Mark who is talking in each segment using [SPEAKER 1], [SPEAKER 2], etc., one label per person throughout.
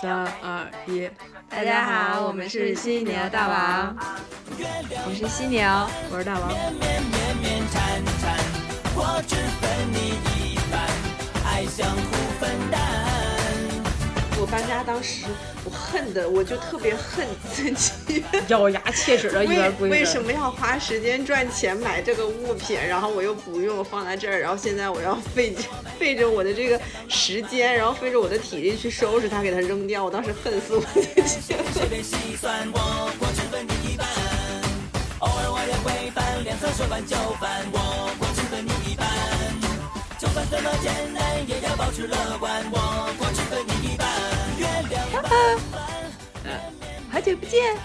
[SPEAKER 1] 三二一，
[SPEAKER 2] 大家好，我们是犀牛大王，我是犀牛，
[SPEAKER 1] 我是大王。
[SPEAKER 3] 我搬家当时，我恨的，我就特别恨自 己，
[SPEAKER 1] 咬牙切齿的一
[SPEAKER 3] 为
[SPEAKER 1] 根规
[SPEAKER 3] 为什
[SPEAKER 1] 则。
[SPEAKER 3] 么要花时间赚钱买这个物品，然后我又不用放在这儿，然后现在我要费 劲费着我的这个时间，然后费着我的体力去收拾它，给它扔掉。我当时恨死我自己。
[SPEAKER 2] 好久不见，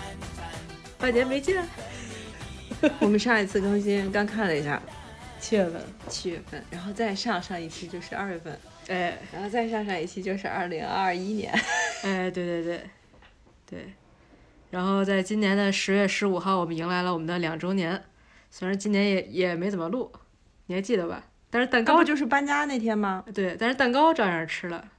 [SPEAKER 1] 半年没见，
[SPEAKER 3] 我们上一次更新刚看了一下，
[SPEAKER 1] 七月份，
[SPEAKER 3] 七月份，然后再上上一期就是二月份，
[SPEAKER 1] 哎
[SPEAKER 3] 然后再上上一期就是二零二一 年。
[SPEAKER 1] 哎，对对对对。然后在今年的十月十五号，我们迎来了我们的两周年。虽然今年也也没怎么录，你还记得吧？但是蛋糕
[SPEAKER 3] 就是搬家那天吗？
[SPEAKER 1] 对，但是蛋糕照样吃了。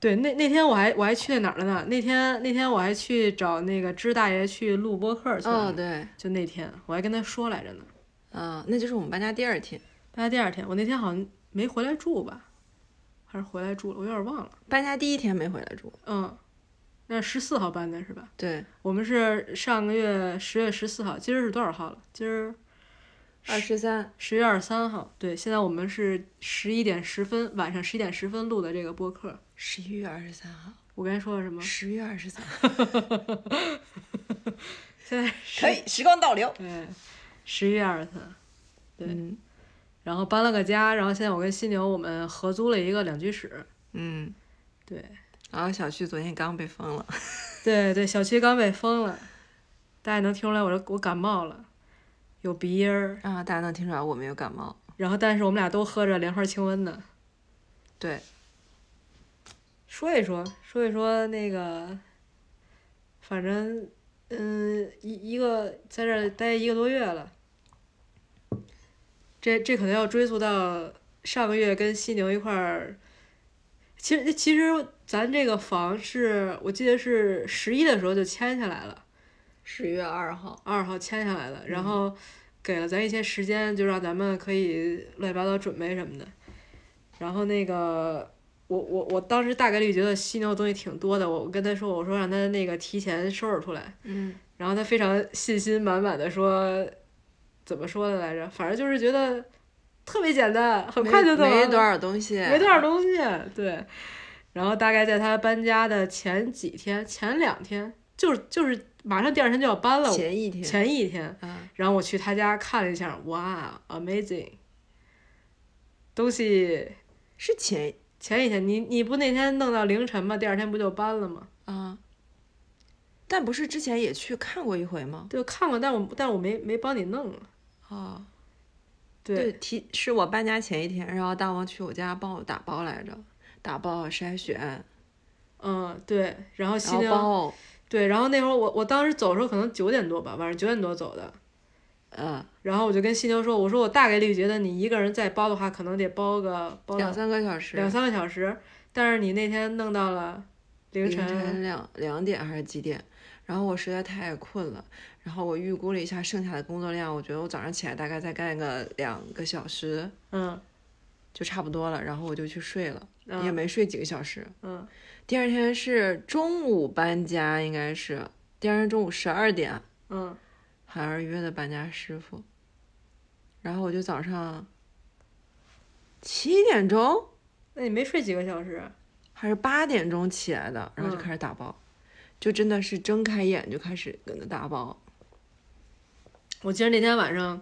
[SPEAKER 1] 对，那那天我还我还去那哪儿了呢？那天那天我还去找那个支大爷去录播客去了。
[SPEAKER 3] 哦，对，
[SPEAKER 1] 就那天我还跟他说来着呢。
[SPEAKER 3] 嗯、那就是我们搬家第二天。
[SPEAKER 1] 大概第二天，我那天好像没回来住吧，还是回来住了，我有点忘了。
[SPEAKER 3] 搬家第一天没回来住，
[SPEAKER 1] 嗯，那十四号搬的是吧？
[SPEAKER 3] 对，
[SPEAKER 1] 我们是上个月十月十四号，今儿是多少号了？今儿
[SPEAKER 3] 二十三，
[SPEAKER 1] 十月二十三号。对，现在我们是十一点十分，晚上十一点十分录的这个播客。
[SPEAKER 3] 十一月二十三号，
[SPEAKER 1] 我该说了什么？
[SPEAKER 3] 十月二十三，
[SPEAKER 1] 现在
[SPEAKER 3] 可以时光倒流。
[SPEAKER 1] 对，十一月二十三。对
[SPEAKER 3] 嗯
[SPEAKER 1] 然后搬了个家，然后现在我跟犀牛我们合租了一个两居室。
[SPEAKER 3] 嗯，
[SPEAKER 1] 对，
[SPEAKER 3] 然后小区昨天刚被封了，
[SPEAKER 1] 对对，小区刚被封了，大家也能听出来我这我感冒了，有鼻音儿。
[SPEAKER 3] 啊，大家能听出来我没有感冒。
[SPEAKER 1] 然后，但是我们俩都喝着莲花清瘟呢。
[SPEAKER 3] 对，
[SPEAKER 1] 说一说，说一说那个，反正嗯，一一个在这儿待一个多月了，这这可能要追溯到上个月跟犀牛一块儿。其实其实咱这个房是我记得是十一的时候就签下来了。
[SPEAKER 3] 十月二号，
[SPEAKER 1] 二号签下来的，
[SPEAKER 3] 嗯
[SPEAKER 1] 然后给了咱一些时间，就让咱们可以乱七八糟准备什么的。然后那个，我我我当时大概率觉得犀牛的东西挺多的，我跟他说，我说让他那个提前收拾出来，
[SPEAKER 3] 嗯，
[SPEAKER 1] 然后他非常信心满满的说，怎么说的来着？反正就是觉得特别简单，很快就
[SPEAKER 3] 没
[SPEAKER 1] 弄
[SPEAKER 3] 没
[SPEAKER 1] 完
[SPEAKER 3] 多
[SPEAKER 1] 了
[SPEAKER 3] 少东西，
[SPEAKER 1] 没多少东西，对。然后大概在他搬家的前几天，前两天，就是就是马上第二天就要搬了，
[SPEAKER 3] 前一天，
[SPEAKER 1] 前一天，
[SPEAKER 3] 啊，
[SPEAKER 1] 然后我去他家看了一下，哇，amazing！东西
[SPEAKER 3] 是前
[SPEAKER 1] 前几天你你不那天弄到凌晨吗？第二天不就搬了吗？
[SPEAKER 3] 啊，但不是之前也去看过一回吗？
[SPEAKER 1] 就看过，但我但我没没帮你弄啊。
[SPEAKER 3] 啊，
[SPEAKER 1] 对，
[SPEAKER 3] 提是我搬家前一天，然后大王去我家帮我打包来着，打包筛选，
[SPEAKER 1] 哦嗯对，然后
[SPEAKER 3] 然
[SPEAKER 1] 犀
[SPEAKER 3] 后
[SPEAKER 1] 牛
[SPEAKER 3] 包，
[SPEAKER 1] 对，然后那会儿我我当时走的时候可能九点多吧，晚上九点多走的。
[SPEAKER 3] 呃，
[SPEAKER 1] 然后我就跟犀牛说：“我说我大概率觉得你一个人再包的话，可能得包个包
[SPEAKER 3] 两
[SPEAKER 1] 到
[SPEAKER 3] 三个小时，
[SPEAKER 1] 两三个小时，但是你那天弄到了
[SPEAKER 3] 凌
[SPEAKER 1] 凌晨，
[SPEAKER 3] 晨两两点还是几点？然后我实在太困了，然后我预估了一下剩下的工作量，我觉得我早上起来大概再干个两个小时
[SPEAKER 1] 嗯
[SPEAKER 3] 就差不多了，然后我就去睡了，也
[SPEAKER 1] 嗯
[SPEAKER 3] 没睡几个小时。
[SPEAKER 1] 嗯
[SPEAKER 3] 第二天是中午搬家，应该是第二天中午十二点，
[SPEAKER 1] 嗯，
[SPEAKER 3] 海儿约的搬家师傅，然后我就早上七点钟
[SPEAKER 1] 那你没睡几个小时？啊
[SPEAKER 3] 还是八点钟起来的，然后就
[SPEAKER 1] 嗯
[SPEAKER 3] 开始打包，就真的是睁开眼就开始搁那打包。
[SPEAKER 1] 我记得那天晚上，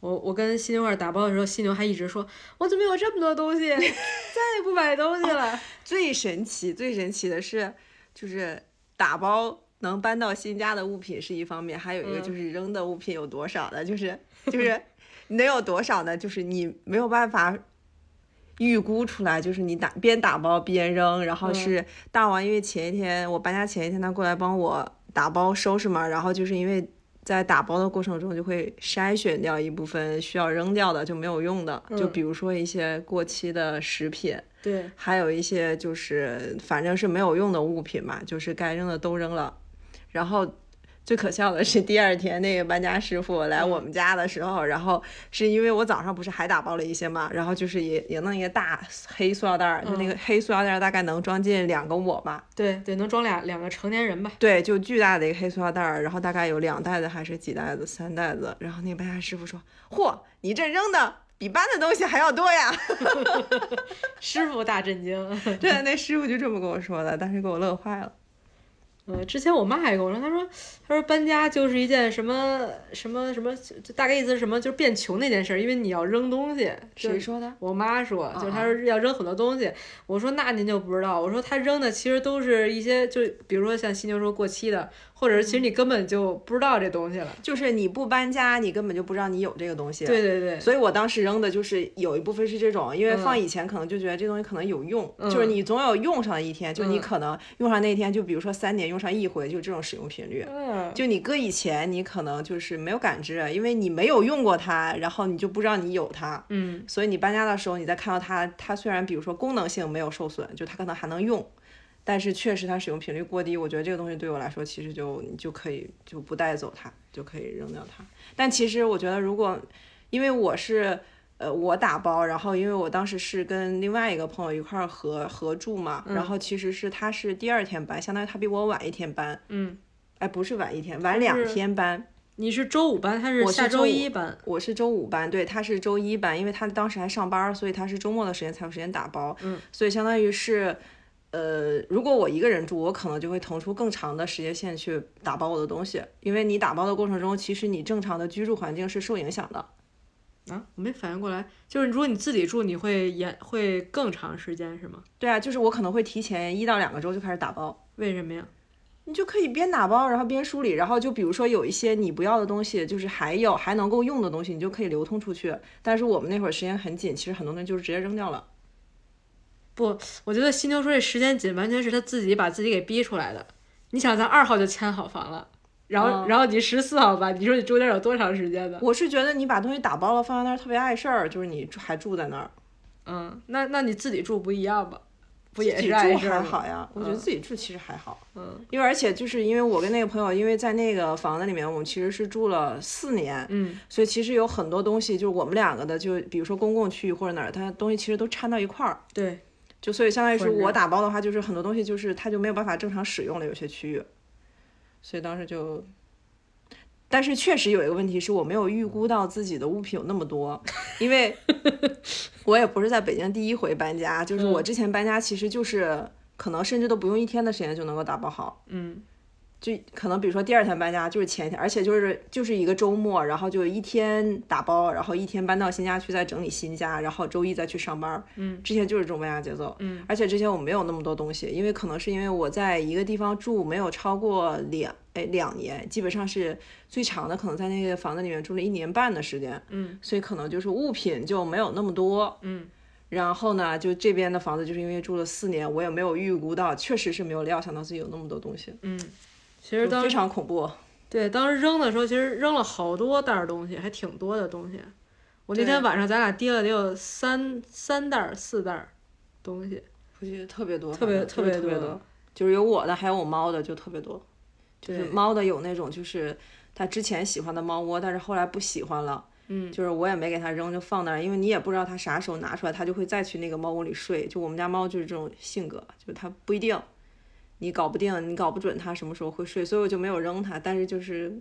[SPEAKER 1] 我我跟犀牛一块儿打包的时候，犀牛还一直说：“我怎么有这么多东西？ 再也不买东西了。
[SPEAKER 3] 最神奇、最神奇的是，就是打包能搬到新家的物品是一方面，还有一个
[SPEAKER 1] 嗯
[SPEAKER 3] 就是扔的物品有多少呢？就是就是 你能有多少呢？就是你没有办法。预估出来就是你打边打包边扔，然后
[SPEAKER 1] 嗯
[SPEAKER 3] 是大王，因为前一天我搬家前一天他过来帮我打包收拾嘛，然后就是因为在打包的过程中就会筛选掉一部分需要扔掉的就没有用的，就
[SPEAKER 1] 嗯
[SPEAKER 3] 比如说一些过期的食品，
[SPEAKER 1] 对，
[SPEAKER 3] 还有一些就是反正是没有用的物品嘛，就是该扔的都扔了。然后最可笑的是第二天那个搬家师傅来我们家的时候，然后是因为我早上不是还打包了一些嘛，然后就是也也弄一个大黑塑料袋儿，就那个黑塑料袋儿大概能装进两个我吧，
[SPEAKER 1] 对对，能装俩两个成年人吧。
[SPEAKER 3] 对，就巨大的一个黑塑料袋儿，然后大概有两袋子还是几袋子，三袋子。然后那个搬家师傅说：“嚯，你这扔的。”比搬的东西还要多呀
[SPEAKER 1] 师傅大震惊
[SPEAKER 3] 对，那师傅就这么跟我说的，当时给我乐坏了。
[SPEAKER 1] 嗯，之前我妈也跟我说，她说，她说搬家就是一件什么什么什么，就大概意思是什么，就是变穷那件事儿，因为你要扔东西。
[SPEAKER 3] 谁说的？
[SPEAKER 1] 我妈说，就是她说要扔很多东西。我说那您就不知道，我说她扔的其实都是一些，就比如说像犀牛说过期的，或者是其实你根本就不知道这东西了。
[SPEAKER 3] 就是你不搬家，你根本就不知道你有这个东西。
[SPEAKER 1] 对对对。
[SPEAKER 3] 所以我当时扔的就是有一部分是这种，因为放以前可能就觉得这东西可能有用，
[SPEAKER 1] 嗯、
[SPEAKER 3] 就是你总有用上一天，
[SPEAKER 1] 嗯、
[SPEAKER 3] 就你可能用上那天，就比如说三年用。用上一回就这种使用频
[SPEAKER 1] 嗯
[SPEAKER 3] 率，就你搁以前你可能就是没有感知，因为你没有用过它，然后你就不知道你有它，
[SPEAKER 1] 嗯，
[SPEAKER 3] 所以你搬家的时候你再看到它，它虽然比如说功能性没有受损，就它可能还能用，但是确实它使用频率过低，我觉得这个东西对我来说其实就你就可以就不带走它，就可以扔掉它。但其实我觉得如果因为我是。呃，我打包，然后因为我当时是跟另外一个朋友一块儿合合住嘛，
[SPEAKER 1] 嗯、
[SPEAKER 3] 然后其实是他是第二天搬，相当于他比我晚一天搬，
[SPEAKER 1] 嗯，
[SPEAKER 3] 哎，不是晚一天，晚两天搬。
[SPEAKER 1] 你是周五搬，他是下
[SPEAKER 3] 周
[SPEAKER 1] 一搬？
[SPEAKER 3] 我是周五搬，对，他是周一搬，因为他当时还上班，所以他是周末的时间才有时间打包，
[SPEAKER 1] 嗯，
[SPEAKER 3] 所以相当于是。呃，如果我一个人住，我可能就会腾出更长的时间线去打包我的东西，因为你打包的过程中，其实你正常的居住环境是受影响的。
[SPEAKER 1] 啊，我没反应过来，就是如果你自己住，你会延会更长时间是吗？
[SPEAKER 3] 对啊，就是我可能会提前一到两个周就开始打包。
[SPEAKER 1] 为什么呀？
[SPEAKER 3] 你就可以边打包，然后边梳理，然后就比如说有一些你不要的东西，就是还有还能够用的东西，你就可以流通出去。但是我们那会儿时间很紧，其实很多东西就是直接扔掉了。
[SPEAKER 1] 不，我觉得犀牛说这时间紧，完全是他自己把自己给逼出来的。你想，咱二号就签好房了。然后，
[SPEAKER 3] 嗯
[SPEAKER 1] 然后你十四号吧，你说你中间有多长时间呢？
[SPEAKER 3] 我是觉得你把东西打包了放在那儿特别碍事儿，就是你住还住在那儿，
[SPEAKER 1] 嗯，那那你自己住不一样吧？不也
[SPEAKER 3] 自己
[SPEAKER 1] 是
[SPEAKER 3] 住
[SPEAKER 1] 碍事儿
[SPEAKER 3] 还
[SPEAKER 1] 吗
[SPEAKER 3] 好呀。我觉得
[SPEAKER 1] 嗯
[SPEAKER 3] 自己住其实还好，
[SPEAKER 1] 嗯
[SPEAKER 3] 因为而且就是因为我跟那个朋友，因为在那个房子里面，我们其实是住了四年，
[SPEAKER 1] 嗯
[SPEAKER 3] 所以其实有很多东西就是我们两个的，就比如说公共区域或者哪儿，它东西其实都掺到一块儿。
[SPEAKER 1] 对，
[SPEAKER 3] 就所以相当于是
[SPEAKER 1] 混着
[SPEAKER 3] 我打包的话，就是很多东西就是它就没有办法正常使用了，有些区域，所以当时就，但是确实有一个问题是我没有预估到自己的物品有那么多，因 为我也不是在北京第一回搬家，就是我
[SPEAKER 1] 嗯
[SPEAKER 3] 之前搬家其实就是可能甚至都不用一天的时间就能够打包好，
[SPEAKER 1] 嗯
[SPEAKER 3] 就可能比如说第二天搬家就是前一天，而且就是就是一个周末，然后就一天打包，然后一天搬到新家去再整理新家，然后周一再去上班儿。
[SPEAKER 1] 嗯
[SPEAKER 3] 之前就是这种搬家节奏。
[SPEAKER 1] 嗯
[SPEAKER 3] 而且之前我没有那么多东西，因为可能是因为我在一个地方住没有超过两哎两年，基本上是最长的，可能在那个房子里面住了一年半的时间，
[SPEAKER 1] 嗯
[SPEAKER 3] 所以可能就是物品就没有那么多。
[SPEAKER 1] 嗯
[SPEAKER 3] 然后呢，就这边的房子就是因为住了四年，我也没有预估到，确实是没有料想到自己有那么多东西，
[SPEAKER 1] 嗯。其实
[SPEAKER 3] 就
[SPEAKER 1] 当
[SPEAKER 3] 非
[SPEAKER 1] 时
[SPEAKER 3] 常恐怖。
[SPEAKER 1] 对当时扔的时候，其实扔了好多袋儿东西，还挺多的东西。我那
[SPEAKER 3] 对
[SPEAKER 1] 天晚上咱俩提了得有三三袋儿四袋儿东西，
[SPEAKER 3] 我觉得特别多，
[SPEAKER 1] 特别
[SPEAKER 3] 反正
[SPEAKER 1] 特别
[SPEAKER 3] 就是特别
[SPEAKER 1] 多
[SPEAKER 3] 多，就是有我的，还有我猫的，就特别多。就是
[SPEAKER 1] 对
[SPEAKER 3] 猫的有那种就是它之前喜欢的猫窝，但是后来不喜欢了。
[SPEAKER 1] 嗯
[SPEAKER 3] 就是我也没给它扔，就放那儿，因为你也不知道它啥时候拿出来，它就会再去那个猫窝里睡。就我们家猫就是这种性格，就是它不一定，你搞不定，你搞不准它什么时候会睡，所以我就没有扔它。但是就是，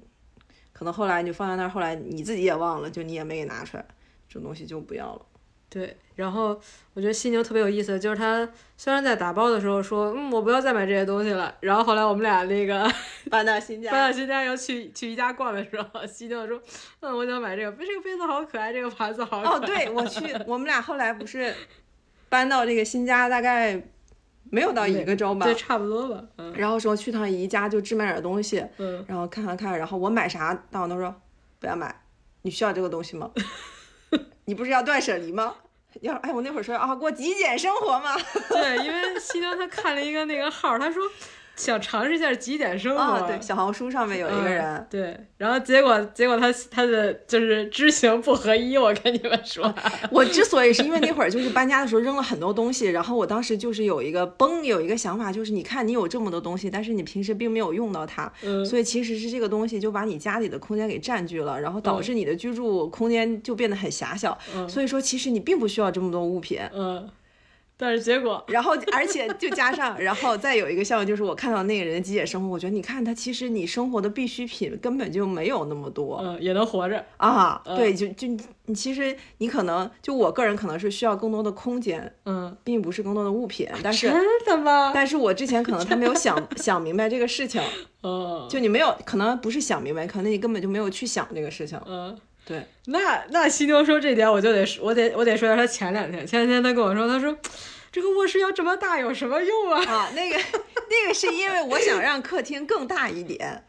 [SPEAKER 3] 可能后来你就放在那儿，后来你自己也忘了，就你也没给拿出来，这种东西就不要了。
[SPEAKER 1] 对，然后我觉得犀牛特别有意思，就是他虽然在打包的时候说，嗯，我不要再买这些东西了，然后后来我们俩那 个
[SPEAKER 3] 搬到新
[SPEAKER 1] 搬
[SPEAKER 3] 家，
[SPEAKER 1] 到新家要去去宜家逛的时候，犀牛说，嗯，我想买这个，这个杯子好可爱，这个盘子好可爱。
[SPEAKER 3] 哦，对我去，我们俩后来不是搬到这个新家，大概没有到一个周吧
[SPEAKER 1] 对，，差不多吧，嗯
[SPEAKER 3] 然后说去趟宜家就置买点东西，
[SPEAKER 1] 嗯，
[SPEAKER 3] 然后看看看，然后我买啥，大王都说不要买，你需要这个东西吗？ 你不是要断舍离吗？要哎，我 那会儿说啊，过极简生活吗？
[SPEAKER 1] 对，因为犀牛他看了一个那个号，他说。想尝试一下极简生活。
[SPEAKER 3] 啊，对，小红书上面有一个人，
[SPEAKER 1] 嗯、对，然后结果结果他他的就是知行不合一，我跟你们说，
[SPEAKER 3] 我之所以是因为那会儿就是搬家的时候扔了很多东西，然后我当时就是有一个崩有一个想法，就是你看你有这么多东西，但是你平时并没有用到它，
[SPEAKER 1] 嗯、
[SPEAKER 3] 所以其实是这个东西就把你家里的空间给占据了，然后导致你的居住空间就变得很狭小，
[SPEAKER 1] 嗯、
[SPEAKER 3] 所以说其实你并不需要这么多物品，
[SPEAKER 1] 嗯。但是结果，
[SPEAKER 3] 然后而且就加上，然后再有一个效应就是我看到那个人的极简生活，我觉得你看他其实你生活的必需品根本就没有那么多，
[SPEAKER 1] 嗯，也能活着
[SPEAKER 3] 啊，
[SPEAKER 1] 嗯、
[SPEAKER 3] 对，就就你其实你可能就我个人可能是需要更多的空间，
[SPEAKER 1] 嗯，
[SPEAKER 3] 并不是更多的物品，但是
[SPEAKER 1] 真的吗？
[SPEAKER 3] 但是我之前可能他没有想想明白这个事情，
[SPEAKER 1] 嗯，
[SPEAKER 3] 就你没有可能不是想明白，可能你根本就没有去想这个事情，
[SPEAKER 1] 嗯。
[SPEAKER 3] 对，
[SPEAKER 1] 那那犀牛说这点，我就得我得我得说一下他前两天，前两天他跟我说，他说这个卧室要这么大有什么用啊？
[SPEAKER 3] 啊，那个那个是因为我想让客厅更大一点。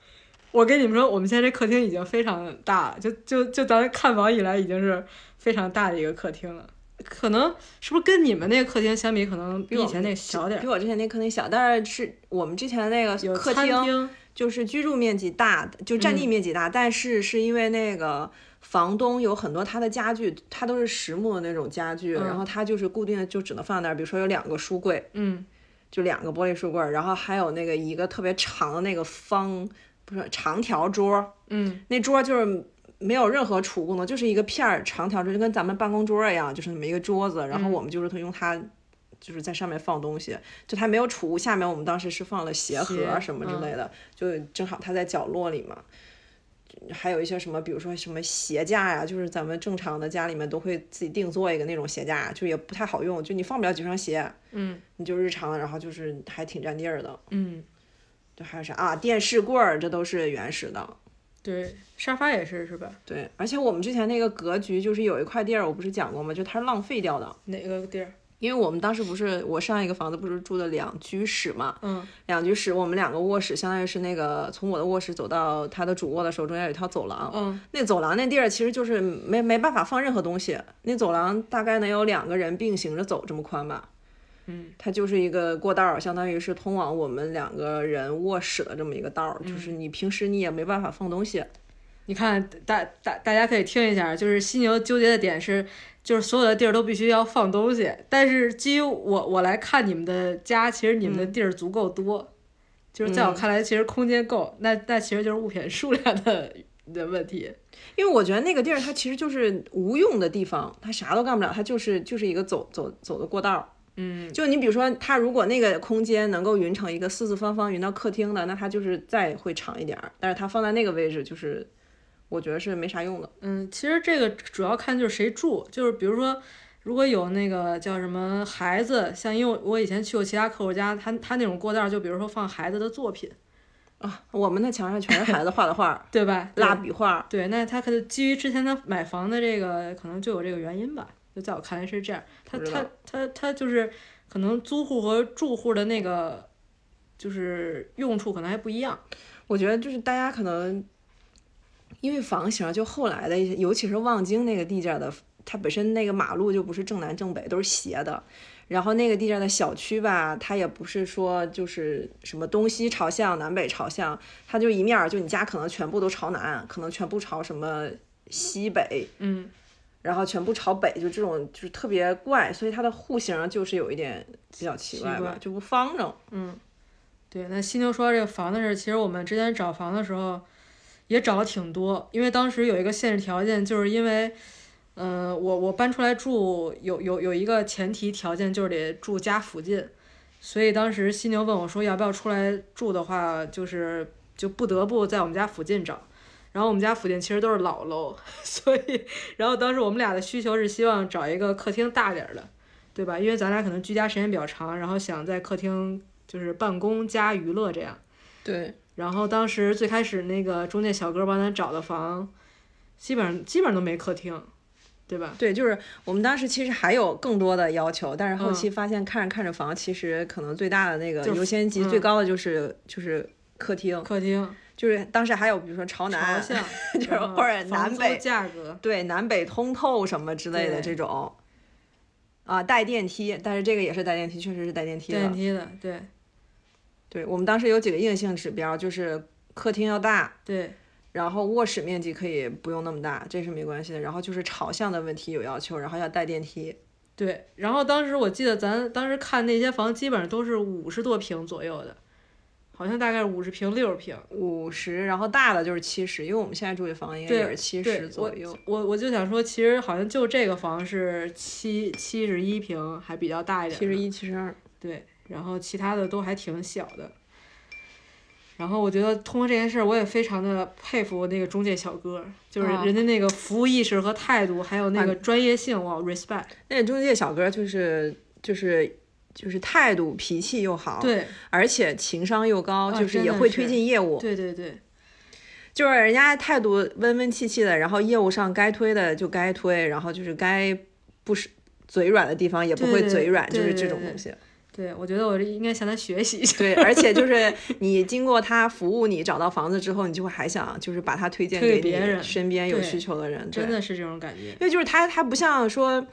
[SPEAKER 1] 我跟你们说，我们现在这客厅已经非常大了，就就就咱看房以来已经是非常大的一个客厅了。可能是不是跟你们那个客厅相比，可能比以前那个小点儿，
[SPEAKER 3] 比我之前那客厅小，但是是我们之前的那个
[SPEAKER 1] 有
[SPEAKER 3] 客
[SPEAKER 1] 餐厅
[SPEAKER 3] 就是居住面积大，就占地面积大，但是是因为那个房东有很多他的家具，他都是实木的那种家具，
[SPEAKER 1] 嗯
[SPEAKER 3] 然后他就是固定的就只能放那儿，比如说有两个书柜，
[SPEAKER 1] 嗯，
[SPEAKER 3] 就两个玻璃书柜，然后还有那个一个特别长的那个方，不是长条桌，
[SPEAKER 1] 嗯，
[SPEAKER 3] 那桌就是。没有任何储物功能，就是一个片儿长条桌，就跟咱们办公桌一样，就是那么一个桌子，然后我们就是用它，就是在上面放东西，就它没有储物。下面我们当时是放了鞋盒
[SPEAKER 1] 鞋
[SPEAKER 3] 什么之类的，就正好它在角落里嘛。还有一些什么，比如说什么鞋架呀、就是咱们正常的家里面都会自己定做一个那种鞋架，就也不太好用，就你放不了几双鞋，
[SPEAKER 1] 嗯，
[SPEAKER 3] 你就日常，然后就是还挺占地儿的。
[SPEAKER 1] 嗯，
[SPEAKER 3] 就还有啥啊？电视柜儿，这都是原始的。
[SPEAKER 1] 对，沙发也是是吧？
[SPEAKER 3] 对，而且我们之前那个格局就是有一块地儿，我不是讲过吗？就它是浪费掉的，
[SPEAKER 1] 哪个地儿？
[SPEAKER 3] 因为我们当时不是我上一个房子不是住的两居室嘛，
[SPEAKER 1] 嗯，
[SPEAKER 3] 两居室我们两个卧室相当于是那个从我的卧室走到他的主卧的时候，中间有一条走廊，
[SPEAKER 1] 嗯，
[SPEAKER 3] 那走廊那地儿其实就是没没办法放任何东西，那走廊大概能有两个人并行着走这么宽吧。
[SPEAKER 1] 嗯，
[SPEAKER 3] 它就是一个过道儿，相当于是通往我们两个人卧室的这么一个道儿，就是你平时你也没办法放东西，
[SPEAKER 1] 你看，大大大家可以听一下，就是犀牛纠结的点是，就是所有的地儿都必须要放东西，但是基于我我来看你们的家，其实你们的地儿足够多，就是在我看来，其实空间够，那那其实就是物品数量的的问题。
[SPEAKER 3] 因为我觉得那个地儿它其实就是无用的地方，它啥都干不了，它就是就是一个走走走的过道儿。
[SPEAKER 1] 嗯，
[SPEAKER 3] 就你比如说，它如果那个空间能够匀成一个四四方方匀到客厅的，那它就是再会长一点儿。但是它放在那个位置，就是我觉得是没啥用的。
[SPEAKER 1] 嗯，其实这个主要看就是谁住，就是比如说，如果有那个叫什么孩子，像因为我以前去过其他客户家，他他那种过道儿，就比如说放孩子的作品，，
[SPEAKER 3] 啊我们那墙上全是孩子画的画儿
[SPEAKER 1] 对吧？
[SPEAKER 3] 蜡笔画儿。
[SPEAKER 1] 对，那他可能基于之前他买房的这个，可能就有这个原因吧。就在我看来是这样，他
[SPEAKER 3] 不知
[SPEAKER 1] 他
[SPEAKER 3] 道
[SPEAKER 1] 他他就是可能租户和住户的那个就是用处可能还不一样。
[SPEAKER 3] 我觉得就是大家可能因为房型，就后来的一些，尤其是望京那个地界儿的，它本身那个马路就不是正南正北，都是斜的。然后那个地界儿的小区吧，它也不是说就是什么东西朝向、南北朝向，它就一面儿就你家可能全部都朝南，可能全部朝什么西北，
[SPEAKER 1] 嗯，
[SPEAKER 3] 然后全部朝北，就这种就是特别怪，所以它的户型就是有一点比较奇
[SPEAKER 1] 奇
[SPEAKER 3] 怪吧，
[SPEAKER 1] 怪
[SPEAKER 3] 就不方正。
[SPEAKER 1] 对，那犀牛说到这个房的事儿，其实我们之前找房的时候也找了挺多，因为当时有一个限制条件，就是因为，嗯、我我搬出来住有有有一个前提条件，就是得住家附近，所以当时犀牛问我说要不要出来住的话，就是就不得不在我们家附近找。然后我们家附近其实都是老楼， 所以，然后当时我们俩的需求是希望找一个客厅大点儿的，对吧？因为咱俩可能居家时间比较长，然后想在客厅就是办公加娱乐这样。
[SPEAKER 3] 对，
[SPEAKER 1] 然后当时最开始那个中介小哥帮咱找的房，基本上基本上都没客厅，对吧？
[SPEAKER 3] 对，就是我们当时其实还有更多的要求，但是后期发现看着看着房，其实可能最大的那个
[SPEAKER 1] 嗯就是
[SPEAKER 3] 优先级
[SPEAKER 1] 嗯
[SPEAKER 3] 最高的就是、就是客厅，
[SPEAKER 1] 客厅
[SPEAKER 3] 就是当时还有比如说朝
[SPEAKER 1] 朝
[SPEAKER 3] 南，
[SPEAKER 1] 向，
[SPEAKER 3] 就是
[SPEAKER 1] 然后
[SPEAKER 3] 或者
[SPEAKER 1] 房
[SPEAKER 3] 南
[SPEAKER 1] 租
[SPEAKER 3] 北
[SPEAKER 1] 价格，
[SPEAKER 3] 对南北通透什么之类的
[SPEAKER 1] 对
[SPEAKER 3] 这种，啊带电梯，但是这个也是带电梯，确实是带电梯
[SPEAKER 1] 电
[SPEAKER 3] 的，
[SPEAKER 1] 梯的，对。
[SPEAKER 3] 对我们当时有几个硬性指标，就是客厅要大，
[SPEAKER 1] 对，
[SPEAKER 3] 然后卧室面积可以不用那么大，这是没关系的。然后就是朝向的问题有要求，然后要带电梯。
[SPEAKER 1] 对，然后当时我记得咱当时看那些房，基本上都是五十多平左右的，好像大概五十平、六十平。
[SPEAKER 3] 五十，然后大的就是七十，因为我们现在住的房应该也是七十左右。
[SPEAKER 1] 我我就想说，其实好像就这个房是七七十一平，还比较大一点。
[SPEAKER 3] 七十一、七十二。
[SPEAKER 1] 对，然后其他的都还挺小的。然后我觉得通过这件事，我也非常的佩服那个中介小哥，就是
[SPEAKER 3] 啊
[SPEAKER 1] 人家那个服务意识和态度，还有那个专业性，我 respect。
[SPEAKER 3] 那个中介小哥就是就是就是态度脾气又好，
[SPEAKER 1] 对，
[SPEAKER 3] 而且情商又高，
[SPEAKER 1] 啊、
[SPEAKER 3] 哦就是也会推进业务。
[SPEAKER 1] 对对对，
[SPEAKER 3] 就是人家态度温温气气的，然后业务上该推的就该推，然后就是该不是嘴软的地方也不会嘴软，
[SPEAKER 1] 对
[SPEAKER 3] 对
[SPEAKER 1] 对
[SPEAKER 3] 就是这种东西。
[SPEAKER 1] 对，我觉得我应该向他学习一下。
[SPEAKER 3] 对，而且就是你经过他服务你找到房子之后，你就会还想就是把他推荐给
[SPEAKER 1] 别人
[SPEAKER 3] 身边有需求的人，
[SPEAKER 1] 真的是这种感觉。
[SPEAKER 3] 因为就是他，他不像说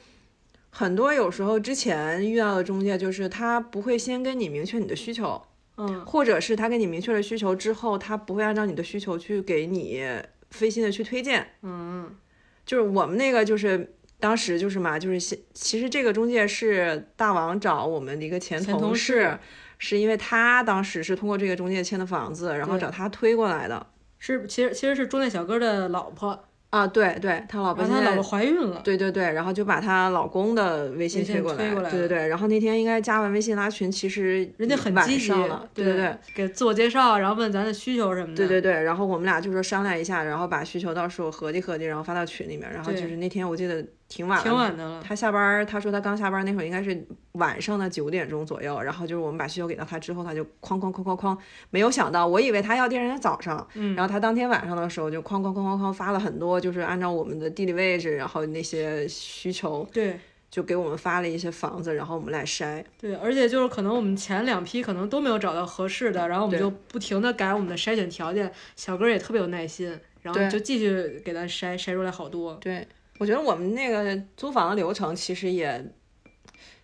[SPEAKER 3] 很多有时候之前遇到的中介，就是他不会先跟你明确你的需求，
[SPEAKER 1] 嗯，
[SPEAKER 3] 或者是他给你明确了需求之后，他不会按照你的需求去给你费心的去推荐。
[SPEAKER 1] 嗯，
[SPEAKER 3] 就是我们那个就是当时就是嘛，就是其其实这个中介是大王找我们的一个前
[SPEAKER 1] 前
[SPEAKER 3] 同
[SPEAKER 1] 同
[SPEAKER 3] 事
[SPEAKER 1] 事，
[SPEAKER 3] 是因为他当时是通过这个中介签的房子，然后
[SPEAKER 1] 对
[SPEAKER 3] 找他推过来的。
[SPEAKER 1] 是其实其实是中介小哥的老婆，
[SPEAKER 3] 啊，对对，他老婆
[SPEAKER 1] 然
[SPEAKER 3] 现
[SPEAKER 1] 后他老
[SPEAKER 3] 在
[SPEAKER 1] 婆怀孕了。
[SPEAKER 3] 对对对，然后就把她老公的微信
[SPEAKER 1] 微信
[SPEAKER 3] 推过来，
[SPEAKER 1] 推过来
[SPEAKER 3] 对对
[SPEAKER 1] 了
[SPEAKER 3] 对。然后那天应该加完微信拉群，其实
[SPEAKER 1] 人家很
[SPEAKER 3] 晚
[SPEAKER 1] 积极
[SPEAKER 3] 上了，，对
[SPEAKER 1] 对
[SPEAKER 3] 对，
[SPEAKER 1] 给自我介绍，然后问咱的需求什么的，
[SPEAKER 3] 对对对。然后我们俩就说商量一下，然后把需求到时候合计合计，然后发到群里面。然后就
[SPEAKER 1] 对
[SPEAKER 3] 是那天我记得挺晚了，
[SPEAKER 1] 挺晚的了，
[SPEAKER 3] 他下班儿，他说他刚下班儿那会儿应该是晚上的九点钟左右，然后就是我们把需求给到他之后，他就哐哐哐哐哐，没有想到，我以为他要第二天早上，
[SPEAKER 1] 嗯
[SPEAKER 3] 然后他当天晚上的时候就哐哐哐哐哐发了很多，就是按照我们的地理位置，然后那些需求
[SPEAKER 1] 对
[SPEAKER 3] 就给我们发了一些房子，然后我们来筛，
[SPEAKER 1] 对，而且就是可能我们前两批可能都没有找到合适的，然后我们
[SPEAKER 3] 对
[SPEAKER 1] 就不停的改我们的筛选条件，小哥也特别有耐心，然
[SPEAKER 3] 对
[SPEAKER 1] 后就继续给咱筛筛出来好多，
[SPEAKER 3] 对，我觉得我们那个租房的流程其实也，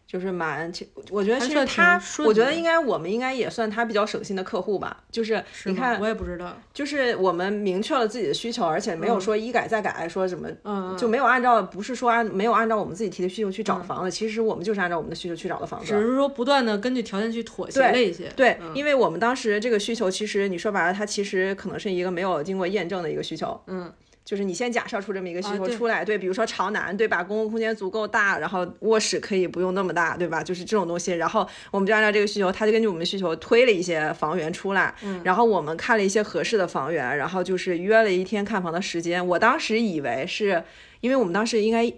[SPEAKER 3] 就是蛮，其我觉得
[SPEAKER 1] 还
[SPEAKER 3] 其实
[SPEAKER 1] 算
[SPEAKER 3] 他
[SPEAKER 1] 挺，顺
[SPEAKER 3] 我觉得
[SPEAKER 1] 的
[SPEAKER 3] 应该我们应该也算他比较省心的客户吧。就是
[SPEAKER 1] 是
[SPEAKER 3] 你
[SPEAKER 1] 吗
[SPEAKER 3] 看
[SPEAKER 1] 我，也不知道，
[SPEAKER 3] 就是我们明确了自己的需求，而且没有
[SPEAKER 1] 嗯
[SPEAKER 3] 说一改再改，说什么。
[SPEAKER 1] 嗯，
[SPEAKER 3] 就
[SPEAKER 1] 嗯
[SPEAKER 3] 没有按照，不是说按没有按照我们自己提的需求去找房子，其实我们嗯就是按照我们的需求去找的房
[SPEAKER 1] 只
[SPEAKER 3] 子。啊
[SPEAKER 1] 是说不断的根据条件去妥协
[SPEAKER 3] 对
[SPEAKER 1] 了一些，
[SPEAKER 3] 对，
[SPEAKER 1] 嗯
[SPEAKER 3] 因为我们当时这个需求，其实你说白了，它其实可能是一个没有经过验证的一个需求，
[SPEAKER 1] 嗯，
[SPEAKER 3] 就是你先假设出这么一个需
[SPEAKER 1] 啊
[SPEAKER 3] 求
[SPEAKER 1] 对
[SPEAKER 3] 出来，对，比如说朝南，对吧？公共空间足够大，然后卧室可以不用那么大，对吧？就是这种东西，然后我们就按照这个需求，他就根据我们的需求推了一些房源出来，
[SPEAKER 1] 嗯
[SPEAKER 3] 然后我们看了一些合适的房源，然后就是约了一天看房的时间。我当时以为是因为我们当时应该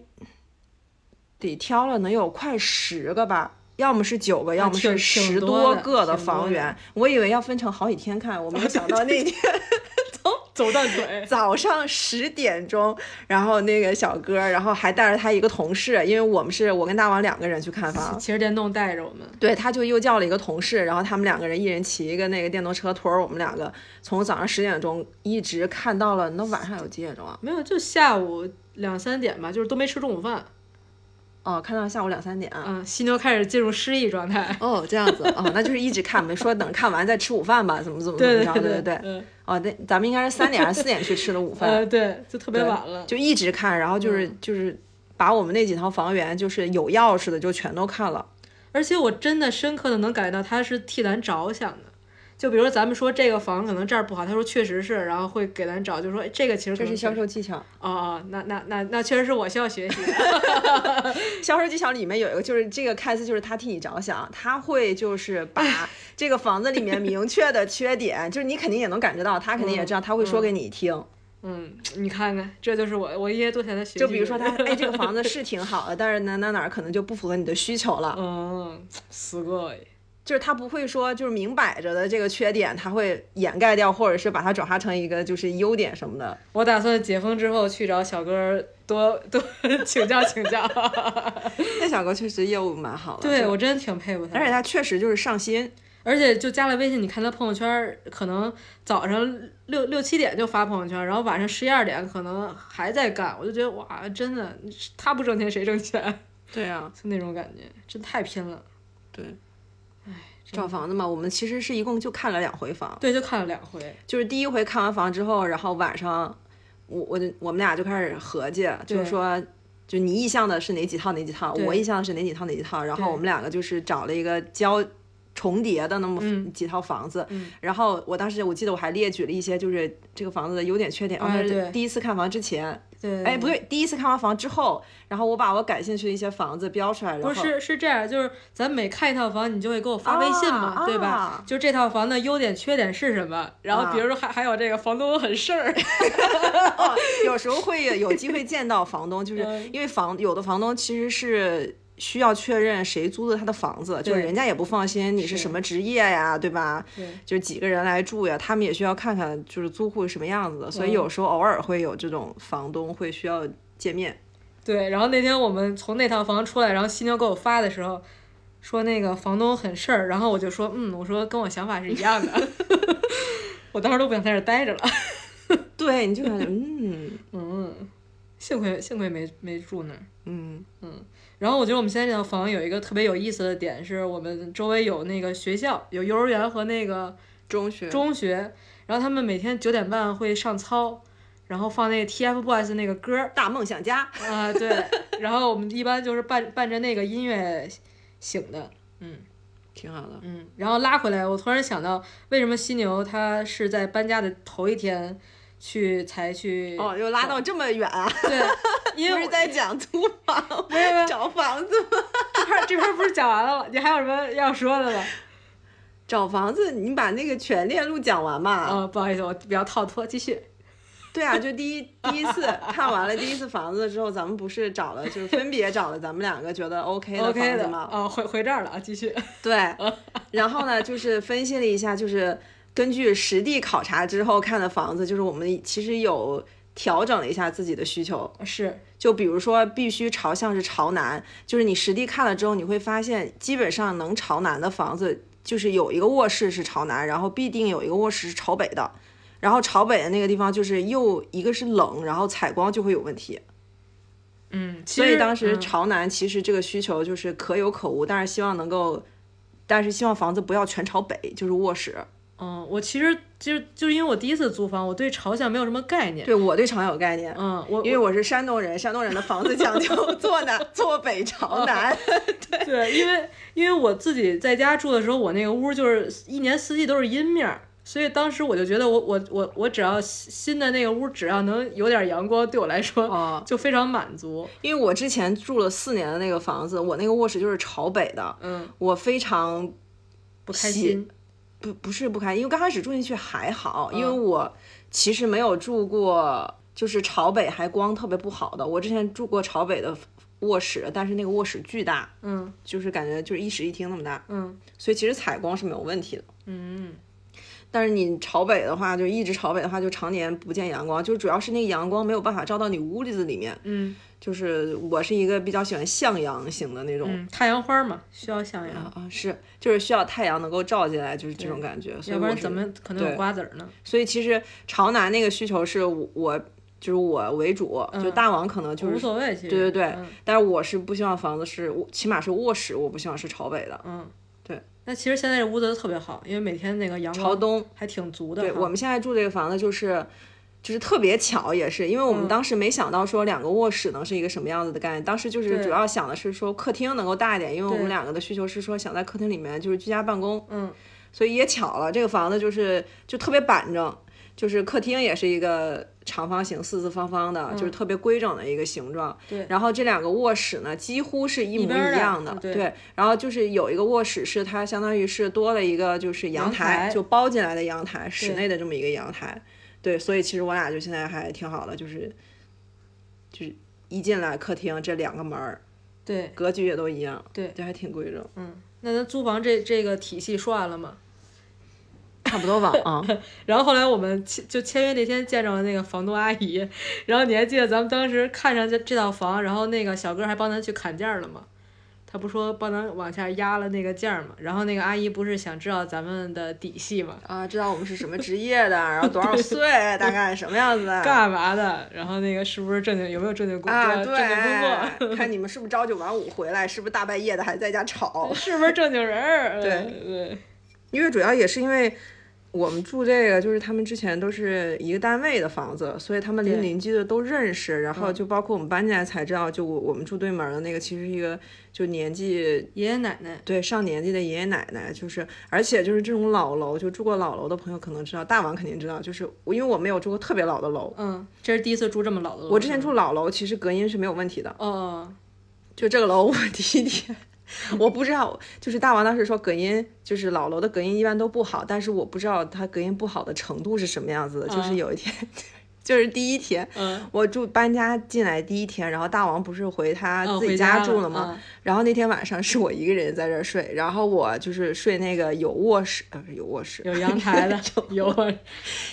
[SPEAKER 3] 得挑了能有快十个吧。要么是九个，要么是
[SPEAKER 1] 啊挺挺
[SPEAKER 3] 十
[SPEAKER 1] 多的
[SPEAKER 3] 个的
[SPEAKER 1] 挺多
[SPEAKER 3] 房
[SPEAKER 1] 的
[SPEAKER 3] 源，我以为要分成好几天看， 我没有想到那天
[SPEAKER 1] 走断腿，
[SPEAKER 3] 早上十点钟，然后那个小哥，然后还带着他一个同事，因为我们是我跟大王两个人去看 房。
[SPEAKER 1] 骑着电动带着我们，
[SPEAKER 3] 对，他就又叫了一个同事，然后他们两个人一人骑一个那个电动车，驮着我们两个从早上十点钟一直看到了，那晚上有几点钟啊？
[SPEAKER 1] 没有就下午两三点吧，就是都没吃中午饭，
[SPEAKER 3] 哦，看到下午两三点。
[SPEAKER 1] 嗯，犀牛开始进入失忆状态，
[SPEAKER 3] 哦，这样子哦，那就是一直看，没说等看完再吃午饭吧，怎么怎么怎么
[SPEAKER 1] 对
[SPEAKER 3] 着，
[SPEAKER 1] 对
[SPEAKER 3] 对
[SPEAKER 1] 对
[SPEAKER 3] 对。
[SPEAKER 1] 嗯
[SPEAKER 3] 哦，那咱们应该是三点还是四点去吃的午饭？
[SPEAKER 1] 呃，对，就特别
[SPEAKER 3] 对
[SPEAKER 1] 晚了。
[SPEAKER 3] 就一直看，然后就是、
[SPEAKER 1] 嗯
[SPEAKER 3] 就是把我们那几套房源，就是有钥匙的就全都看了。
[SPEAKER 1] 而且我真的深刻的能感觉到他是替咱着想的。就比如说咱们说这个房可能这儿不好，他说确实是，然后会给咱找，就说哎这个其实可
[SPEAKER 3] 这
[SPEAKER 1] 能
[SPEAKER 3] 是销
[SPEAKER 1] 确实
[SPEAKER 3] 售技巧，
[SPEAKER 1] 哦哦，那那那那确实是我需要学习 的。
[SPEAKER 3] 销售技巧里面有一个就是这个 case 就是他替你着想，他会就是把 这个房子里面明确的缺点，就是你肯定也能感觉到，他肯定也知道，他会说给你听。
[SPEAKER 1] 嗯，你看看，这就是我我应该多向他学习。
[SPEAKER 3] 就比如说他，哎，这个房子是挺好的，但是哪哪哪儿可能就不符合你的需求了。
[SPEAKER 1] 嗯，すごい。
[SPEAKER 3] 就是他不会说就是明摆着的这个缺点，他会掩盖掉，或者是把它转化成一个就是优点什么的。
[SPEAKER 1] 我打算解封之后去找小哥儿多多 请教请教。
[SPEAKER 3] 那小哥确实业务蛮好的，
[SPEAKER 1] 对
[SPEAKER 3] 就
[SPEAKER 1] 我真挺佩服他的。
[SPEAKER 3] 而且他确实就是上心，
[SPEAKER 1] 而且就加了微信，你看他朋友圈儿，可能早上六六七点就发朋友圈儿，然后晚上十一二点可能还在干，我就觉得哇，真的，他不挣钱谁挣钱？
[SPEAKER 3] 对啊，
[SPEAKER 1] 就那种感觉，真太拼了。
[SPEAKER 3] 对，
[SPEAKER 1] 唉，
[SPEAKER 3] 找房子嘛，我们其实是一共就看了两回房，
[SPEAKER 1] 对，就看了两回，
[SPEAKER 3] 就是第一回看完房之后，然后晚上我我就我们俩就开始合计，就是说。就你意向的是哪几套哪几套，
[SPEAKER 1] 对
[SPEAKER 3] 我意向的是哪几套哪几套，然后
[SPEAKER 1] 对
[SPEAKER 3] 我们两个就是找了一个交重叠的那么几套房子，
[SPEAKER 1] 嗯
[SPEAKER 3] 然后我当时我记得我还列举了一些就是这个房子的优点缺点，我
[SPEAKER 1] 哎
[SPEAKER 3] 们是
[SPEAKER 1] 对
[SPEAKER 3] 第一次看房之前，
[SPEAKER 1] 对，
[SPEAKER 3] 哎不对，第一次看完房之后，然后我把我感兴趣的一些房子标出来，然后
[SPEAKER 1] 不是是这样，就是咱每看一套房，你就会给我发微信嘛，
[SPEAKER 3] 啊
[SPEAKER 1] 对吧？
[SPEAKER 3] 啊
[SPEAKER 1] 就这套房的优点、缺点是什么？然后比如说还、还有这个房东很事儿，
[SPEAKER 3] 哦，有时候会有机会见到房东，就是
[SPEAKER 1] 嗯
[SPEAKER 3] 因为房有的房东其实是需要确认谁租的他的房子，就是
[SPEAKER 1] 对
[SPEAKER 3] 人家也不放心你是
[SPEAKER 1] 是
[SPEAKER 3] 什么职业呀，对吧？
[SPEAKER 1] 对
[SPEAKER 3] 就是几个人来住呀，他们也需要看看就是租户是什么样子的，所以
[SPEAKER 1] 嗯
[SPEAKER 3] 有时候偶尔会有这种房东会需要见面。
[SPEAKER 1] 对。然后那天我们从那套房出来，然后犀牛给我发的时候。说那个房东很事儿，然后我就说，嗯，我说跟我想法是一样的， 我当时都不想在这儿待着了，
[SPEAKER 3] 对，你就感觉 嗯
[SPEAKER 1] 嗯，幸亏幸亏没没住那儿。
[SPEAKER 3] 嗯
[SPEAKER 1] 然后我觉得我们现在这套房有一个特别有意思的点，是我们周围有那个学校，有幼儿园和那个
[SPEAKER 3] 中学
[SPEAKER 1] 中学，然后他们每天九点半会上操，然后放那个 TFBOYS 那个歌儿
[SPEAKER 3] 大梦想家，
[SPEAKER 1] 啊、对，然后我们一般就是伴伴着那个音乐醒的，
[SPEAKER 3] 挺好的。
[SPEAKER 1] 嗯，然后拉回来，我突然想到，为什么犀牛他是在搬家的头一天去才去
[SPEAKER 3] 哦，又拉到这么远啊，
[SPEAKER 1] 对，因
[SPEAKER 3] 不
[SPEAKER 1] 为
[SPEAKER 3] 是
[SPEAKER 1] 我
[SPEAKER 3] 在讲租房
[SPEAKER 1] 没有没 有
[SPEAKER 3] 找房子
[SPEAKER 1] 这块儿这块儿不是讲完了吗？你还有什么要说的吗？
[SPEAKER 3] 找房子，你把那个全链路讲完嘛。
[SPEAKER 1] 啊、不好意思，我比较套脱，继续。
[SPEAKER 3] 对啊，就第一第一 次看完了第一次房子之后，咱们不是找了，就是分别找了咱们两个觉得 OK 的
[SPEAKER 1] OK
[SPEAKER 3] 房子
[SPEAKER 1] 的
[SPEAKER 3] 吗？
[SPEAKER 1] 啊、回回这儿了啊，继续。
[SPEAKER 3] 对，然后呢，就是分析了一下，就是根据实地考察之后看的房子，就是我们其实有调整了一下自己的需求。
[SPEAKER 1] 是，
[SPEAKER 3] 就比如说，必须朝向是朝南，就是你实地看了之后，你会发现，基本上能朝南的房子，就是有一个卧室是朝南，然后必定有一个卧室是朝北的。然后朝北的那个地方，就是又一个是冷，然后采光就会有问题。
[SPEAKER 1] 嗯，
[SPEAKER 3] 所以当时
[SPEAKER 1] 嗯
[SPEAKER 3] 朝南其实这个需求就是可有可无，但是希望能够，但是希望房子不要全朝北，就是卧室。
[SPEAKER 1] 嗯，我其实其实就是因为我第一次租房，我对朝向没有什么概念。
[SPEAKER 3] 对我对朝有概念，
[SPEAKER 1] 嗯，我
[SPEAKER 3] 因为我是山东人，山东人的房子讲究坐南坐北朝南。
[SPEAKER 1] 我 对，因为因为我自己在家住的时候，我那个屋就是一年四季都是阴面儿，所以当时我就觉得我我我我只要新新的那个屋只要能有点阳光，对我来 说、
[SPEAKER 3] 哦
[SPEAKER 1] 就非常满足。
[SPEAKER 3] 因为我之前住了四年的那个房子，我那个卧室就是朝北的，
[SPEAKER 1] 嗯，
[SPEAKER 3] 我非常
[SPEAKER 1] 不开
[SPEAKER 3] 喜
[SPEAKER 1] 心。
[SPEAKER 3] 不不是不开心，因为刚开始住进去还好，因为
[SPEAKER 1] 嗯
[SPEAKER 3] 我其实没有住过就是朝北还光特别不好的，我之前住过朝北的卧室，但是那个卧室巨大，
[SPEAKER 1] 嗯
[SPEAKER 3] 就是感觉就是一室一厅那么大，
[SPEAKER 1] 嗯
[SPEAKER 3] 所以其实采光是没有问题的。
[SPEAKER 1] 嗯，
[SPEAKER 3] 但是你朝北的话，就一直朝北的话，就常年不见阳光，就主要是那个阳光没有办法照到你屋子里面。
[SPEAKER 1] 嗯
[SPEAKER 3] 就是我是一个比较喜欢向阳型的那种。
[SPEAKER 1] 嗯，太阳花嘛，需要向阳，
[SPEAKER 3] 啊啊，是，就是需要太阳能够照进来，就是这种感觉。所以
[SPEAKER 1] 要不然
[SPEAKER 3] 我是
[SPEAKER 1] 怎么可能有
[SPEAKER 3] 对
[SPEAKER 1] 瓜子儿呢？
[SPEAKER 3] 所以其实朝南那个需求是我我就是我为主，就大王可能就
[SPEAKER 1] 嗯无
[SPEAKER 3] 是，
[SPEAKER 1] 所谓，其实
[SPEAKER 3] 对对对。
[SPEAKER 1] 嗯
[SPEAKER 3] 但是我是不希望房子是，我起码是卧室，我不希望是朝北的，
[SPEAKER 1] 嗯，
[SPEAKER 3] 对。
[SPEAKER 1] 那其实现在这屋子特别好，因为每天那个阳
[SPEAKER 3] 朝
[SPEAKER 1] 光
[SPEAKER 3] 东。
[SPEAKER 1] 还挺足的哈。
[SPEAKER 3] 对，我们现在住这个房子就是。就是特别巧，也是因为我们
[SPEAKER 1] 嗯
[SPEAKER 3] 当时没想到说两个卧室能是一个什么样子的概念，当时就是
[SPEAKER 1] 对
[SPEAKER 3] 主要想的是说客厅能够大一点，因为我们
[SPEAKER 1] 对
[SPEAKER 3] 两个的需求是说想在客厅里面就是居家办公，
[SPEAKER 1] 嗯
[SPEAKER 3] 所以也巧了，这个房子就是就特别板正，就是客厅也是一个长方形、四四方方的，就是特别规整的一个形状。
[SPEAKER 1] 嗯对
[SPEAKER 3] 然后这两个卧室呢，几乎是一
[SPEAKER 1] 一
[SPEAKER 3] 模
[SPEAKER 1] 边儿的
[SPEAKER 3] 样的。
[SPEAKER 1] 嗯对
[SPEAKER 3] 然后就是有一个卧室是它相当于是多了一个就是阳台，
[SPEAKER 1] 阳台
[SPEAKER 3] 就包进来的阳台，室内的这么一个阳台。对，所以其实我俩就现在还挺好的，就是就是一进来客厅这两个门儿
[SPEAKER 1] 对
[SPEAKER 3] 格局也都一样，
[SPEAKER 1] 对
[SPEAKER 3] 就还挺规整，
[SPEAKER 1] 嗯，那咱租房这这个体系说完了吗？
[SPEAKER 3] 差不 多吧啊。
[SPEAKER 1] 然后后来我们签就签约那天见着了那个房东阿姨，然后你还记得咱们当时看上这这套房，然后那个小哥还帮咱去砍价了吗？他不说帮咱往下压了那个价儿嘛，然后那个阿姨不是想知道咱们的底细嘛，
[SPEAKER 3] 啊，知道我们是什么职业的，然后多少岁，大概什么样子的
[SPEAKER 1] 干嘛的，然后那个是不是正经有没有正经工
[SPEAKER 3] 啊？
[SPEAKER 1] 正正经工作，
[SPEAKER 3] 对，看你们是不是朝九晚五回来，是不是大半夜的还在家 吵？
[SPEAKER 1] 是不是正经人儿？
[SPEAKER 3] 对
[SPEAKER 1] 嗯对，
[SPEAKER 3] 因为主要也是因为我们住这个，就是他们之前都是一个单位的房子，所以他们邻
[SPEAKER 1] 对嗯
[SPEAKER 3] 邻居的都认识。然后就包括我们搬进来才知道，就我我们住对门儿的那个，其实一个就年纪
[SPEAKER 1] 爷爷奶奶
[SPEAKER 3] 对上年纪的爷爷奶奶，就是而且就是这种老楼，就住过老楼的朋友可能知道，大王肯定知道，就是我因为我没有住过特别老的楼，
[SPEAKER 1] 嗯，这是第一次住这么老的楼。
[SPEAKER 3] 我之前住老楼，其实隔音是没有问题的。
[SPEAKER 1] 哦，
[SPEAKER 3] 就这个楼，我第一天我不知道，就是大王当时说隔音，就是老楼的隔音一般都不好，但是我不知道它隔音不好的程度是什么样子的。就是
[SPEAKER 1] 嗯
[SPEAKER 3] 有一天， 就是第一天，
[SPEAKER 1] 嗯，
[SPEAKER 3] 我住搬家进来第一天，然后大王不是回他
[SPEAKER 1] 嗯
[SPEAKER 3] 自己
[SPEAKER 1] 回家
[SPEAKER 3] 住
[SPEAKER 1] 了哦
[SPEAKER 3] 了吗？？然后那天晚上是我一个人在这儿睡，然后我就是睡那个有卧室，呃，有卧室，
[SPEAKER 1] 嗯有阳台 的，有啊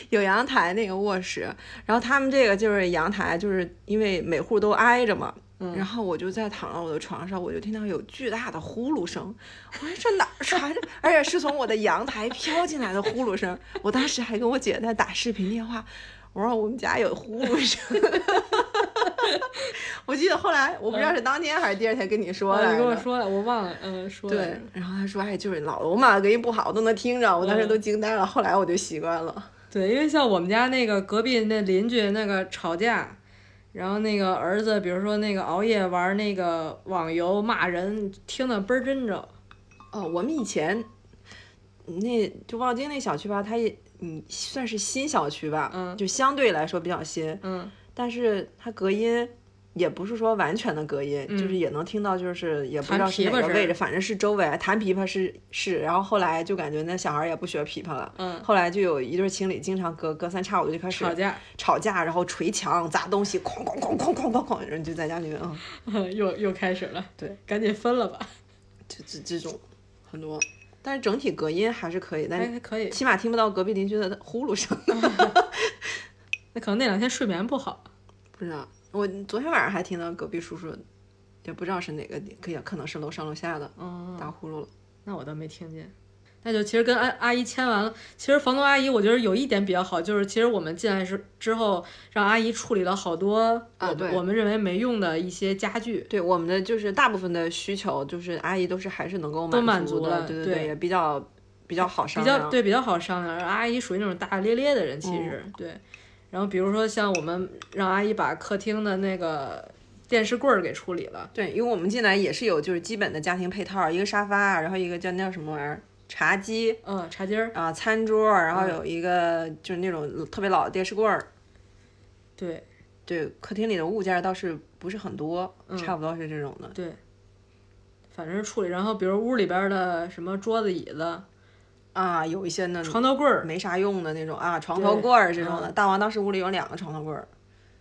[SPEAKER 3] 有阳台那个卧室，然后他们这个就是阳台，就是因为每户都挨着嘛。
[SPEAKER 1] 嗯
[SPEAKER 3] 然后我就在躺到我的床上，我就听到有巨大的呼噜声，我说这哪儿传着？而且是从我的阳台飘进来的呼噜声。我当时还跟我姐在打视频电话，我说我们家有呼噜声。 我记得后来我不知道是当天还是第二天跟你说
[SPEAKER 1] 哦
[SPEAKER 3] 的，
[SPEAKER 1] 嗯你跟我说了，我忘了，嗯，说了
[SPEAKER 3] 对，然后他说哎，就是老楼嘛，隔音不好都能听着，我当时
[SPEAKER 1] 嗯
[SPEAKER 3] 都惊呆了。后来我就习惯了，
[SPEAKER 1] 对，因为像我们家那个隔壁那邻居那个吵架，然后那个儿子，比如说那个熬夜玩那个网游骂人，听得倍儿真着。
[SPEAKER 3] 哦，我们以前那就望京那小区吧，它也嗯算是新小区吧，
[SPEAKER 1] 嗯
[SPEAKER 3] 就相对来说比较新，
[SPEAKER 1] 嗯，
[SPEAKER 3] 但是它隔音也不是说完全的隔音，就是也能听到，就是也不知道是哪
[SPEAKER 1] 嗯弹
[SPEAKER 3] 个
[SPEAKER 1] 琵琶
[SPEAKER 3] 位
[SPEAKER 1] 声
[SPEAKER 3] 置，反正是周围弹琵琶是是，然后后来就感觉那小孩儿也不学琵琶了，
[SPEAKER 1] 嗯
[SPEAKER 3] 后来就有一对情侣经常隔隔三差五就开始
[SPEAKER 1] 吵架，
[SPEAKER 3] 吵架，然后捶墙砸东西，哐哐哐哐哐哐哐，人就在家里面啊、嗯
[SPEAKER 1] 又又开始了。
[SPEAKER 3] 对，
[SPEAKER 1] 赶紧分了吧。
[SPEAKER 3] 这这这种很多，但是整体隔音还是可以，但
[SPEAKER 1] 还
[SPEAKER 3] 是
[SPEAKER 1] 还可以，
[SPEAKER 3] 起码听不到隔壁邻居的呼噜声。
[SPEAKER 1] 那可能那两天睡眠不好。
[SPEAKER 3] 不知道，我昨天晚上还听到隔壁叔叔，也不知道是哪个，可也可能是楼上楼下的
[SPEAKER 1] 嗯，
[SPEAKER 3] 打呼噜了。
[SPEAKER 1] 那我倒没听见。那就其实跟阿阿姨签完了，其实房东阿姨我觉得有一点比较好，就是其实我们进来是之后，让阿姨处理了好多我们
[SPEAKER 3] 啊对
[SPEAKER 1] 我们认为没用的一些家具。
[SPEAKER 3] 对我们的就是大部分的需求，就是阿姨都是还是能够
[SPEAKER 1] 都满
[SPEAKER 3] 足
[SPEAKER 1] 足
[SPEAKER 3] 的，
[SPEAKER 1] 了
[SPEAKER 3] 对对，
[SPEAKER 1] 对
[SPEAKER 3] 也比较比较好商
[SPEAKER 1] 比
[SPEAKER 3] 量。
[SPEAKER 1] 较对比较好商量。而阿姨属于那种大大咧咧的人，其
[SPEAKER 3] 嗯
[SPEAKER 1] 实、对。然后比如说像我们让阿姨把客厅的那个电视柜儿给处理了，
[SPEAKER 3] 对因为我们进来也是有就是基本的家庭配套，一个沙发，然后一个叫那叫什么玩意儿茶几
[SPEAKER 1] 嗯，茶几儿，
[SPEAKER 3] 啊、餐桌，然后
[SPEAKER 1] 嗯
[SPEAKER 3] 有一个就是那种特别老的电视柜儿。
[SPEAKER 1] 对
[SPEAKER 3] 对，客厅里的物件儿倒是不是很多，
[SPEAKER 1] 嗯
[SPEAKER 3] 差不多是这种的。
[SPEAKER 1] 对，反正是处理。然后比如屋里边儿的什么桌子、椅子、
[SPEAKER 3] 啊，有一些呢
[SPEAKER 1] 床头柜儿，
[SPEAKER 3] 没啥用的那种啊，床头柜儿这种
[SPEAKER 1] 嗯
[SPEAKER 3] 的。大王当时屋里有两个床头柜儿，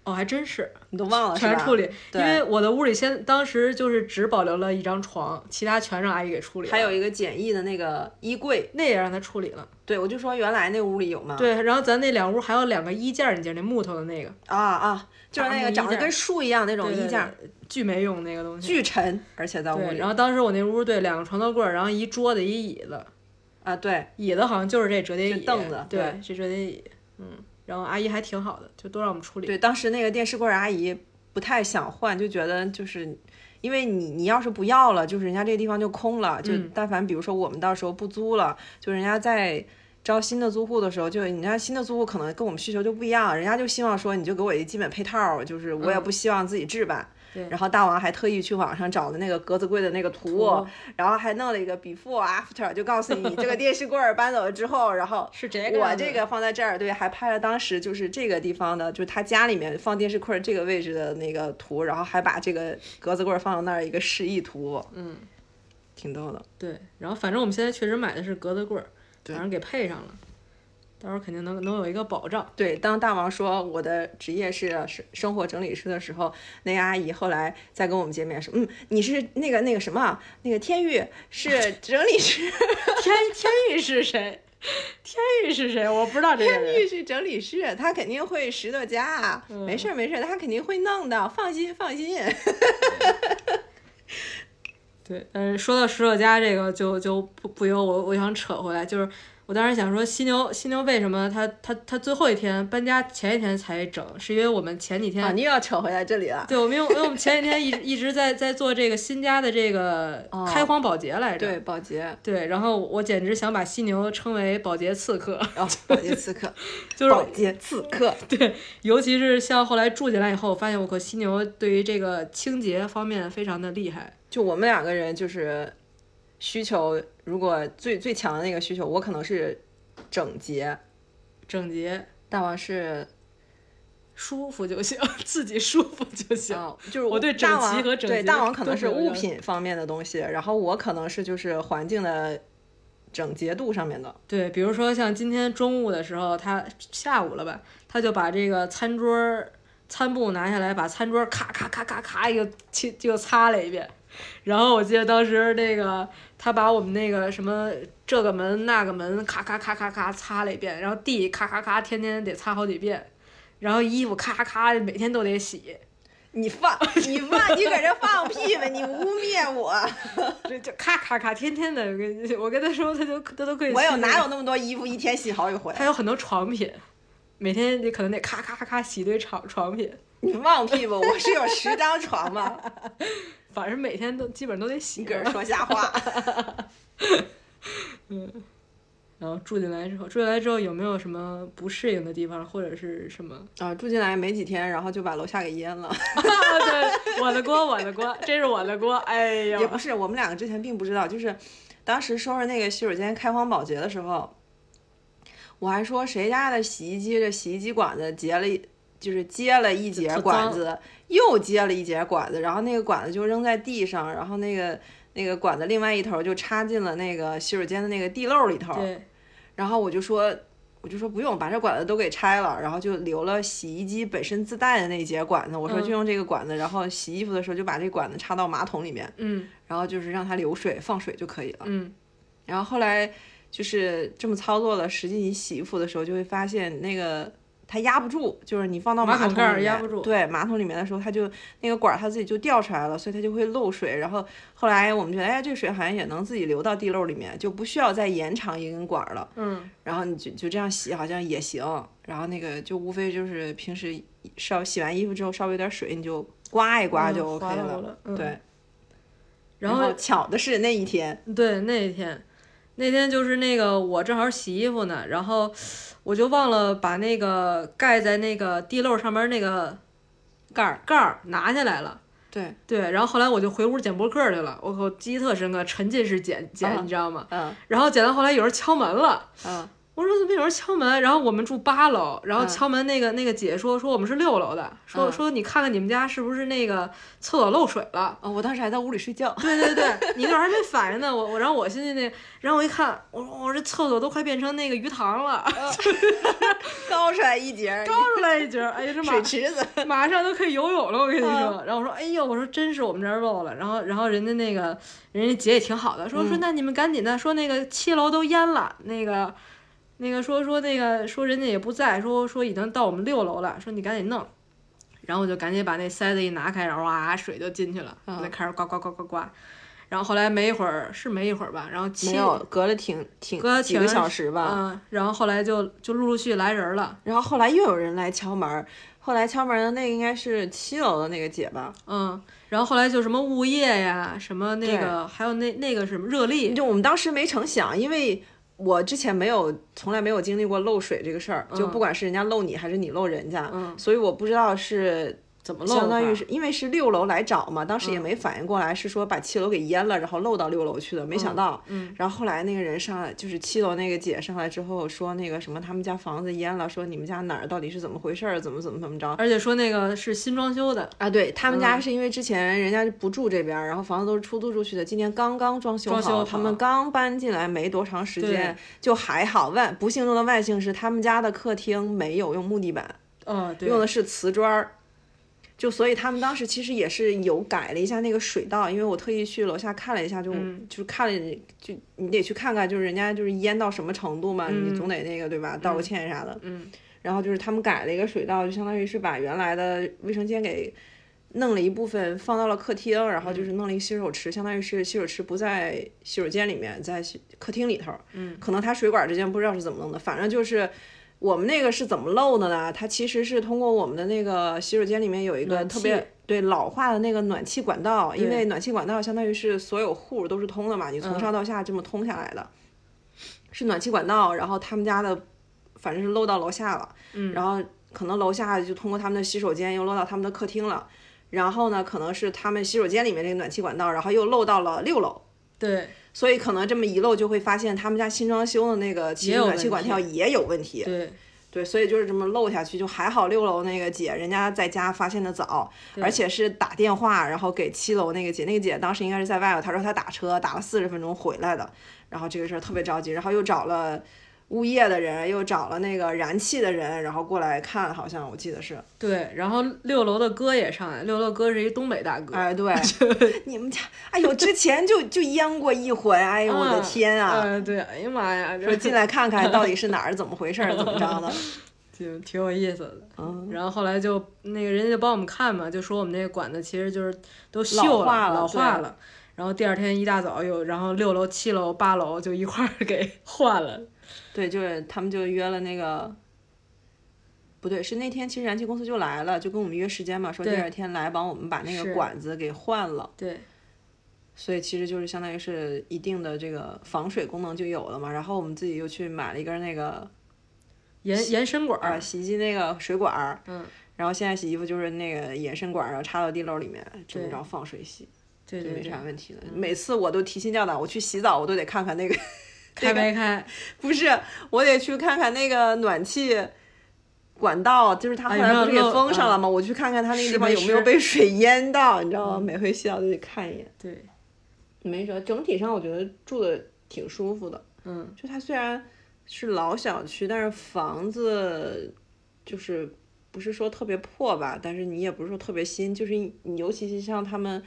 [SPEAKER 1] 哦，还真是
[SPEAKER 3] 你都忘了是
[SPEAKER 1] 全
[SPEAKER 3] 吧？
[SPEAKER 1] 处理。因
[SPEAKER 3] 对
[SPEAKER 1] 为我的屋里先当时就是只保留了一张床，其他全让阿姨给处理了。
[SPEAKER 3] 还有一个简易的那个衣柜，
[SPEAKER 1] 那也让她处理了。
[SPEAKER 3] 对我就说原来那屋里有吗？
[SPEAKER 1] 对，然后咱那两屋还有两个衣架儿，你记得那木头的那个
[SPEAKER 3] 啊啊，就是那个
[SPEAKER 1] 大木
[SPEAKER 3] 长
[SPEAKER 1] 衣
[SPEAKER 3] 得
[SPEAKER 1] 架
[SPEAKER 3] 跟树一样那种
[SPEAKER 1] 对
[SPEAKER 3] 衣
[SPEAKER 1] 对
[SPEAKER 3] 架，
[SPEAKER 1] 对巨没用那个东西。
[SPEAKER 3] 巨沉，而且在屋
[SPEAKER 1] 对，
[SPEAKER 3] 里
[SPEAKER 1] 然后当时我那屋对两个床头柜儿，然后一桌子一椅子，
[SPEAKER 3] 啊，对
[SPEAKER 1] 椅子好像就是这折叠
[SPEAKER 3] 是
[SPEAKER 1] 椅，
[SPEAKER 3] 凳子
[SPEAKER 1] 对
[SPEAKER 3] 对，
[SPEAKER 1] 这折叠椅，嗯，然后阿姨还挺好的，就都让我们处理。
[SPEAKER 3] 对，当时那个电视柜儿阿姨不太想换，就觉得就是。因为你你要是不要了，就是人家这个地方就空了，就
[SPEAKER 1] 嗯
[SPEAKER 3] 但凡比如说我们到时候不租了，就人家在招新的租户的时候，就人家新的租户可能跟我们需求就不一样，人家就希望说你就给我一基本配套，就是我也
[SPEAKER 1] 嗯
[SPEAKER 3] 不希望自己置办。
[SPEAKER 1] 对
[SPEAKER 3] 然后大王还特意去网上找的那个格子柜的那个图，
[SPEAKER 1] 图
[SPEAKER 3] 然后还弄了一个 before after，就告诉你这个电视柜儿搬走了之后，然后
[SPEAKER 1] 是这个
[SPEAKER 3] 我
[SPEAKER 1] 样子
[SPEAKER 3] 这个放在这儿，对，还拍了当时就是这个地方的，就是他家里面放电视柜儿这个位置的那个图，然后还把这个格子柜儿放到那儿一个示意图，
[SPEAKER 1] 嗯，
[SPEAKER 3] 挺逗的。
[SPEAKER 1] 对，然后反正我们现在确实买的是格子柜儿，
[SPEAKER 3] 对
[SPEAKER 1] 反正给配上了，到时候肯定能能有一个保障。
[SPEAKER 3] 对，当大王说我的职业是生生活整理师的时候，那个阿姨后来再跟我们见面说，嗯，你是那个那个什么，那个天玉 是整理师，
[SPEAKER 1] 天天宇是谁？天宇是谁？我不知道这个
[SPEAKER 3] 天
[SPEAKER 1] 人。
[SPEAKER 3] 玉是整理师，他肯定会拾掇家啊，
[SPEAKER 1] 嗯
[SPEAKER 3] 没 事儿没事儿，他肯定会弄的，放心放心。
[SPEAKER 1] 对，但是说到石头家这个就就不不由我我想扯回来，就是我当时想说犀牛犀牛为什么他他他最后一天搬家前一天才整，是因为我们前几天、
[SPEAKER 4] 啊，你又要扯回来这里了。
[SPEAKER 1] 对，我们因为因为我们前几天一直一直在在做这个新家的这个
[SPEAKER 4] 哦
[SPEAKER 1] 开荒保洁来着，
[SPEAKER 4] 对，保洁，
[SPEAKER 1] 对，然后我简直想把犀牛称为保洁刺客，
[SPEAKER 4] 哦，保洁刺客，
[SPEAKER 1] 就是
[SPEAKER 4] 保洁刺客，
[SPEAKER 1] 尤其是像后来住进来以后，我发现我和犀牛对于这个清洁方面非常的厉害。
[SPEAKER 3] 就我们两个人就是需求，如果最最强的那个需求，我可能是整洁，
[SPEAKER 1] 整洁
[SPEAKER 3] 大王是
[SPEAKER 1] 舒服就行， 自己舒服就行。
[SPEAKER 4] 哦
[SPEAKER 3] 啊，就是
[SPEAKER 1] 我对整
[SPEAKER 3] 大王
[SPEAKER 1] 齐和整
[SPEAKER 3] 对
[SPEAKER 1] 洁
[SPEAKER 3] 大王可能
[SPEAKER 1] 都
[SPEAKER 3] 是
[SPEAKER 1] 有
[SPEAKER 3] 物
[SPEAKER 1] 要
[SPEAKER 3] 品方面的东西，然后我可能是就是环境的整洁度上面的。
[SPEAKER 1] 对，比如说像今天中午的时候，他下午了吧，他就把这个餐桌儿餐布拿下来，把餐桌儿咔咔咔咔咔又去又擦了一遍。然后我记得当时那个他把我们那个什么这个门那个门咔咔咔咔咔擦了一遍，然后地咔咔咔天天得擦好几遍，然后衣服咔咔每天都得洗，
[SPEAKER 4] 你放，你放，你搁这放屁呗！你污蔑我，
[SPEAKER 1] 这就咔咔咔天天的。我跟我跟他说，他就他都可以。
[SPEAKER 4] 我有哪有那么多衣服一天洗好几回？啊
[SPEAKER 1] 还有很多床品，每天你可能得咔咔咔洗一堆床床品，
[SPEAKER 4] 你放屁吧！我是有十张床吗？
[SPEAKER 1] 反正每天都基本上都得洗
[SPEAKER 4] 你搁这
[SPEAKER 1] 了
[SPEAKER 4] 说瞎话。
[SPEAKER 1] 然后住进来之后，住进来之后有没有什么不适应的地方，或者是什么？
[SPEAKER 3] 啊，住进来没几天，然后就把楼下给淹了。
[SPEAKER 1] 啊对，我的锅，我的锅，这是我的锅，哎呀
[SPEAKER 3] 也，不是，我们两个之前并不知道，就是当时收拾那个洗手间开荒保洁的时候，我还说谁家的洗衣机这洗衣机管子结了一，就是接了一节
[SPEAKER 1] 特
[SPEAKER 3] 管
[SPEAKER 1] 脏
[SPEAKER 3] 子，又接了一节管子，然后那个管子就扔在地上，然后那个那个管子另外一头就插进了那个洗手间的那个地漏里头。
[SPEAKER 1] 对，
[SPEAKER 3] 然后我就说，我就说不用，把这管子都给拆了，然后就留了洗衣机本身自带的那一节管子。我说
[SPEAKER 1] 嗯
[SPEAKER 3] 就用这个管子，然后洗衣服的时候就把这管子插到马桶里面，
[SPEAKER 1] 嗯
[SPEAKER 3] 然后就是让它流水放水就可以了。
[SPEAKER 1] 嗯，
[SPEAKER 3] 然后后来就是这么操作了，实际你洗衣服的时候就会发现那个。它压不住，就是你放到
[SPEAKER 1] 马
[SPEAKER 3] 马
[SPEAKER 1] 桶
[SPEAKER 3] 桶
[SPEAKER 1] 盖
[SPEAKER 3] 里
[SPEAKER 1] 儿
[SPEAKER 3] 面
[SPEAKER 1] 压不住
[SPEAKER 3] 对，马桶里面的时候，它就那个管儿它自己就掉出来了，所以它就会漏水。然后后来我们觉得，哎，这水好像也能自己流到地漏里面，就不需要再延长一根管儿了。
[SPEAKER 1] 嗯，
[SPEAKER 3] 然后你就就这样洗好像也行，然后那个就无非就是平时稍洗完衣服之后稍微有点水你就刮一刮
[SPEAKER 1] 嗯
[SPEAKER 3] 就
[SPEAKER 1] 滑
[SPEAKER 3] OK
[SPEAKER 1] 溜
[SPEAKER 3] 了。
[SPEAKER 1] 了嗯
[SPEAKER 3] 对，
[SPEAKER 1] 然
[SPEAKER 3] 后
[SPEAKER 1] 后
[SPEAKER 3] 巧的是那一天，
[SPEAKER 1] 对，那一天，那天就是那个我正好洗衣服呢，然后我就忘了把那个盖在那个地漏上面那个盖儿盖儿拿下来了。
[SPEAKER 3] 对
[SPEAKER 1] 对，然后后来我就回屋捡博客去了，我靠，记忆特深刻，沉浸式捡捡，
[SPEAKER 3] 啊
[SPEAKER 1] 你知道吗？
[SPEAKER 3] 嗯
[SPEAKER 1] 然后捡到后来有人敲门了，
[SPEAKER 3] 嗯
[SPEAKER 1] 我说怎么有人敲门？然后我们住八楼，然后
[SPEAKER 3] 嗯
[SPEAKER 1] 敲门那个那个姐说说我们是六楼的，说
[SPEAKER 3] 嗯
[SPEAKER 1] 说你看看你们家是不是那个厕所漏水了。
[SPEAKER 3] 哦，我当时还在屋里睡觉，
[SPEAKER 1] 对对对，你那会儿还没反应呢，我我然后我心里那，然后我一看，我说我这厕所都快变成那个鱼塘了，
[SPEAKER 4] 高出来一截儿，
[SPEAKER 1] 高出来一截儿，哎呀这马
[SPEAKER 4] 水池子，
[SPEAKER 1] 马上都可以游泳了，我跟你
[SPEAKER 3] 啊
[SPEAKER 1] 说。然后我说，哎呦，我说真是我们这儿漏了。然后，然后人家那个人家姐也挺好的，说
[SPEAKER 3] 嗯
[SPEAKER 1] 说那你们赶紧的，说那个七楼都淹了，那个那个说说那个说人家也不在，说说已经到我们六楼了，说你赶紧弄。然后我就赶紧把那塞子一拿开，然后哇，水就进去了，
[SPEAKER 3] 啊
[SPEAKER 1] 我就开始呱呱呱呱呱。然后后来没一会儿是没一会儿吧，然后七
[SPEAKER 3] 没有隔了挺挺
[SPEAKER 1] 隔了
[SPEAKER 3] 几个
[SPEAKER 1] 挺
[SPEAKER 3] 小时吧。
[SPEAKER 1] 嗯，然后后来就就陆陆续续来人了，
[SPEAKER 3] 然后后来又有人来敲门儿，后来敲门儿的那个应该是七楼的那个姐吧？
[SPEAKER 1] 嗯，然后后来就什么物业呀，什么那个，还有那那个什么热力，
[SPEAKER 3] 就我们当时没成想，因为我之前没有从来没有经历过漏水这个事儿，就不管是人家漏你还是你漏人家，
[SPEAKER 1] 嗯
[SPEAKER 3] 所以我不知道是
[SPEAKER 1] 怎么漏法？嗯
[SPEAKER 3] 相当于是因为是六楼来找嘛，当时也没反应过来是说把七楼给淹了，然后漏到六楼去的，没想到。
[SPEAKER 1] 嗯
[SPEAKER 3] 然后后来那个人上来，就是七楼那个姐上来之后说那个什么他们家房子淹了，说你们家哪儿到底是怎么回事儿，怎么怎么怎么着。
[SPEAKER 1] 而且说那个是新装修的，
[SPEAKER 3] 啊，对他们家
[SPEAKER 1] 嗯
[SPEAKER 3] 是因为之前人家就不住这边儿，然后房子都是出租出去的，今年刚刚装修好，
[SPEAKER 1] 装修
[SPEAKER 3] 他们
[SPEAKER 1] 好
[SPEAKER 3] 刚搬进来没多长时间
[SPEAKER 1] 对，
[SPEAKER 3] 就还好。万不幸中的万幸是，他们家的客厅没有用木地板，
[SPEAKER 1] 哦，对，
[SPEAKER 3] 用的是瓷砖儿。就所以他们当时其实也是有改了一下那个水道，因为我特意去楼下看了一下，就、
[SPEAKER 1] 嗯
[SPEAKER 3] 就是看了就你得去看看，就是人家就是淹到什么程度嘛，你
[SPEAKER 1] 嗯
[SPEAKER 3] 总得那个对吧，道个歉啥的。
[SPEAKER 1] 嗯
[SPEAKER 3] 然后就是他们改了一个水道，就相当于是把原来的卫生间给弄了一部分放到了客厅，然后
[SPEAKER 1] 嗯
[SPEAKER 3] 就是弄了一个洗手池，相当于是洗手池不在洗手间里面，在洗客厅里头。嗯，可能它水管之间不知道是怎么弄的，反正就是我们那个是怎么漏的呢？它其实是通过我们的那个洗手间里面有一个
[SPEAKER 1] 暖
[SPEAKER 3] 特
[SPEAKER 1] 气
[SPEAKER 3] 别对老化的那个暖气管道，因为暖气管道相当于是所有户都是通的嘛，你
[SPEAKER 1] 嗯
[SPEAKER 3] 从上到下这么通下来的，是暖气管道，然后他们家的反正是漏到楼下了，嗯，然后可能楼下就通过他们的洗手间又漏到他们的客厅了，然后呢，可能是他们洗手间里面这个暖气管道，然后又漏到了六楼，
[SPEAKER 1] 对
[SPEAKER 3] 所以可能这么一漏就会发现他们家新装修的那个其实
[SPEAKER 1] 有
[SPEAKER 3] 暖气
[SPEAKER 1] 问
[SPEAKER 3] 管
[SPEAKER 1] 题
[SPEAKER 3] 条也有问题，
[SPEAKER 1] 对，
[SPEAKER 3] 对，所以就是这么漏下去，就还好六楼那个姐人家在家发现的早，而且是打电话，然后给七楼那个姐，那个姐当时应该是在外头，她说她打车打了四十分钟回来的，然后这个事儿特别着急，然后又找了物业的人，又找了那个燃气的人，然后过来看，好像我记得是，
[SPEAKER 1] 对，然后六楼的哥也上来，六楼哥是一东北大哥，
[SPEAKER 3] 哎，对， 你们家，哎呦，之前就就淹过一回，哎呦，我的
[SPEAKER 1] 嗯
[SPEAKER 3] 天啊！
[SPEAKER 1] 嗯，对，哎呀妈呀，
[SPEAKER 3] 说
[SPEAKER 1] 这
[SPEAKER 3] 进来看看到底是哪儿，怎么回事儿，怎么着 的？
[SPEAKER 1] 挺挺有意思的。
[SPEAKER 3] 嗯，
[SPEAKER 1] 然后后来就那个人家就帮我们看嘛，就说我们这个管子其实就是都锈
[SPEAKER 3] 老化
[SPEAKER 1] 了，
[SPEAKER 3] 了
[SPEAKER 1] 老化
[SPEAKER 3] 对
[SPEAKER 1] 了。然后第二天一大早又，然后六楼、七楼、八楼就一块儿给换了。
[SPEAKER 3] 对，就是他们就约了那个，不对，是那天其实燃气公司就来了，就跟我们约时间嘛，说第
[SPEAKER 1] 对
[SPEAKER 3] 二天来帮我们把那个
[SPEAKER 1] 是
[SPEAKER 3] 管子给换了，
[SPEAKER 1] 对
[SPEAKER 3] 所以其实就是相当于是一定的这个防水功能就有了嘛。然后我们自己又去买了一根那个
[SPEAKER 1] 延延伸管
[SPEAKER 3] 啊
[SPEAKER 1] 儿，
[SPEAKER 3] 洗衣机那个水管儿，
[SPEAKER 1] 嗯，
[SPEAKER 3] 然后现在洗衣服就是那个延伸管儿，然后插到地漏里面，这么
[SPEAKER 1] 对
[SPEAKER 3] 着放水洗，
[SPEAKER 1] 对
[SPEAKER 3] 就
[SPEAKER 1] 对
[SPEAKER 3] 没
[SPEAKER 1] 对嗯
[SPEAKER 3] 啥，问题了。每次我都提心吊胆，我去洗澡我都得看看那个
[SPEAKER 1] 开没开？
[SPEAKER 3] 不是，我得去看看那个暖气管道，就是它后
[SPEAKER 1] 啊有
[SPEAKER 3] 来
[SPEAKER 1] 没有
[SPEAKER 3] 不是给
[SPEAKER 1] 漏
[SPEAKER 3] 封上了吗？我去看看它那个地方有没有
[SPEAKER 1] 湿没湿
[SPEAKER 3] 被水淹到，你知道吗？每回洗澡都得看一眼。
[SPEAKER 1] 对，
[SPEAKER 3] 没辙，整体上我觉得住的挺舒服的。
[SPEAKER 1] 嗯，
[SPEAKER 3] 就它虽然是老小区，但是房子就是不是说特别破吧，但是你也不是说特别新，就是你尤其是像他们。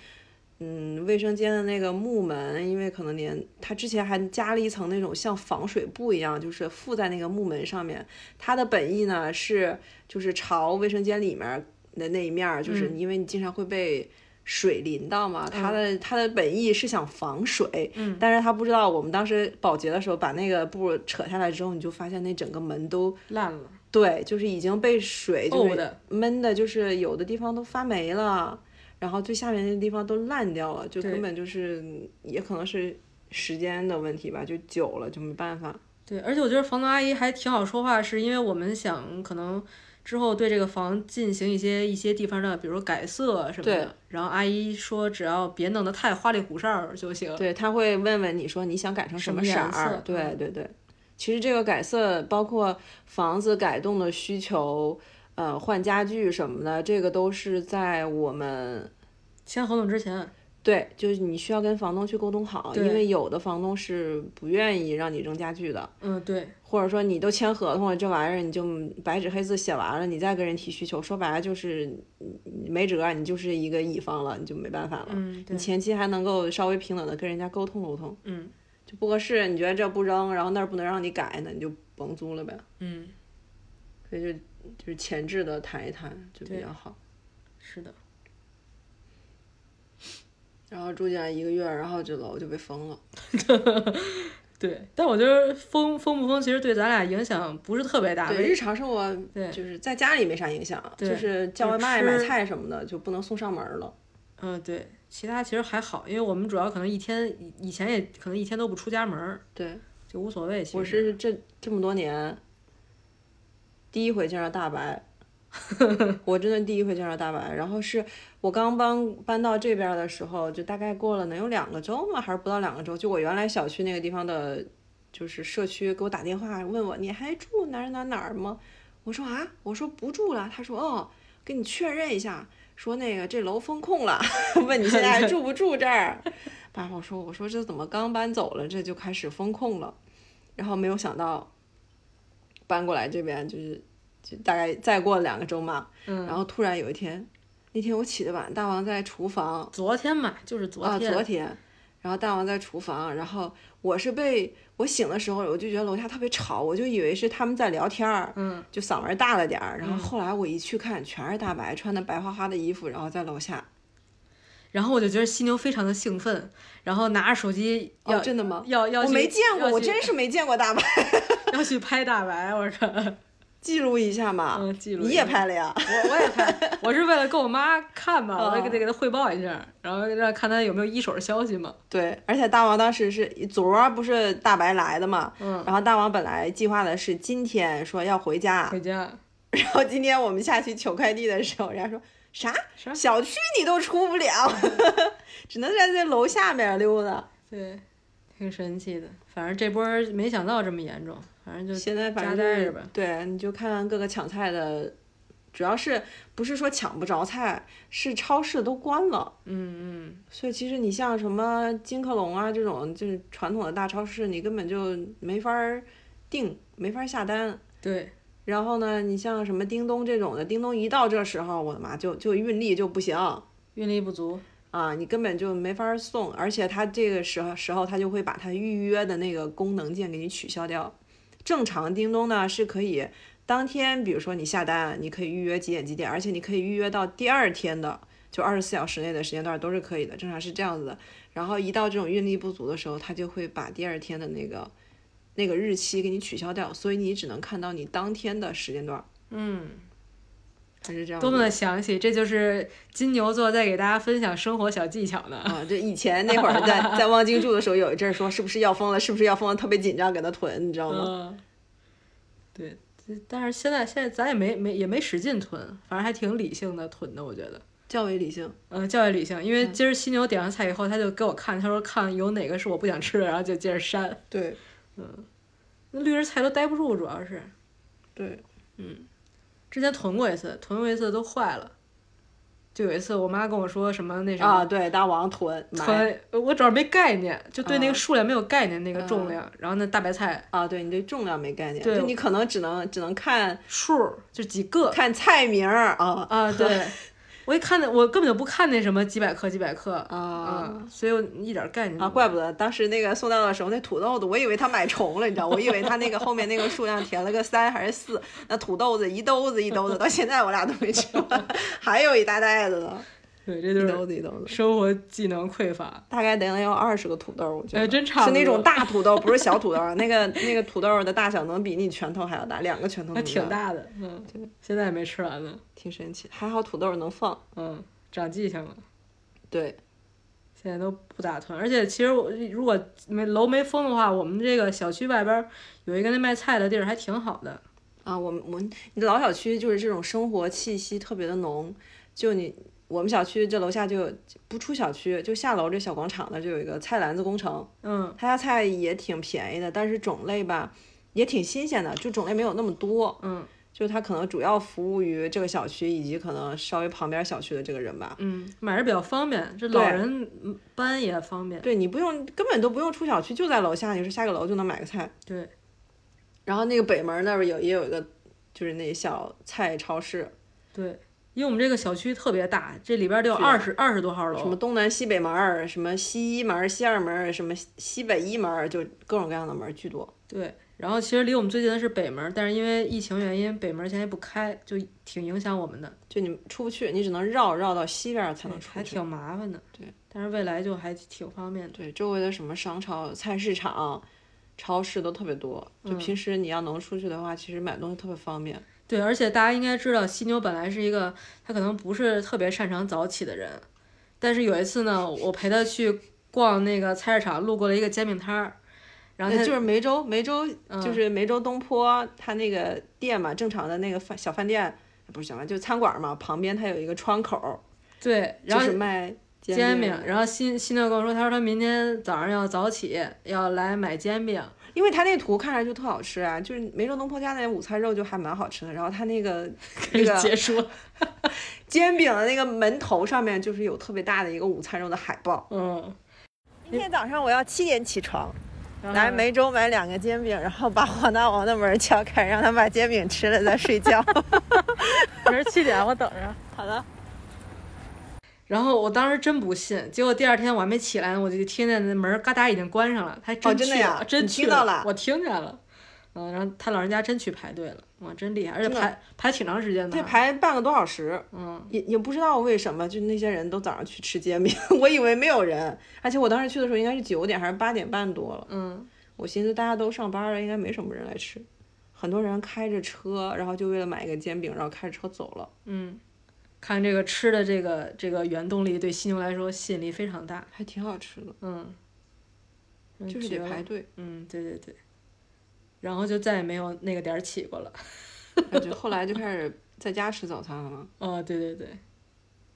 [SPEAKER 3] 嗯，卫生间的那个木门，因为可能连它之前还加了一层那种像防水布一样，就是附在那个木门上面。它的本意呢是就是朝卫生间里面的那一面儿，就是因为你经常会被水淋到嘛，它的它的本意是想防水，嗯，但是他不知道我们当时保洁的时候把那个布扯下来之后，你就发现那整个门都
[SPEAKER 1] 烂了，
[SPEAKER 3] 对，就是已经被水就
[SPEAKER 1] 呕
[SPEAKER 3] 是
[SPEAKER 1] 的。
[SPEAKER 3] 闷的，就是有的地方都发霉了，然后最下面那地方都烂掉了，就
[SPEAKER 1] 对
[SPEAKER 3] 根本就是也可能是时间的问题吧，就久了就没办法。
[SPEAKER 1] 对，而且我觉得房东阿姨还挺好说话，是因为我们想可能之后对这个房进行一些一些地方的，比如改色什么
[SPEAKER 3] 对
[SPEAKER 1] 的。然后阿姨说，只要别弄得太花里胡哨儿就行。
[SPEAKER 3] 对，他会问问你说你想改成什
[SPEAKER 1] 呃什么
[SPEAKER 3] 色
[SPEAKER 1] 颜色嗯
[SPEAKER 3] 儿？对对对，其实这个改色包括房子改动的需求，呃，换家具什么的，这个都是在我们
[SPEAKER 1] 签合同之前，
[SPEAKER 3] 对，就是你需要跟房东去沟通好，因
[SPEAKER 1] 对
[SPEAKER 3] 为有的房东是不愿意让你扔家具的，
[SPEAKER 1] 嗯，对
[SPEAKER 3] 或者说你都签合同了，这玩意儿你就白纸黑字写完了，你再跟人提需求，说白了就是嗯没辙，你就是一个乙方了，你就没办法了。
[SPEAKER 1] 嗯
[SPEAKER 3] 你
[SPEAKER 1] 对
[SPEAKER 3] 前期还能够稍微平等的跟人家沟通沟通，
[SPEAKER 1] 嗯，
[SPEAKER 3] 就不合适，你觉得这不扔，然后那儿不能让你改，那你就甭租了呗。
[SPEAKER 1] 嗯，
[SPEAKER 3] 所以就就是前置的谈一谈就比较好。
[SPEAKER 1] 是的，
[SPEAKER 3] 然后住进来一个月，然后这楼就被封了。
[SPEAKER 1] 对。但我觉得封封不封，其实对咱俩影响不是特别大。
[SPEAKER 3] 对，日常生活
[SPEAKER 1] 对
[SPEAKER 3] 就是在家里没啥影响，
[SPEAKER 1] 对
[SPEAKER 3] 就是叫
[SPEAKER 1] 就
[SPEAKER 3] 外卖、
[SPEAKER 1] 吃
[SPEAKER 3] 买菜什么的就不能送上门了。
[SPEAKER 1] 嗯，对，其他其实还好，因为我们主要可能一天以以前也可能一天都不出家门儿，
[SPEAKER 3] 对，
[SPEAKER 1] 就无所谓。其
[SPEAKER 3] 我
[SPEAKER 1] 实
[SPEAKER 3] 是这这么多年第一回见到大 白，我真的第一回见到大白。然后是我刚搬搬到这边的时候，就大概过了能有两个周吗？还是不到两个周？就我原来小区那个地方的，就是社区给我打电话问我你还住哪儿哪儿哪儿吗？我说啊，我说不住了。他说哦，跟你确认一下，说那个这楼封控了， 问你现在还住不住这儿？ 爸，我说我说这怎么刚搬走了，这就开始封控了？然后没有想到搬过来这边就是就大概再过两个周嘛，
[SPEAKER 1] 嗯
[SPEAKER 3] 然后突然有一天，那天我起得晚，大王在厨房
[SPEAKER 1] 昨天嘛，就是昨
[SPEAKER 3] 啊，
[SPEAKER 1] 天，
[SPEAKER 3] 昨天，然后大王在厨房，然后我是被我醒的时候，我就觉得楼下特别吵，我就以为是他们在聊天儿，
[SPEAKER 1] 嗯，
[SPEAKER 3] 就嗓门大了点儿。然后后来我一去看，全是大白穿的白花花的衣服，然后在楼下。
[SPEAKER 1] 然后我就觉得犀牛非常的兴奋，然后拿着手机
[SPEAKER 3] 哦
[SPEAKER 1] 要、
[SPEAKER 3] 真的吗
[SPEAKER 1] 要要
[SPEAKER 3] 我
[SPEAKER 1] 去
[SPEAKER 3] 没见过，
[SPEAKER 1] 要
[SPEAKER 3] 我
[SPEAKER 1] 去
[SPEAKER 3] 真是没见过大白，
[SPEAKER 1] 要去拍大白，我 靠！
[SPEAKER 3] 记录一下嘛。
[SPEAKER 1] 嗯记录
[SPEAKER 3] 你
[SPEAKER 1] 一
[SPEAKER 3] 也
[SPEAKER 1] 下
[SPEAKER 3] 拍了呀？
[SPEAKER 1] 我我也拍，我是为了跟我妈看嘛，我得
[SPEAKER 3] 哦
[SPEAKER 1] 给得给她汇报一下，然后让看她有没有一手的消息嘛。
[SPEAKER 3] 对，而且大王当时是昨儿不是大白来的嘛，
[SPEAKER 1] 嗯
[SPEAKER 3] 然后大王本来计划的是今天说要回家，
[SPEAKER 1] 回家，
[SPEAKER 3] 然后今天我们下去取快递的时候，人家说啥
[SPEAKER 1] 啥
[SPEAKER 3] 小区你都出不了， 只能在这楼下面溜达。
[SPEAKER 1] 对，挺神奇的。反正这波儿没想到这么严重，反正就
[SPEAKER 3] 现在反
[SPEAKER 1] 家
[SPEAKER 3] 正
[SPEAKER 1] 待
[SPEAKER 3] 就是
[SPEAKER 1] 着吧。
[SPEAKER 3] 对，你就看各个抢菜的，主要是不是说抢不着菜，是超市都关了。
[SPEAKER 1] 嗯嗯，
[SPEAKER 3] 所以其实你像什么金客隆啊这种，就是传统的大超市，你根本就没法儿订，没法儿下单。
[SPEAKER 1] 对，
[SPEAKER 3] 然后呢，你像什么叮咚这种的，叮咚一到这时候，我的妈，就就运力就不行
[SPEAKER 1] 运力不足。
[SPEAKER 3] 啊，你根本就没法儿送，而且它这个时候时候，它就会把它预约的那个功能键给你取消掉。正常叮咚呢是可以当天，比如说你下单，你可以预约几点几点，而且你可以预约到第二天的，就二十四小时内的时间段都是可以的，正常是这样子的。然后一到这种运力不足的时候，它就会把第二天的那个那个日期给你取消掉，所以你只能看到你当天的时间段，
[SPEAKER 1] 嗯，
[SPEAKER 3] 它是这样子
[SPEAKER 1] 多
[SPEAKER 3] 的。
[SPEAKER 1] 么的详细，这就是金牛座在给大家分享生活小技巧呢。
[SPEAKER 3] 啊，这以前那会儿 在在望京住的时候，有一阵儿说是不是要疯了，是不是要疯了，特别紧张，搁那囤，你知道吗？
[SPEAKER 1] 嗯，对，但是现在现在咱也没没也没使劲囤，反正还挺理性的囤的，我觉得。
[SPEAKER 3] 较为理性，
[SPEAKER 1] 嗯，较为理性，因为今儿犀牛点上菜以后，他就给我看，他说看有哪个是我不想吃的，然后就接着删。
[SPEAKER 3] 对
[SPEAKER 1] 那绿叶菜都待不住，主要是
[SPEAKER 3] 对，
[SPEAKER 1] 之前囤过一次，囤过一次都坏了。就有一次，我妈跟我说什么那什
[SPEAKER 3] 啊，
[SPEAKER 1] 么
[SPEAKER 3] 对，大王囤买
[SPEAKER 1] 囤，我主要没概念，就对那
[SPEAKER 3] 啊嗯
[SPEAKER 1] 个数量没有概念，那个重量，然后那大白菜
[SPEAKER 3] 啊，对你对重量没概念，
[SPEAKER 1] 对
[SPEAKER 3] 就你可能只能只能看
[SPEAKER 1] 数儿就几个
[SPEAKER 3] 看菜名儿啊
[SPEAKER 1] 啊， 对我一看那我根本就不看那什么几百克几百克
[SPEAKER 3] 啊。
[SPEAKER 1] 所以我一点概念都
[SPEAKER 3] 啊，
[SPEAKER 1] 没有
[SPEAKER 3] 怪不得当时那个送到的时候，那土豆子，我以为他买重了，你知道，我以为他那个后面那个数量填了个三还是四，那土豆子一兜子一兜子，到现在我俩都没吃完，还有一大袋子呢，
[SPEAKER 1] 对，这
[SPEAKER 3] 一
[SPEAKER 1] 就
[SPEAKER 3] 兜
[SPEAKER 1] 是
[SPEAKER 3] 子一兜子。
[SPEAKER 1] 生活技能匮乏。
[SPEAKER 3] 大概得要二十个土豆儿，我觉得、
[SPEAKER 1] 哎真差不
[SPEAKER 3] 是
[SPEAKER 1] 多
[SPEAKER 3] 那种大土豆，不是小土豆儿，啊 那个那个土豆儿的大小能比你拳头还要大，两个拳头
[SPEAKER 1] 还
[SPEAKER 3] 那么
[SPEAKER 1] 挺，大的，嗯，现在也没吃完呢，
[SPEAKER 3] 挺神奇。还好土豆儿能放，
[SPEAKER 1] 嗯，长记性了，
[SPEAKER 3] 对，
[SPEAKER 1] 现在都不打囤。而且其实我如果没楼没封的话，我们这个小区外边儿有一个那卖菜的地儿，还挺好的。
[SPEAKER 3] 啊，我们我们你的老小区就是这种生活气息特别的浓，就你我们小区这楼下就有不出小区，就下楼这小广场那儿就有一个菜篮子工程，
[SPEAKER 1] 嗯
[SPEAKER 3] 他家菜也挺便宜的，但是种类吧也挺新鲜的，就种类没有那么多，
[SPEAKER 1] 嗯
[SPEAKER 3] 就是它可能主要服务于这个小区以及可能稍微旁边小区的这个人吧。
[SPEAKER 1] 嗯，买着比较方便，这老
[SPEAKER 3] 对
[SPEAKER 1] 人嗯搬也方便。
[SPEAKER 3] 对你不用，根本都不用出小区，就在楼下，你是下个楼就能买个菜。
[SPEAKER 1] 对，
[SPEAKER 3] 然后那个北门那边有也有一个，就是那小菜超市，
[SPEAKER 1] 对，因为我们这个小区特别大，这里边儿得有
[SPEAKER 3] 是
[SPEAKER 1] 二十二十多号
[SPEAKER 3] 什么
[SPEAKER 1] 楼。
[SPEAKER 3] 东南西北门儿，什么西一门儿、西二门儿，什么西北一门儿，就各种各样的门儿巨多。
[SPEAKER 1] 对，然后其实离我们最近的是北门儿，但是因为疫情原因，北门儿现在不开，就挺影响我们的，
[SPEAKER 3] 就你出不去，你只能绕绕到西边儿才能出
[SPEAKER 1] 还
[SPEAKER 3] 去。
[SPEAKER 1] 挺麻烦的。
[SPEAKER 3] 对，
[SPEAKER 1] 但是未来就还挺方便的。
[SPEAKER 3] 对，周围的什么商超、菜市场、超市都特别多。
[SPEAKER 1] 嗯
[SPEAKER 3] 就平时你要能出去的话，其实买东西特别方便。
[SPEAKER 1] 对，而且大家应该知道，犀牛本来是一个他可能不是特别擅长早起的人，但是有一次呢，我陪他去逛那个菜市场，路过了一个煎饼摊儿，然后
[SPEAKER 3] 那
[SPEAKER 1] 他
[SPEAKER 3] 哎呃就是梅州，梅州
[SPEAKER 1] 嗯
[SPEAKER 3] 就是梅州东坡，它那个店嘛，正常的那个饭小饭店，不是小饭，就是餐馆嘛，旁边它有一个窗口，
[SPEAKER 1] 对，
[SPEAKER 3] 就
[SPEAKER 1] 然后
[SPEAKER 3] 是卖
[SPEAKER 1] 煎
[SPEAKER 3] 饼
[SPEAKER 1] 饼，，然后犀犀牛跟我说，他说他明天早上要早起，要来买煎饼，
[SPEAKER 3] 因为它那图看着就特好吃啊，就是梅州东坡家那午餐肉就还蛮好吃的，然后它那 个那
[SPEAKER 1] 开始
[SPEAKER 3] 个
[SPEAKER 1] 结束，
[SPEAKER 3] 煎饼的那个门头上面就是有特别大的一个午餐肉的海报。
[SPEAKER 1] 嗯，
[SPEAKER 3] 今天早上我要七点起床，
[SPEAKER 1] 然后
[SPEAKER 3] 来梅州买两个煎饼，然后把黄大王的门敲开，让他把煎饼吃 了再睡觉。
[SPEAKER 1] 明儿七点我等着。
[SPEAKER 3] 好的。
[SPEAKER 1] 然后我当时真不信，结果第二天我还没起来呢，我就听见那门儿嘎嗒已经关上了，他
[SPEAKER 3] 哦
[SPEAKER 1] 真
[SPEAKER 3] 真的
[SPEAKER 1] 去
[SPEAKER 3] 呀
[SPEAKER 1] 了，真
[SPEAKER 3] 你
[SPEAKER 1] 去
[SPEAKER 3] 听到了
[SPEAKER 1] 我听见了。嗯，然后他老人家真去排队了，哇，真厉害，而且
[SPEAKER 3] 真的
[SPEAKER 1] 排排挺长时间的
[SPEAKER 3] 这
[SPEAKER 1] 呢。
[SPEAKER 3] 排半个多小时，
[SPEAKER 1] 嗯，
[SPEAKER 3] 也也不知道为什么，就那些人都早上去吃煎饼， 我以为没有人，而且我当时去的时候应该是九点还是八点半多了，
[SPEAKER 1] 嗯，
[SPEAKER 3] 我寻思大家都上班了，应该没什么人来吃，很多人开着车，然后就为了买一个煎饼，然后开着车走了，
[SPEAKER 1] 嗯，看这个吃的这个这个原动力对犀牛来说吸引力非常大，
[SPEAKER 3] 还挺好吃的，
[SPEAKER 1] 嗯，嗯
[SPEAKER 3] 就是
[SPEAKER 1] 绝
[SPEAKER 3] 得
[SPEAKER 1] 了
[SPEAKER 3] 排 队，
[SPEAKER 1] 嗯，对对对，然后就再也没有那个点儿起过了。
[SPEAKER 3] 啊就后来就开始在家吃早餐了嘛，
[SPEAKER 1] 哦，对对对，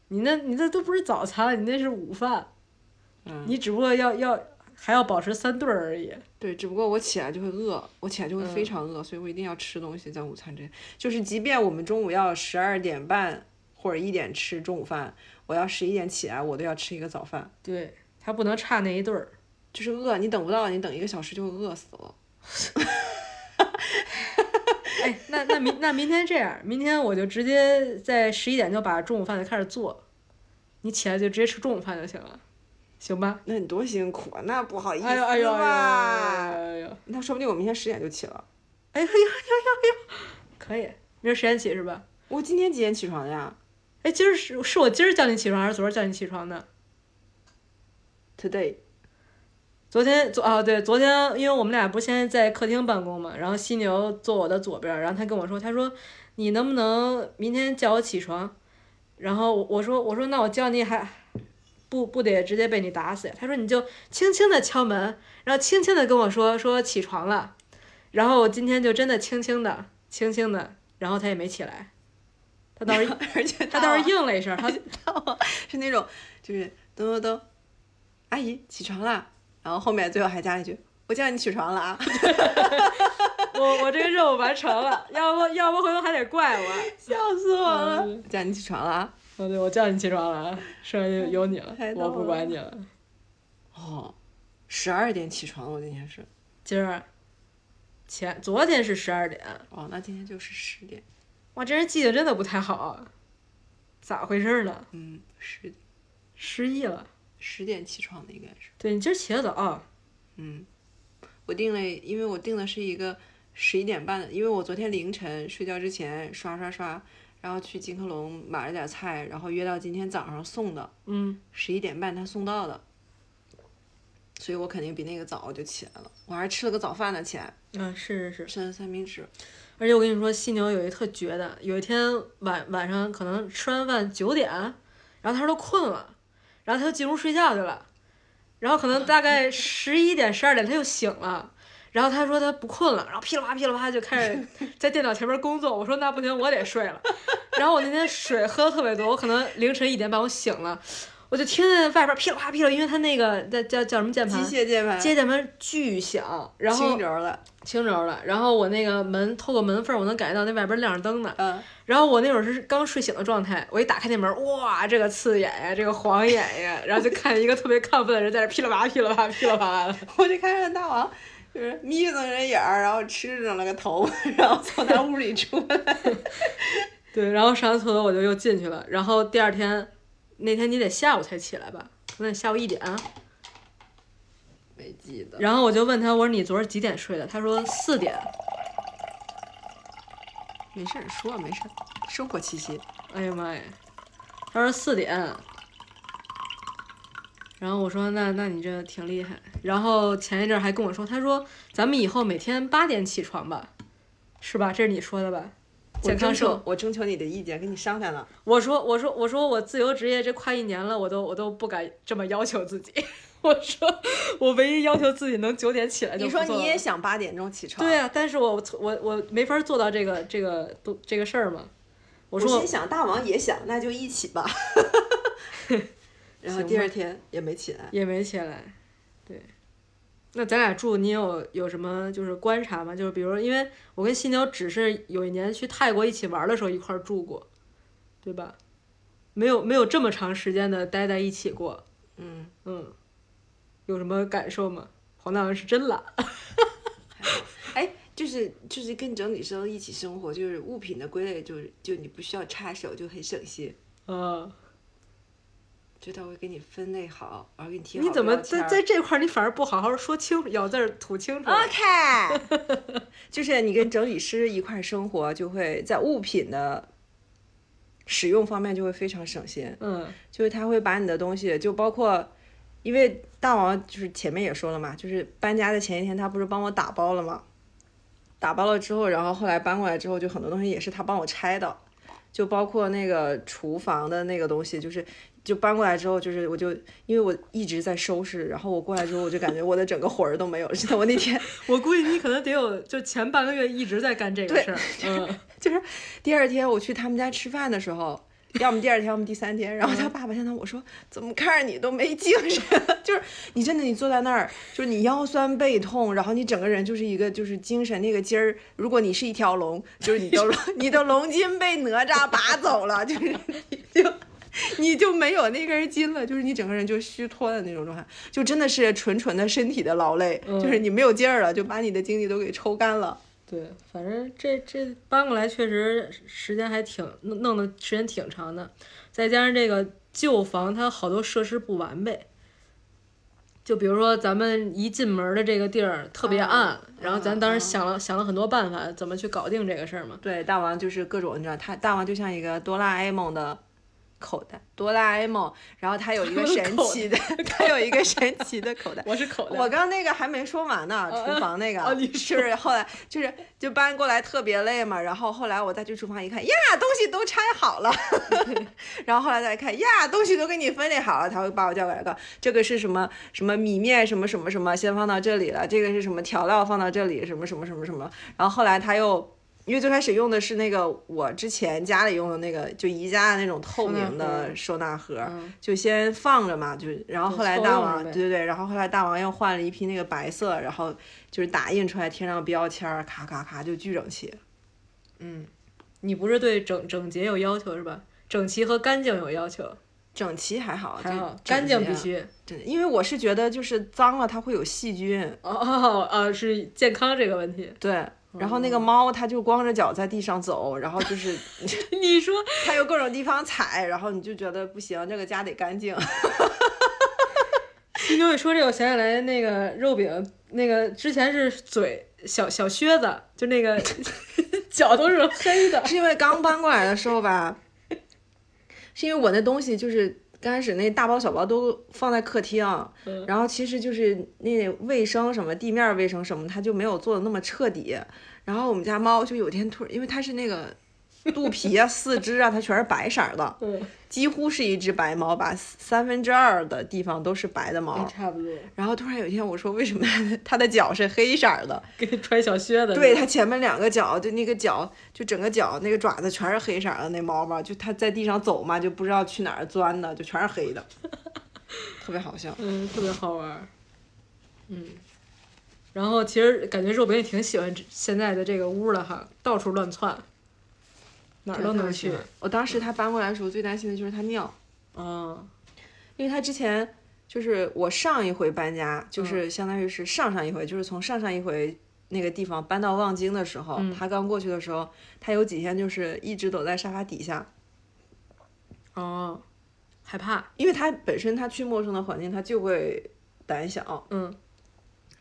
[SPEAKER 1] 你那你那都不是早餐了，你那是午饭，
[SPEAKER 3] 嗯，
[SPEAKER 1] 你只不过要要还要保持三顿儿而已。
[SPEAKER 3] 对，只不过我起来就会饿，我起来就会非
[SPEAKER 1] 嗯
[SPEAKER 3] 常饿，所以我一定要吃东西在午餐之前。就是即便我们中午要十二点半或者一点吃中午饭，我要十一点起来，我都要吃一个早饭。
[SPEAKER 1] 对，它不能差那一顿儿。
[SPEAKER 3] 就是饿，你等不到，你等一个小时就会饿死了。
[SPEAKER 1] 哎，那那明那明天这样，明天我就直接在十一点就把中午饭就开始做，你起来就直接吃中午饭就行了，行吧？
[SPEAKER 3] 那你多辛苦啊！那不好意思
[SPEAKER 1] 哎呦哎呦哎呦哎呦
[SPEAKER 3] 吧？
[SPEAKER 1] 哎呦，哎
[SPEAKER 3] 那说不定我明天十点就起了。
[SPEAKER 1] 可以，明儿十点起是吧？
[SPEAKER 3] 我今天几点起床的呀
[SPEAKER 1] 哎，今儿是是我今儿叫你起床还是昨儿叫你起床的？
[SPEAKER 3] ？Today，
[SPEAKER 1] 昨天昨啊对，昨天因为我们俩不是先在客厅办公嘛，然后犀牛坐我的左边儿，然后他跟我说，他说你能不能明天叫我起床？然后我我说我说那我叫你还不不得直接被你打死呀？他说你就轻轻的敲门，然后轻轻的跟我说说起床了，然后我今天就真的轻轻的轻轻的，然后他也没起来，他倒是
[SPEAKER 3] 而且
[SPEAKER 1] 他倒是应了一声，他
[SPEAKER 3] 是那种就是噔噔噔，阿姨起床啦，然后后面最后还加一句我叫你起床了 啊。
[SPEAKER 1] 我我这个任务完成了，要不要不回头还得怪我。
[SPEAKER 3] 笑死我了！
[SPEAKER 1] 嗯
[SPEAKER 3] 叫你起床了啊！
[SPEAKER 1] 哦，对，我叫你起床了啊，剩下就有你了
[SPEAKER 3] 太，逗
[SPEAKER 1] 我不
[SPEAKER 3] 了
[SPEAKER 1] 管你了。
[SPEAKER 3] 哦，十二点起床了，我今天是。
[SPEAKER 1] 今儿前昨天是十二点，
[SPEAKER 3] 哦，那今天就是十点。
[SPEAKER 1] 哇，这人记性真的不太好啊，咋回事呢？
[SPEAKER 3] 嗯，十
[SPEAKER 1] 失忆了。
[SPEAKER 3] 十点起床的应该是。
[SPEAKER 1] 对你今儿起得早，啊
[SPEAKER 3] 嗯，我定了，因为我定的是一个十一点半的，因为我昨天凌晨睡觉之前刷刷刷，然后去金科龙买了点菜，然后约到今天早上送的，
[SPEAKER 1] 嗯，
[SPEAKER 3] 十一点半他送到的，所以我肯定比那个早我就起来了，我还吃了个早饭呢，起来
[SPEAKER 1] 啊，是是是，
[SPEAKER 3] 吃了三明治，
[SPEAKER 1] 而且我跟你说，犀牛有一特绝的，有一天晚晚上可能吃完饭九点，然后他说都困了，然后他就进屋睡觉去了，然后可能大概十一点十二点他又醒了。然后他说他不困了，然后噼里啪啦噼里啪啦就开始在电脑前面工作。我说那不行，我得睡了。然后我那天水喝的特别多，我可能凌晨一点半我醒了，我就听见外边噼里啪啦噼里啪啦，因为他那个那叫叫什么键
[SPEAKER 3] 机
[SPEAKER 1] 盘，
[SPEAKER 3] 械键盘，
[SPEAKER 1] 接键盘巨响，然后
[SPEAKER 3] 轻流了，
[SPEAKER 1] 轻柔了，然后我那个门透过门缝儿，我能感觉到那外边亮着灯呢。
[SPEAKER 3] 嗯，
[SPEAKER 1] 然后我那会儿是刚睡醒的状态，我一打开那门，哇，这个刺眼呀，这个晃眼呀，然后就看一个特别亢奋的人在这噼里啪啦噼里啪啦噼里啪啦的。
[SPEAKER 3] 我就看着大王。就是眯瞪着眼儿，然后吃着了个头， 然后从他屋里出来。
[SPEAKER 1] 对，然后上完厕所我就又进去了。然后第二天，那天你得下午才起来吧？可能得下午一点。啊
[SPEAKER 3] 没记得，
[SPEAKER 1] 然后我就问他，我说你昨儿几点睡的？他说四点。
[SPEAKER 3] 没事儿说，没事儿，生活气息。
[SPEAKER 1] 哎呀妈呀！他说四点，然后我说那那你这挺厉害。然后前一阵儿还跟我说，他说咱们以后每天八点起床吧，是吧？这是你说的吧？健康
[SPEAKER 3] 社
[SPEAKER 1] 瘦，，
[SPEAKER 3] 我征求你的意见，跟你商量了。
[SPEAKER 1] 我说我说我说我自由职业这快一年了，我都我都不敢这么要求自己。 我说我唯一要求自己能九点起来就
[SPEAKER 3] 你
[SPEAKER 1] 不错
[SPEAKER 3] 说
[SPEAKER 1] 了。
[SPEAKER 3] 你也想八点钟起床？
[SPEAKER 1] 对啊，但是我我我没法做到这个这个都这个事儿嘛。我
[SPEAKER 3] 我
[SPEAKER 1] 说
[SPEAKER 3] 心想大王也想，那就一起吧。 然后
[SPEAKER 1] 行吧
[SPEAKER 3] 第二天也没起来。
[SPEAKER 1] 也没起来。对，那咱俩住，你有有什么就是观察吗？就是比如，因为我跟犀牛只是有一年去泰国一起玩的时候一块儿住过，对吧？没有没有这么长时间的待在一起过，
[SPEAKER 3] 嗯，
[SPEAKER 1] 嗯，有什么感受吗？黄大文是真懒，
[SPEAKER 3] 哎，就是就是跟整体生一起生活，就是物
[SPEAKER 1] 呃
[SPEAKER 3] 品的归类，就是就你不需要插手，就很省心。
[SPEAKER 1] 嗯，
[SPEAKER 3] 就他会给你分类好，然后给你贴好
[SPEAKER 1] 你怎么
[SPEAKER 3] 标签
[SPEAKER 1] 在
[SPEAKER 3] 儿啊
[SPEAKER 1] 在这块儿你反而不好好说清楚，咬字儿吐清楚？
[SPEAKER 3] OK，就是 你跟整理师一块生活，就会在物品的使用方面就会非常省心，
[SPEAKER 1] 嗯
[SPEAKER 3] 就是他会把你的东西，就包括，因为大王就是前面也说了嘛，就是搬家的前一天他不是帮我打包了吗？打包了之后，然后后来搬过来之后，就很多东西也是他帮我拆的，就包括那个厨房的那个东西，就是就搬过来之后，就是我就因为我一直在收拾，然后我过来之后，我就感觉我的整个魂儿都没有了。真的，我那天
[SPEAKER 1] 我估计你可能得有，就前半个月一直在干这个
[SPEAKER 3] 对
[SPEAKER 1] 事 儿。嗯，
[SPEAKER 3] 就是第二天我去他们家吃饭的时候，要么第二天，要么第三天。然后他爸爸见到我说：“怎么看着你都没精神？” 就是你真的你坐在那儿，就是你腰酸背痛，然后你整个人就是一个就是精神那个筋儿。如果你是一条龙， 就是你的你的龙筋被哪吒拔走了，就是你就。你就没有那根筋了，就是你整个人就虚脱的那种状态，就真的是纯纯的身体的劳累，就是你没有劲儿了，就把你的精力都给抽干了。
[SPEAKER 1] 对，反正这这搬过来确实时间还挺弄弄的时间挺长的，再加上这个旧房它好多设施不完备，就比如说咱们一进门的这个地儿特别暗，然后咱当时想了、想了很多办法怎么去搞定这个事儿嘛。
[SPEAKER 3] 对，大王就是各种，你知道，他大王就像一个哆啦 A 梦的口袋，哆啦 A 梦，然后他有一个
[SPEAKER 1] 口袋
[SPEAKER 3] 神奇的， 他有一个神奇的口袋。
[SPEAKER 1] 我是口袋，
[SPEAKER 3] 我刚那个还没说完呢，厨房那个，
[SPEAKER 1] 啊你
[SPEAKER 3] 就
[SPEAKER 1] 说
[SPEAKER 3] 是后来就是就搬过来特别累嘛，然后后来我再去厨房一看，呀，东西都拆好了， 然后后来再看，呀，东西都给你分类好了，他会把我叫过来告，这个是什么什么米面什么什么什么，先放到这里了，这个是什么调料放到这里，什么什么什么什么，然后后来他又。因为最开始用的是那个我之前家里用的那个，就宜家的那种透明的收纳盒，
[SPEAKER 1] 嗯
[SPEAKER 3] 就先放着嘛，就是然后
[SPEAKER 1] 就
[SPEAKER 3] 后来
[SPEAKER 1] 凑
[SPEAKER 3] 大
[SPEAKER 1] 用
[SPEAKER 3] 王
[SPEAKER 1] 着呗
[SPEAKER 3] 对对对，然后后来大王又换了一批那个白色，然后就是打印出来贴上标签儿，咔咔咔就巨整齐。
[SPEAKER 1] 嗯，你不是对整整洁有要求是吧？整齐和干净有要求，
[SPEAKER 3] 整齐还好，
[SPEAKER 1] 还
[SPEAKER 3] 就
[SPEAKER 1] 好
[SPEAKER 3] 整
[SPEAKER 1] 干净
[SPEAKER 3] 洁
[SPEAKER 1] 必须。
[SPEAKER 3] 真的，因为我是觉得就是脏了它会有细菌，
[SPEAKER 1] 哦哦啊，是健康这个问题。
[SPEAKER 3] 对。然后那个猫它就光着脚在地上走，然后就是
[SPEAKER 1] 你说
[SPEAKER 3] 它有各种地方踩，然后你就觉得不行，这个家得干净。
[SPEAKER 1] 金牛一说这，我想起来那个肉饼，那个之前是嘴小小靴子，就那个 脚都是黑的。
[SPEAKER 3] 是因为刚搬过来的时候吧，是因为我那东西就是刚开始那大包小包都放在客厅，
[SPEAKER 1] 嗯
[SPEAKER 3] 然后其实就是那卫生什么地面卫生什么，它就没有做的那么彻底。然后我们家猫就有天突然，因为它是那个肚皮啊、四肢啊，它全是白色儿的，
[SPEAKER 1] 嗯，
[SPEAKER 3] 几乎是一只白猫吧，三分之二的地方都是白的毛。
[SPEAKER 1] 差不多，
[SPEAKER 3] 然后突然有一天，我说为什么它的它的脚是黑色儿的？
[SPEAKER 1] 给你穿小靴子。
[SPEAKER 3] 对，它前面两个脚，就那个脚，就整个脚那个爪子全是黑色儿的，那猫猫就它在地上走嘛，就不知道去哪儿钻的，就全是黑的，特别好笑。
[SPEAKER 1] 嗯，特别好玩儿。嗯，然后其实感觉肉饼也挺喜欢这现在的这个屋的哈，到处乱窜，哪儿都能去。
[SPEAKER 3] 我当时它搬过来的时候，最担心的就是它尿，
[SPEAKER 1] 嗯
[SPEAKER 3] 因为它之前就是我上一回搬家，就是相当于是上上一回，就是从上上一回。那个地方搬到望京的时候，
[SPEAKER 1] 嗯
[SPEAKER 3] 它刚过去的时候，它有几天就是一直躲在沙发底下，
[SPEAKER 1] 哦，害怕。
[SPEAKER 3] 因为它本身它去陌生的环境，它就会胆小，
[SPEAKER 1] 嗯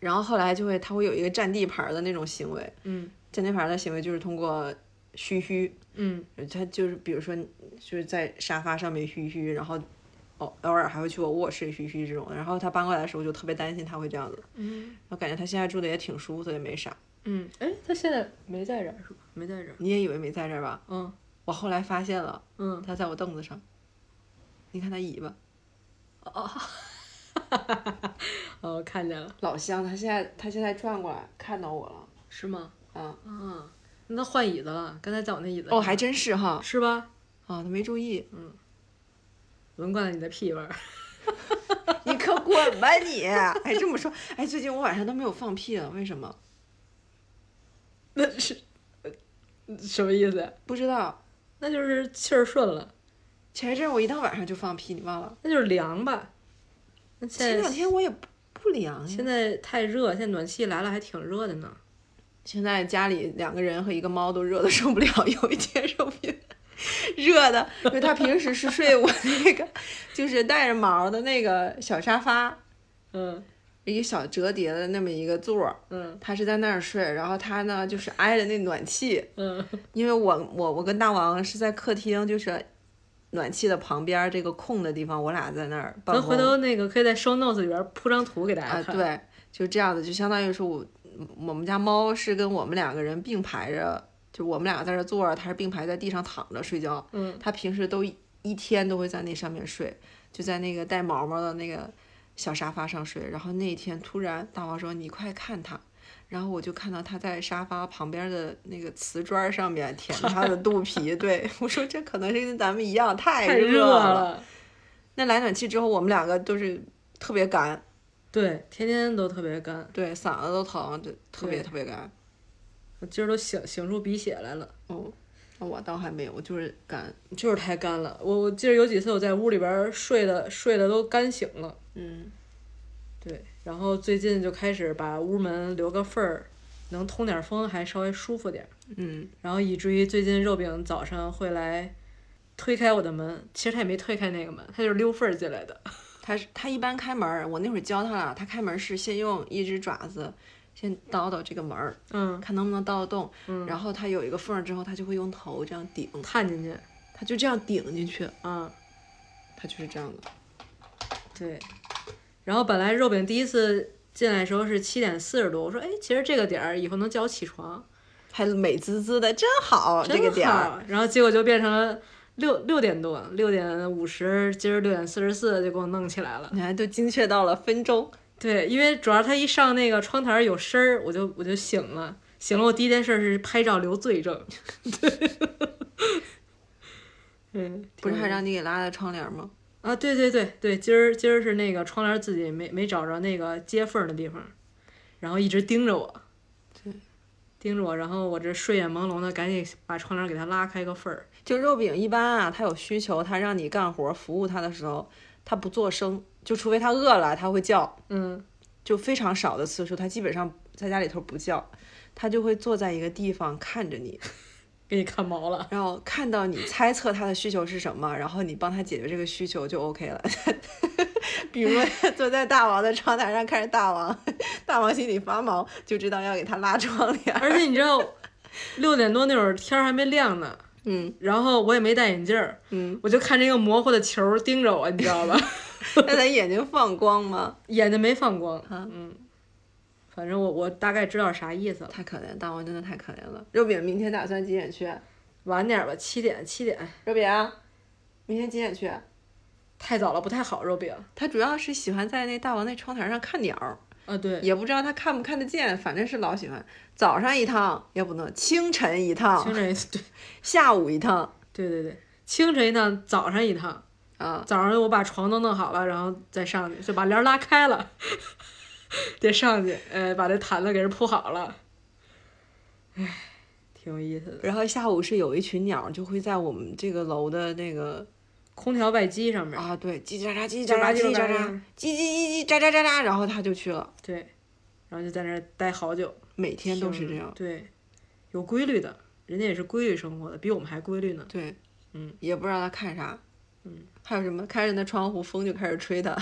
[SPEAKER 3] 然后后来就会他会有一个占地盘儿的那种行为，
[SPEAKER 1] 嗯
[SPEAKER 3] 占地盘儿的行为就是通过嘘嘘，
[SPEAKER 1] 嗯
[SPEAKER 3] 他就是比如说你就是在沙发上面嘘嘘，然后偶偶尔还会去我卧室嘘嘘这种的。然后他搬过来的时候，我就特别担心他会这样子，
[SPEAKER 1] 嗯
[SPEAKER 3] 我感觉他现在住的也挺舒服的，也没啥。
[SPEAKER 1] 嗯，哎、他现在没在这儿是吧？没在这儿。
[SPEAKER 3] 你也以为没在这儿吧？
[SPEAKER 1] 嗯
[SPEAKER 3] 我后来发现了，
[SPEAKER 1] 嗯。
[SPEAKER 3] 他在我凳子上，你看他尾巴
[SPEAKER 1] 哦，我看见了，
[SPEAKER 3] 老香，他现在他现在转过来看到我了，
[SPEAKER 1] 是吗？
[SPEAKER 3] 啊，
[SPEAKER 1] 啊，那他换椅子了，刚才在我那椅子上
[SPEAKER 3] 哦，还真是哈，
[SPEAKER 1] 是吧？
[SPEAKER 3] 啊，他没注意，
[SPEAKER 1] 闻惯了你的屁味儿，
[SPEAKER 3] 你可滚吧你！ 哎，这么说，哎，最近我晚上都没有放屁了，为什么？
[SPEAKER 1] 那是呃什么意思？
[SPEAKER 3] 不知道。
[SPEAKER 1] 那就是气儿顺了，
[SPEAKER 3] 前一阵儿我一到晚上就放屁，你忘了？
[SPEAKER 1] 那就是凉吧？那
[SPEAKER 3] 前
[SPEAKER 1] 现
[SPEAKER 3] 两
[SPEAKER 1] 在
[SPEAKER 3] 天我也不不凉呀。
[SPEAKER 1] 现在太热，现在暖气来了还挺热的呢。
[SPEAKER 3] 现在家里两个人和一个猫都热的受不了，有一天受不了。热的，因为他平时是睡我那个就是带着毛的那个小沙发，
[SPEAKER 1] 嗯
[SPEAKER 3] 一个小折叠的那么一个座儿，
[SPEAKER 1] 嗯
[SPEAKER 3] 他是在那儿睡，然后他呢就是挨着那暖气，
[SPEAKER 1] 嗯
[SPEAKER 3] 因为我我我跟大王是在客厅，就是暖气的旁边这个空的地方，我俩在那儿办
[SPEAKER 1] 咱回
[SPEAKER 3] 公
[SPEAKER 1] 头那个可以在 show notes 里边铺张图给大
[SPEAKER 3] 啊
[SPEAKER 1] 家，看。
[SPEAKER 3] 对，就这样的，就相当于是我我们家猫是跟我们两个人并排着，就我们俩在这坐着，它是并排在地上躺着睡觉，
[SPEAKER 1] 嗯，
[SPEAKER 3] 它平时都一一天都会在那上面睡，就在那个带毛毛的那个小沙发上睡，然后那一天突然大王说你快看它。然后我就看到它在沙发旁边的那个瓷砖上面舔它的肚皮，对 我说这可能是跟咱们一样太
[SPEAKER 1] 太热
[SPEAKER 3] 了。
[SPEAKER 1] 了，
[SPEAKER 3] 那来暖气之后，我们两个都是特别干，
[SPEAKER 1] 对，天天都特别干，
[SPEAKER 3] 对，嗓子都疼，就特别
[SPEAKER 1] 对
[SPEAKER 3] 特别干。
[SPEAKER 1] 我今儿都醒醒出鼻血来了，
[SPEAKER 3] 哦，那我倒还没有，我就是干。
[SPEAKER 1] 就是太干了。我我记得有几次我在屋里边睡的睡的都干醒了，
[SPEAKER 3] 嗯，
[SPEAKER 1] 对，然后最近就开始把屋门留个缝儿，能通点风，还稍微舒服点儿。
[SPEAKER 3] 嗯，
[SPEAKER 1] 然后以至于最近肉饼早上会来推开我的门，其实他也没推开那个门，他就是溜缝儿进来的。
[SPEAKER 3] 他是他一般开门儿，我那会儿教他了，他开门儿是先用一只爪子先叨叨这个门儿，
[SPEAKER 1] 嗯，
[SPEAKER 3] 看能不能叨得动。
[SPEAKER 1] 嗯
[SPEAKER 3] 然后他有一个缝儿之后，他就会用头这样顶，
[SPEAKER 1] 探进去。
[SPEAKER 3] 他就这样顶进去，
[SPEAKER 1] 嗯，
[SPEAKER 3] 他就是这样的。
[SPEAKER 1] 对。然后本来肉饼第一次进来的时候是七点四十多，我说哎，其实这个点儿以后能叫我起床，
[SPEAKER 3] 还美滋滋的，真好，
[SPEAKER 1] 真
[SPEAKER 3] 哦这个点儿。
[SPEAKER 1] 好。然后结果就变成了六六点多，六点五十，今儿六点四十四就给我弄起来了。
[SPEAKER 3] 你看，都精确到了分钟。
[SPEAKER 1] 对，因为主要他一上那个窗台儿有声儿，我就我就醒了，醒了。我第一件事是拍照留罪证。 对，嗯，
[SPEAKER 3] 不是还
[SPEAKER 1] 挺有意
[SPEAKER 3] 让你给拉的窗帘吗？
[SPEAKER 1] 思啊？对对对对，今儿今儿是那个窗帘儿自己没没找着那个接缝儿的地方，然后一直盯着我，
[SPEAKER 3] 对，
[SPEAKER 1] 盯着我，然后我这睡眼朦胧的，赶紧把窗帘儿给他拉开个缝儿。
[SPEAKER 3] 就肉饼一般啊，他有需求，他让你干活服务他的时候，他不做声，就除非他饿了，他会叫，
[SPEAKER 1] 嗯
[SPEAKER 3] 就非常少的次数，他基本上在家里头不叫，他就会坐在一个地方看着你，
[SPEAKER 1] 给你看毛了，
[SPEAKER 3] 然后看到你猜测他的需求是什么，然后你帮他解决这个需求就 OK 了。 比如说坐在大王的窗台上看着大王，大王心里发毛，就知道要给他拉窗帘。
[SPEAKER 1] 而且你知道，六点多那会儿天儿还没亮呢，
[SPEAKER 3] 嗯
[SPEAKER 1] 然后我也没戴眼镜儿，
[SPEAKER 3] 嗯，
[SPEAKER 1] 我就看这个模糊的球儿盯着我，你知道吧？
[SPEAKER 3] 那他眼睛放光吗？
[SPEAKER 1] 眼睛没放光，
[SPEAKER 3] 啊
[SPEAKER 1] 嗯，反正我我大概知道啥意思了。
[SPEAKER 3] 太可怜，大王真的太可怜了。肉饼明天打算几点去？啊
[SPEAKER 1] 晚点儿吧，七点七点
[SPEAKER 3] 肉饼，
[SPEAKER 1] 啊
[SPEAKER 3] 明天几点去？
[SPEAKER 1] 太早了不太好，肉饼
[SPEAKER 3] 他主要是喜欢在那大王那窗台上看鸟儿，
[SPEAKER 1] 啊，对，
[SPEAKER 3] 也不知道他看不看得见，反正是老喜欢。早上一趟，要不呢清晨一
[SPEAKER 1] 清
[SPEAKER 3] 趟，
[SPEAKER 1] 晨一次， 对
[SPEAKER 3] 下午一趟
[SPEAKER 1] 对对对，清晨一趟，早上一趟，
[SPEAKER 3] 啊。
[SPEAKER 1] 早上我把床都弄好了，然后再上去，就把帘儿拉开了， 得上去，呃，把这毯子给人铺好了，唉，挺有意思的，
[SPEAKER 3] 然后下午是有一群鸟儿就会在我们这个楼的那个
[SPEAKER 1] 空调外机上面，
[SPEAKER 3] 啊，对，叽叽喳喳，叽叽
[SPEAKER 1] 就
[SPEAKER 3] 喳
[SPEAKER 1] 把
[SPEAKER 3] 喳，叽叽
[SPEAKER 1] 这
[SPEAKER 3] 喳
[SPEAKER 1] 个
[SPEAKER 3] 喳，叽叽叽叽喳喳喳喳，然后他就去了，
[SPEAKER 1] 对，然后就在那儿待好久。
[SPEAKER 3] 每天都是这
[SPEAKER 1] 挺
[SPEAKER 3] 样。
[SPEAKER 1] 对，有规律的，人家也是规律生活的，比我们还规律呢。
[SPEAKER 3] 对，
[SPEAKER 1] 嗯，
[SPEAKER 3] 也不知道他看啥，
[SPEAKER 1] 嗯，
[SPEAKER 3] 还有什么开着那窗户，风就开始吹他，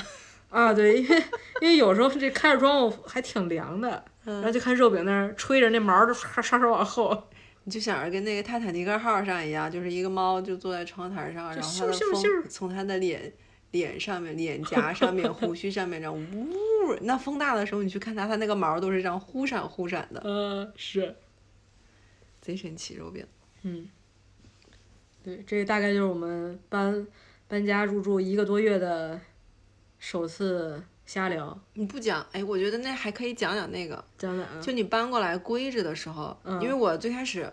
[SPEAKER 1] 啊，对，因为因为有时候这开着窗户还挺凉的，
[SPEAKER 3] 嗯
[SPEAKER 1] 然后就看肉饼那儿吹着那毛儿都刷刷刷往后，
[SPEAKER 3] 你就想着跟那个泰坦尼克号上一样，就是一个猫就坐在窗台上，
[SPEAKER 1] 就
[SPEAKER 3] 然后它的
[SPEAKER 1] 咻咻
[SPEAKER 3] 风从它的脸脸上面、脸颊上 面、胡须上面这样呜。那风大的时候，你去看它，它那个毛都是这样忽闪忽闪的，
[SPEAKER 1] 嗯、是，
[SPEAKER 3] 贼神奇肉饼。
[SPEAKER 1] 嗯，对，这大概就是我们搬搬家入住一个多月的首次瞎聊，
[SPEAKER 3] 你不讲，哎，我觉得那还可以讲讲那个，
[SPEAKER 1] 讲哪啊？
[SPEAKER 3] 就你搬过来归置的时候，
[SPEAKER 1] 嗯
[SPEAKER 3] 因为我最开始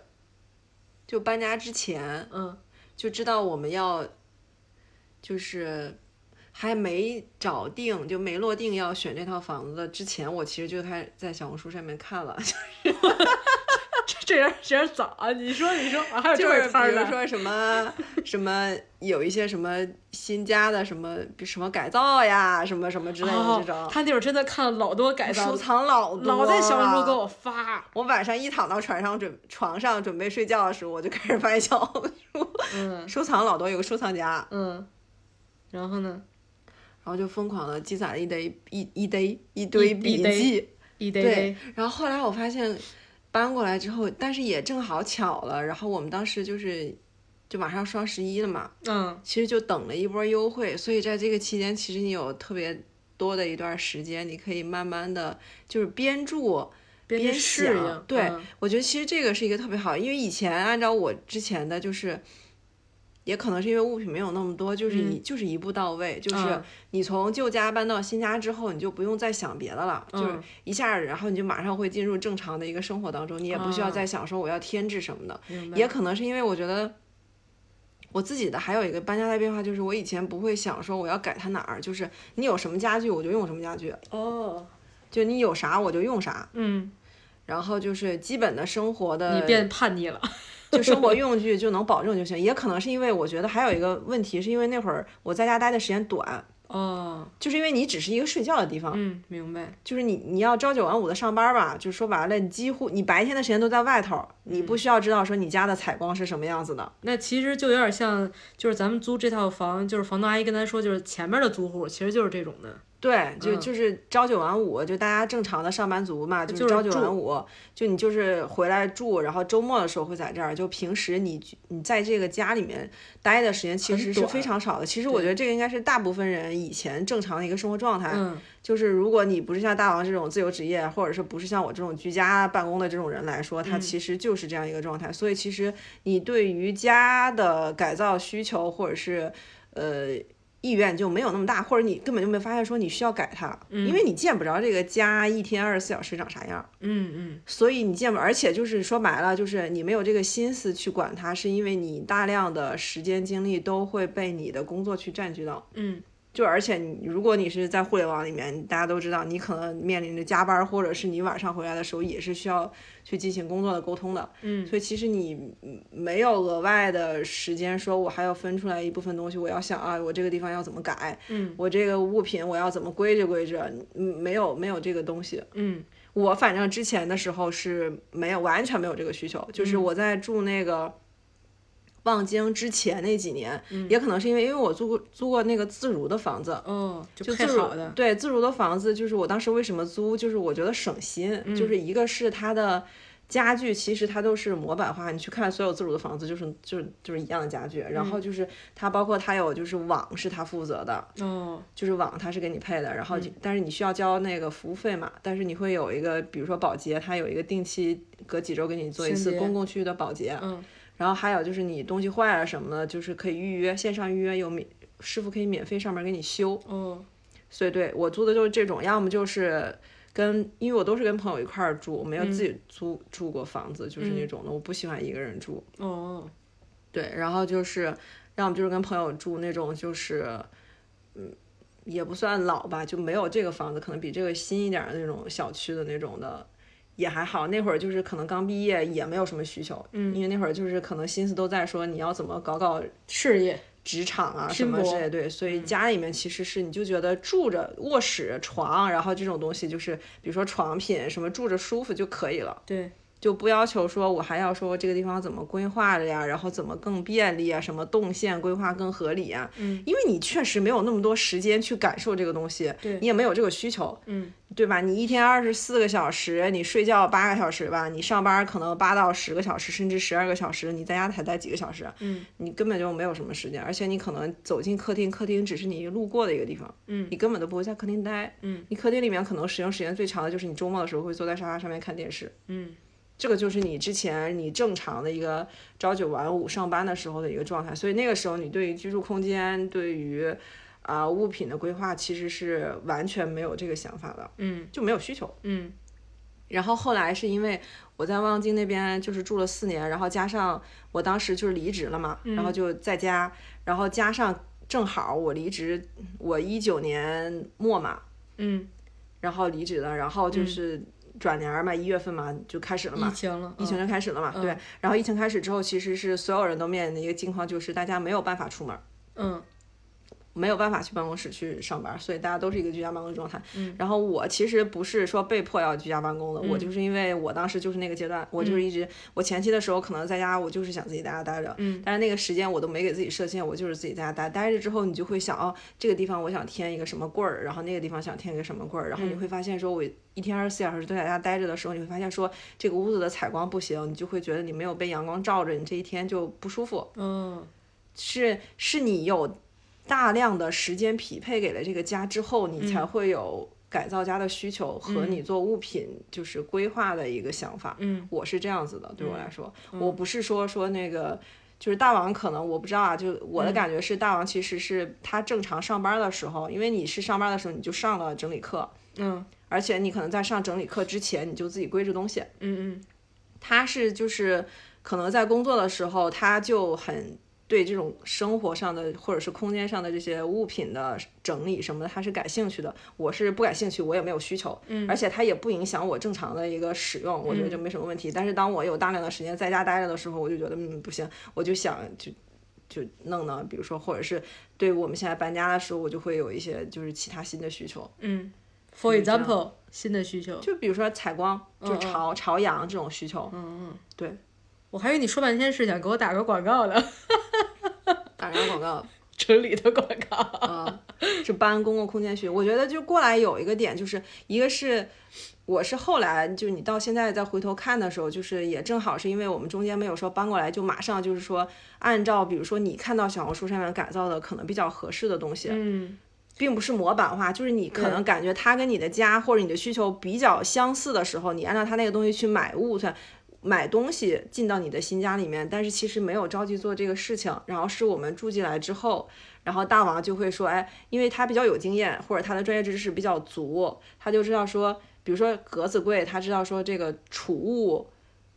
[SPEAKER 3] 就搬家之前，
[SPEAKER 1] 嗯
[SPEAKER 3] 就知道我们要，就是还没找定，就没落定要
[SPEAKER 1] 啊
[SPEAKER 3] 选这套房子之前，我其实就开始在小红书上面看了，
[SPEAKER 1] 这这人这人早啊！你说你说，啊、还有这
[SPEAKER 3] 就
[SPEAKER 1] 么
[SPEAKER 3] 是
[SPEAKER 1] 一摊儿
[SPEAKER 3] 比如
[SPEAKER 1] 呢？
[SPEAKER 3] 说什么什么有一些什么新家的什么比什么改造呀，什么什么之类的这种，
[SPEAKER 1] 哦、他那会儿真的看了老多改造
[SPEAKER 3] 收，藏老多
[SPEAKER 1] 老在小红书
[SPEAKER 3] 了
[SPEAKER 1] 给我发，
[SPEAKER 3] 我晚上一躺到床上准床上准备睡觉的时候，我就开始翻小红书，
[SPEAKER 1] 嗯
[SPEAKER 3] 收藏老多，有个收藏夹，然
[SPEAKER 1] 嗯，然后呢，
[SPEAKER 3] 后就疯狂的积攒了一堆一一堆一堆笔
[SPEAKER 1] 堆
[SPEAKER 3] 记。
[SPEAKER 1] 一堆
[SPEAKER 3] 对
[SPEAKER 1] 堆，
[SPEAKER 3] 然后后来我发现搬过来之后，但是也正好巧了，然后我们当时就是就马上双十一了嘛，
[SPEAKER 1] 嗯
[SPEAKER 3] 其实就等了一波优惠，所以在这个期间，其实你有特别多的一段时间，你可以慢慢的就是边住。
[SPEAKER 1] 边去
[SPEAKER 3] 边
[SPEAKER 1] 适
[SPEAKER 3] 想
[SPEAKER 1] 应，
[SPEAKER 3] 对
[SPEAKER 1] 嗯
[SPEAKER 3] 我觉得其实这个是一个特别好，因为以前按照我之前的就是，也可能是因为物品没有那么多，就是一、就是一步到位，就是
[SPEAKER 1] 嗯
[SPEAKER 3] 你从旧家搬到新家之后，你就不用再想别的了，就是
[SPEAKER 1] 嗯
[SPEAKER 3] 一下儿，然后你就马上会进入正常的一个生活当中，你也不需要
[SPEAKER 1] 啊
[SPEAKER 3] 再想说我要添置什么的，
[SPEAKER 1] 明白
[SPEAKER 3] 也可能是因为我觉得。我自己的还有一个搬家的变化，就是我以前不会想说我要改它哪儿，就是你有什么家具我就用什么家具，
[SPEAKER 1] 哦，
[SPEAKER 3] 就你有啥我就用啥，
[SPEAKER 1] 嗯，
[SPEAKER 3] 然后就是基本的生活的
[SPEAKER 1] 你变叛逆了，
[SPEAKER 3] 就生 活用具就能保证就行。也可能是因为我觉得还有一个问题，是因为那会儿我在家待的时间短，
[SPEAKER 1] 哦，
[SPEAKER 3] 就是因为你只是一个睡觉的地方，
[SPEAKER 1] 嗯，明白，
[SPEAKER 3] 就是你你要朝九晚五的上班吧，就说白了，你几乎你白天的时间都在外头，你
[SPEAKER 1] 嗯
[SPEAKER 3] 不需要知道说你家的采光是什么样子的。
[SPEAKER 1] 那其实就有点像，就是咱们租这套房，就是房东阿姨跟咱说，就是前面的租户其实就是这种的，
[SPEAKER 3] 对，就
[SPEAKER 1] 嗯
[SPEAKER 3] 就是朝九晚五，就大家正常的上班族嘛，就是
[SPEAKER 1] 就是
[SPEAKER 3] 朝九晚
[SPEAKER 1] 住
[SPEAKER 3] 五，就你就是回来住，然后周末的时候会在这儿。就平时你你在这个家里面待的时间其
[SPEAKER 1] 很
[SPEAKER 3] 实是
[SPEAKER 1] 短
[SPEAKER 3] 非常少的。其实我
[SPEAKER 1] 对
[SPEAKER 3] 觉得这个应该是大部分人以前正常的一个生活状态。
[SPEAKER 1] 嗯，
[SPEAKER 3] 就是如果你不是像大王这种自由职业，或者是不是像我这种居家办公的这种人来说，他其实就是这样一个状态。所以其实你对于家的改造需求或者是呃意愿就没有那么大，或者你根本就没发现说你需要改它，因为你见不着这个家一天二十四小时长啥样。
[SPEAKER 1] 嗯嗯，
[SPEAKER 3] 所以你见不，而且就是说白了，就是你没有这个心思去管它，是因为你大量的时间精力都会被你的工作去占据到。
[SPEAKER 1] 嗯，
[SPEAKER 3] 就而且你如果你是在互联网里面，大家都知道，你可能面临着加班，或者是你晚上回来的时候也是需要去进行工作的沟通的。嗯，所以其实你嗯没有额外的时间，说我还要分出来一部分东西，我要想啊，我这个地方要怎么改，嗯，我这个物品我要怎么归置归置，嗯，没有没有这个东西，
[SPEAKER 1] 嗯，
[SPEAKER 3] 我反正之前的时候是没有完全没有这个需求，就是我在住那个望京之前那几年，也可能是因为因为我租过租过那个自如的房子。
[SPEAKER 1] 哦，就
[SPEAKER 3] 就
[SPEAKER 1] 配
[SPEAKER 3] 自如
[SPEAKER 1] 好的，
[SPEAKER 3] 对自如的房子，就是我当时为什么租，就是我觉得省心，就是
[SPEAKER 1] 嗯
[SPEAKER 3] 一个是它的家具，其实它都是模板化，你去看所有自如的房子，就是就是就是一样的家具，然
[SPEAKER 1] 嗯
[SPEAKER 3] 后就是它包括它有就是网是它负责的，
[SPEAKER 1] 哦，
[SPEAKER 3] 就是网它是给你配的，然
[SPEAKER 1] 嗯
[SPEAKER 3] 后就、但是你需要交那个服务费嘛，但是你会有一个，比如说保洁，它有一个定期隔几周给你做一
[SPEAKER 1] 清
[SPEAKER 3] 次
[SPEAKER 1] 洁
[SPEAKER 3] 公共区域的保洁，
[SPEAKER 1] 嗯，
[SPEAKER 3] 然后还有就是你东西坏了什么的，就是可以预约线上预约，有免师傅可以免费上门给你修，
[SPEAKER 1] 哦，
[SPEAKER 3] 所以对我租的就是这种，要么就是跟，因为我都是跟朋友一块儿住，我没有自己租、住过房子，就是那种的，我不喜欢一个人住，
[SPEAKER 1] 哦，
[SPEAKER 3] 对，然后就是要么就是跟朋友住那种，就是嗯，也不算老吧，就没有这个房子，可能比这个新一点儿的那种小区的那种的。也还好，那会儿就是可能刚毕业，也没有什么需求，嗯，因为那会儿就是可能心思都在说你要怎么搞搞
[SPEAKER 1] 事业，
[SPEAKER 3] 职场啊什
[SPEAKER 1] 拼
[SPEAKER 3] 么
[SPEAKER 1] 搏嗯
[SPEAKER 3] 之类的，对，所以家里面其实是你就觉得住着卧室床，然后这种东西就是比如说床品什么住着舒服就可以了，
[SPEAKER 1] 对，
[SPEAKER 3] 就不要求说我还要说这个地方怎么规划的呀，然后怎么更便利啊，什么动线规划更合理啊。嗯，因为你确实没有那么多时间去感受这个东西，
[SPEAKER 1] 对
[SPEAKER 3] 你也没有这个需求，
[SPEAKER 1] 嗯，
[SPEAKER 3] 对吧？你一天二十四个小时，你睡觉八个小时吧，你上班可能八到十个小时，甚至十二个小时，你在家才待几个小时，
[SPEAKER 1] 嗯，
[SPEAKER 3] 你根本就没有什么时间，而且你可能走进客厅，客厅只是你路过的一个地方，
[SPEAKER 1] 嗯，
[SPEAKER 3] 你根本都不会在客厅待，
[SPEAKER 1] 嗯，
[SPEAKER 3] 你客厅里面可能使用时间最长的就是你周末的时候会坐在沙发上面看电视，
[SPEAKER 1] 嗯，
[SPEAKER 3] 这个就是你之前你正常的一个朝九晚五上班的时候的一个状态，所以那个时候你对于居住空间、对于啊、物品的规划其实是完全没有这个想法的，
[SPEAKER 1] 嗯，
[SPEAKER 3] 就没有需求。
[SPEAKER 1] 嗯，
[SPEAKER 3] 然后后来是因为我在望京那边就是住了四年，然后加上我当时就是离职了嘛，然
[SPEAKER 1] 嗯
[SPEAKER 3] 后就在家，然后加上正好我离职，我一九年末嘛，
[SPEAKER 1] 嗯，
[SPEAKER 3] 然后离职了，然后就是转年儿嘛，一月份嘛就开始了嘛
[SPEAKER 1] 疫，情了，
[SPEAKER 3] 疫情
[SPEAKER 1] 嗯
[SPEAKER 3] 就开始了嘛，对
[SPEAKER 1] 嗯。
[SPEAKER 3] 然后疫情开始之后，其实是所有人都面临的一个境况，就是大家没有办法出门儿，
[SPEAKER 1] 嗯
[SPEAKER 3] 没有办法去办公室去上班儿，所以大家都是一个居家办公状态。
[SPEAKER 1] 嗯
[SPEAKER 3] 然后我其实不是说被迫要居家办公的，我
[SPEAKER 1] 嗯
[SPEAKER 3] 就是因为我当时就是那个阶段，我就是一直，我前期的时候可能在家，我就是想自己在家待着，
[SPEAKER 1] 嗯
[SPEAKER 3] 但是那个时间我都没给自己设限，我就是自己在家待待着之后，你就会想哦，这个地方我想添一个什么棍儿，然后那个地方想添一个什么棍儿，然后你
[SPEAKER 1] 嗯
[SPEAKER 3] 会发现说，我一天二十四小时都在家待着的时候，你会发现说这个屋子的采光不行，你就会觉得你没有被阳光照着，你这一天就不舒服。
[SPEAKER 1] 嗯
[SPEAKER 3] 是是你有大量的时间匹配给了这个家之后，你才会有改造家的需求和你做物品就是规划的一个想法。
[SPEAKER 1] 嗯
[SPEAKER 3] 我是这样子的，对我来说，我不是说说那个。就是大王可能我不知道啊，就我的感觉是大王其实是他正常上班的时候，因为你是上班的时候你就上了整理课，
[SPEAKER 1] 嗯
[SPEAKER 3] 而且你可能在上整理课之前你就自己归置东西，
[SPEAKER 1] 嗯
[SPEAKER 3] 他是就是可能在工作的时候，他就很对这种生活上的或者是空间上的这些物品的整理什么的，他是感兴趣的。我是不感兴趣，我也没有需求，
[SPEAKER 1] 嗯
[SPEAKER 3] 而且它也不影响我正常的一个使用，我觉得就没什么问题。但是当我有大量的时间在家待着的时候，我就觉得嗯不行，我就想就。就弄呢，比如说，或者是对我们现在搬家的时候，我就会有一些就是其他新的需求，
[SPEAKER 1] 嗯，For
[SPEAKER 3] 是这样
[SPEAKER 1] example，新的需求，
[SPEAKER 3] 就比如说采光，就
[SPEAKER 1] 嗯
[SPEAKER 3] 朝朝阳这种需求，
[SPEAKER 1] 我还以为你说半天是想给我打个广告呢，
[SPEAKER 3] 打上广告，
[SPEAKER 1] 整理的广告。
[SPEAKER 3] 啊， 是搬公共空间去。我觉得就过来有一个点，就是一个是我是后来就你到现在再回头看的时候，就是也正好是因为我们中间没有说搬过来就马上就是说按照比如说你看到小红书上面改造的可能比较合适的东西，
[SPEAKER 1] 嗯
[SPEAKER 3] 并不是模板化，就是你可能感觉它跟你的家或者你的需求比较相似的时候，你按照它那个东西去买物去。买东西进到你的新家里面，但是其实没有着急做这个事情。然后是我们住进来之后，然后大王就会说，哎，因为他比较有经验，或者他的专业知识比较足，他就知道说，比如说格子柜，他知道说这个储物